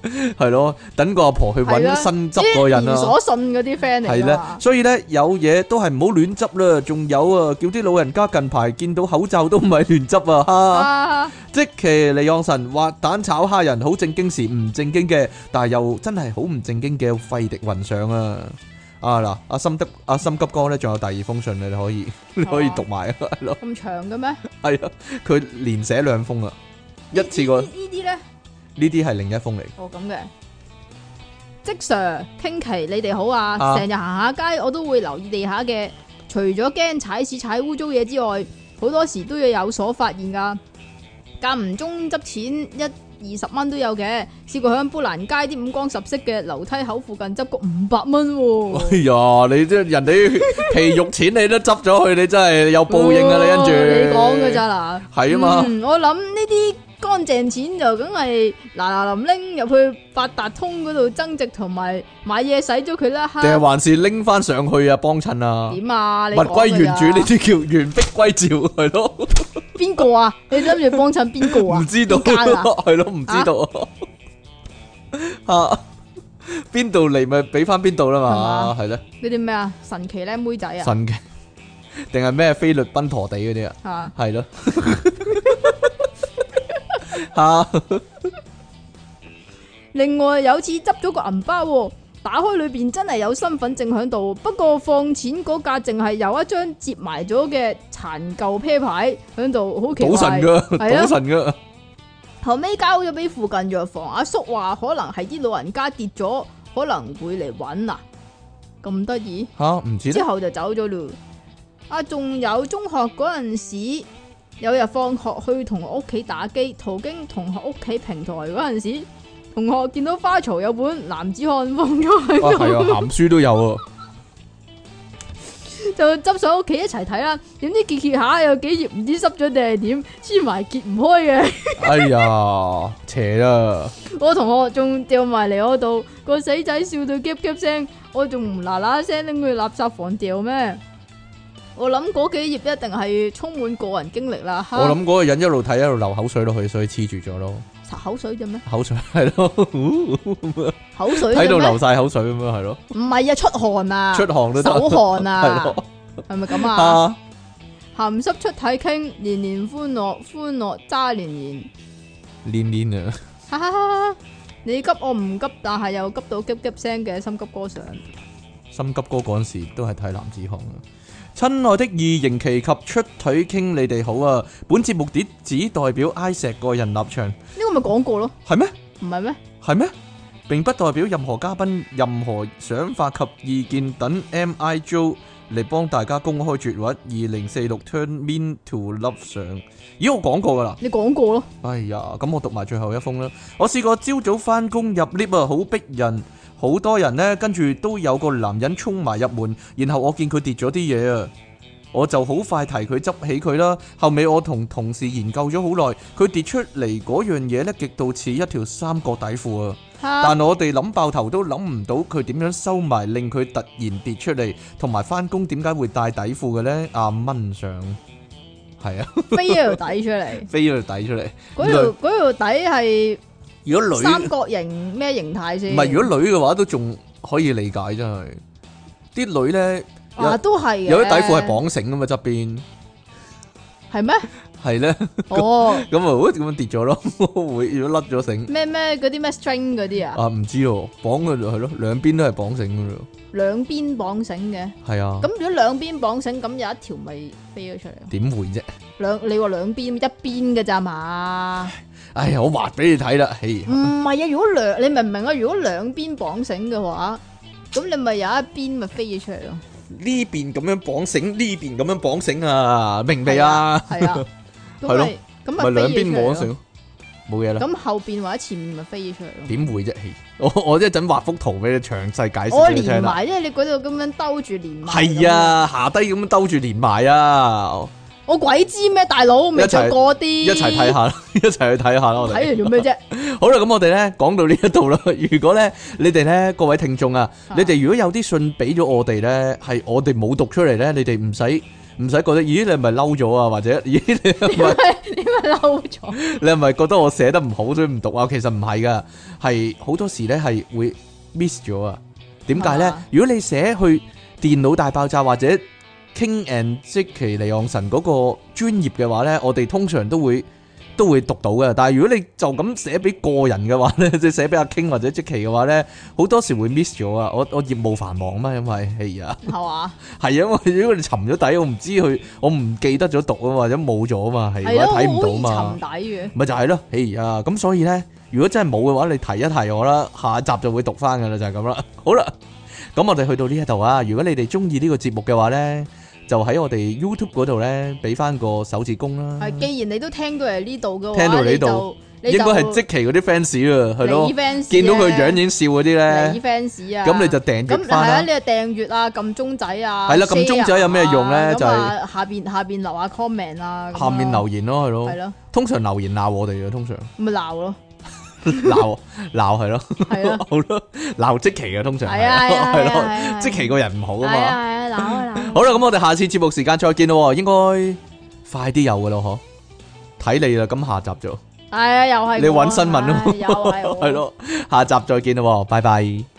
B: 係咯，等個阿婆去
A: 係
B: 揾
A: 啊
B: 新執嗰個人
A: 連
B: 啦。
A: 所信嗰啲 friend 嚟
B: 係
A: 㗎
B: 啦
A: 嘛，，
B: 所以咧有嘢都係唔好亂執啦。仲有啊，叫啲老人家近排見到口罩都唔係亂執啊，
A: Ờ.
B: 哈！
A: 啊，
B: 即其利昂神滑蛋炒蝦人，好正經時唔正經嘅，但係又真係好唔正經嘅費迪雲上啊！啊嗱，阿心急阿心急哥咧，仲有第二封信咧，你可以 你可以讀埋啊，係咯，
A: 咁長嘅咩？
B: 係啊，佢連寫兩封啊，一次過
A: 呢
B: 呢
A: 呢呢啲咧，
B: 啲係另一封嚟，
A: 哦咁嘅。即 Sir、傾奇，你哋好
B: 啊
A: 啊！成日行下街，我都會留意地下嘅。除咗驚踩屎踩污糟嘢之外，好多時都要有所發現㗎。間唔中執錢一二十蚊都有嘅。試過喺砵蘭街啲五光十色嘅樓梯口附近執過五百蚊喎。
B: 哎呀，你即係人哋皮肉錢你都執咗佢，你真係有 報應啊！你跟住
A: 你講嘅咋嗱？
B: 係啊嘛，
A: 嗯我諗呢啲乾淨錢就梗係嗱嗱臨拎入去八達通嗰度增值同埋買嘢使咗佢啦
B: 定係
A: 哈。
B: 還是拎翻上去啊，幫襯啊，
A: 點啊？你
B: 物
A: 講
B: 歸
A: 㗎
B: 原主呢
A: 咋
B: 啲叫原璧歸趙係咯。
A: 邊個 啊？你諗住幫襯邊個啊？
B: 唔知道，
A: 邊間啊
B: 係咯，唔知道啊， 邊度嚟咪俾翻邊度啦嘛，係咧，
A: 嗰啲咩啊？神奇靚妹仔啊？
B: 神嘅，定係咩菲律賓陀地嗰啲啊，
A: 吓
B: 係咯， 吓
A: 另外有次執咗個銀包喎，
C: 打開裏边真係有身份證喺度，不過放錢嗰架淨係有一張折埋咗嘅殘舊啤牌喺度，好奇
B: 賭
C: 怪
B: 神。噶，
C: 係啊
B: 賭神噶，
A: 後尾交咗俾附近藥房，阿叔話可能係啲老人家跌咗，可能會嚟揾啊，咁得意。
B: 吓唔知
A: 之
B: 咧，
A: 後就走咗嘞。啊，仲有中學嗰陣時，有日放學去同學屋企打機，途經同學屋企平台嗰陣時，同學見到花槽有本男子漢放咗喺
B: 啊
A: 度，
B: 係啊，鹹書都有啊，
A: 就執上屋企一齊睇啦。點知揭揭下有幾頁唔知濕咗定係點，黐埋揭唔開嘅。
B: 哎呀，邪啊，
A: 我同學仲掉埋嚟我度，個死仔笑到夾夾聲，我仲唔嗱嗱聲拎去垃圾房掉咩？我諗嗰幾頁一定係充滿個人經歷啦。哈
B: 我諗嗰個人一路睇一路流口水落去，所以黐住咗咯，
A: 擦口水啫咩？
B: 口水係咯，
A: 口水啫咩
B: 睇到流？晒口水咁樣係咯，
A: 唔係啊，出汗啊，
B: 出汗都得，
A: 手汗
B: 係
A: 啊，
B: 咯，
A: 係咪咁啊？
B: 啊，
A: 鹹濕出體傾，年年歡樂，歡樂渣年年，
B: 黏黏啊，
A: 哈哈哈哈！你急我唔急，但係又急到急急聲嘅心急歌上，
B: 心急哥嗰陣時都係睇男子漢啊。親愛的異形奇及出腿傾，你哋好啊！本節目碟只代表 I 石個人立場，
A: 呢個咪講過咯，
B: 係咩？
A: 唔係咩？
B: 系咩？并不代表任何嘉賓、任何想法及意見等 M.I. Joe 嚟幫大家公開絕核。二零四六 Turn Mean to Love 上，咦？我講過噶啦。
A: 你講過咯，
B: 哎呀，咁我讀埋最後一封啦。我試過朝早翻工入 lift 啊，好逼人，好多人呢，跟住都有個男人衝埋入門，然後我見佢跌咗啲嘢啊，我就好快提佢執起佢啦。後尾我同同事研究咗好耐，佢跌出嚟嗰樣嘢呢，極度似一條三角底褲啊！
A: 哈
B: 但我哋諗爆頭都諗唔到佢點樣收埋，令佢突然跌出嚟，同埋翻工點解會帶底褲嘅呢？阿蚊上係啊，
A: 飛一條底出嚟，
B: 飛咗條底出嚟。
A: 嗰條嗰條底
B: 如果
A: 係三
B: 女
A: 角形咩形態先？
B: 唔係，如果女嘅話都仲可以理解，真係啲女呢，有
A: 啊都係嘅
B: 有啲底褲係綁繩咁嘛，側邊
A: 係咩？
B: 係呢，
A: 哦
B: 咁啊喂咁樣跌咗咯， 會如果甩咗繩
A: 咩咩嗰啲咩 string 嗰啲啊，
B: 啊唔知喎，綁佢就係咯，兩邊都係綁繩嘅咯，
A: 兩邊綁繩嘅。
B: 係啊
A: 咁，如果兩邊綁繩，咁有一條咪飛咗出嚟咯。
B: 點會啫？
A: 兩你話兩邊一邊嘅咋嘛？
B: 哎呀，我畫俾你睇啦，嘿
A: 唔。係啊，如果兩你明唔明啊？如果兩邊綁繩嘅話，咁你咪有一邊咪飛咗出嚟咯。
B: 呢邊咁樣綁繩，呢邊咁樣綁繩啊，明未啊？
A: 係 啊，
B: 係
A: 咁
B: 咯
A: 咪咁啊
B: 咪
A: 咪
B: 兩
A: 飛
B: 邊
A: 咗出
B: 綁
A: 嚟咯。
B: 繩，冇嘢啦。
A: 咁後邊或者前面咪飛咗出嚟咯。
B: 點會啫？嘿我 我一陣畫幅圖俾你詳細解
A: 我
B: 釋俾你
A: 連
B: 聽啦。
A: 埋，因為你嗰度咁樣兜住連埋。
B: 係，啊，下低咁樣兜住連埋啊，
A: 我鬼知咩，大佬未着過啲。
B: 一齊睇下啦， 一齊去睇下啦，我哋。
A: 睇嚟做咩啫？
B: 好啦，咁我哋咧講到呢一度啦。 如果咧你哋咧各位聽眾啊，你哋如果有啲信俾咗我哋咧，係我哋冇讀出嚟咧，你哋唔使唔使覺得，咦你係咪嬲咗啊？或者咦你係咪？
A: 點解嬲咗？
B: 你係咪覺得我寫得唔好所以唔讀啊？其實唔係噶，係好多時咧係會 miss 咗啊。點解
A: 係
B: 咧
A: 嘛？
B: 如果你寫去電腦大爆炸或者 King and 即其尼昂神嗰個專業嘅話咧，我哋通常都會都會讀到嘅。但係如果你就咁寫俾個人嘅話 咧，即係寫俾阿 King 或者即其嘅話咧，好多時會 miss 咗啊！我我業務繁忙啊嘛，因為哎呀。
A: 係嘛？
B: 係啊，因為如果你沉咗底，我唔知佢，我唔記得咗讀啊嘛，或者冇咗啊嘛，係
A: 係
B: 或者
A: 咯，
B: 睇唔到啊嘛。
A: 好易沉底嘅。
B: 咪就係咯，哎呀，咁所以呢，如果真係冇嘅話，你提一提我啦，下一集就會讀翻噶啦，就係咁啦。 好啦，咁我哋去到呢一度啊，如果你哋中意呢個節目嘅話呢，就喺我哋 YouTube 嗰度呢，俾翻個手指公啦。
A: 係，既然你都聽到嚟呢度嘅話，
B: 聽到嚟呢
A: 你
B: 度
A: 就你
B: 應該係
A: 就
B: 即期嗰啲 fans 啊，係咯
A: 你，fans
B: 見到佢
A: 啊
B: 樣已經笑嗰啲
A: 你
B: 呢，
A: fans 啊，
B: 咁你就
A: 咁
B: 訂閱
A: 係啊，
B: 翻
A: 你
B: 啦。
A: 就訂閱啊，撳鐘仔啊，
B: 係啦撳
A: share
B: 鐘仔有咩用咧
A: 啊
B: 就
A: 咁
B: 係
A: 啊下邊下邊留下 comment 啊，咁啊
B: 下面留言咯，
A: 係
B: 係咯，
A: 咯，
B: 通常留言鬧我哋嘅，通常
A: 咪鬧咯，
B: 鬧鬧係咯，
A: 係 啊，
B: 好咯，鬧即期嘅通常
A: 係啊，係啊
B: 係
A: 係啊
B: 咯，
A: 係啊
B: 即期個人唔好
A: 係
B: 啊
A: 啊係
B: 嘛。
A: 啊鬧啊鬧啊，
B: 好啦，咁我哋下次節目時間再見咯喎，應該快啲有噶咯，嗬？睇你啦，咁下集就
A: 係啊，又係
B: 你
A: 我
B: 搵新聞咯
A: 唉又係我啊
B: 係咯，下集再見咯喎，拜拜。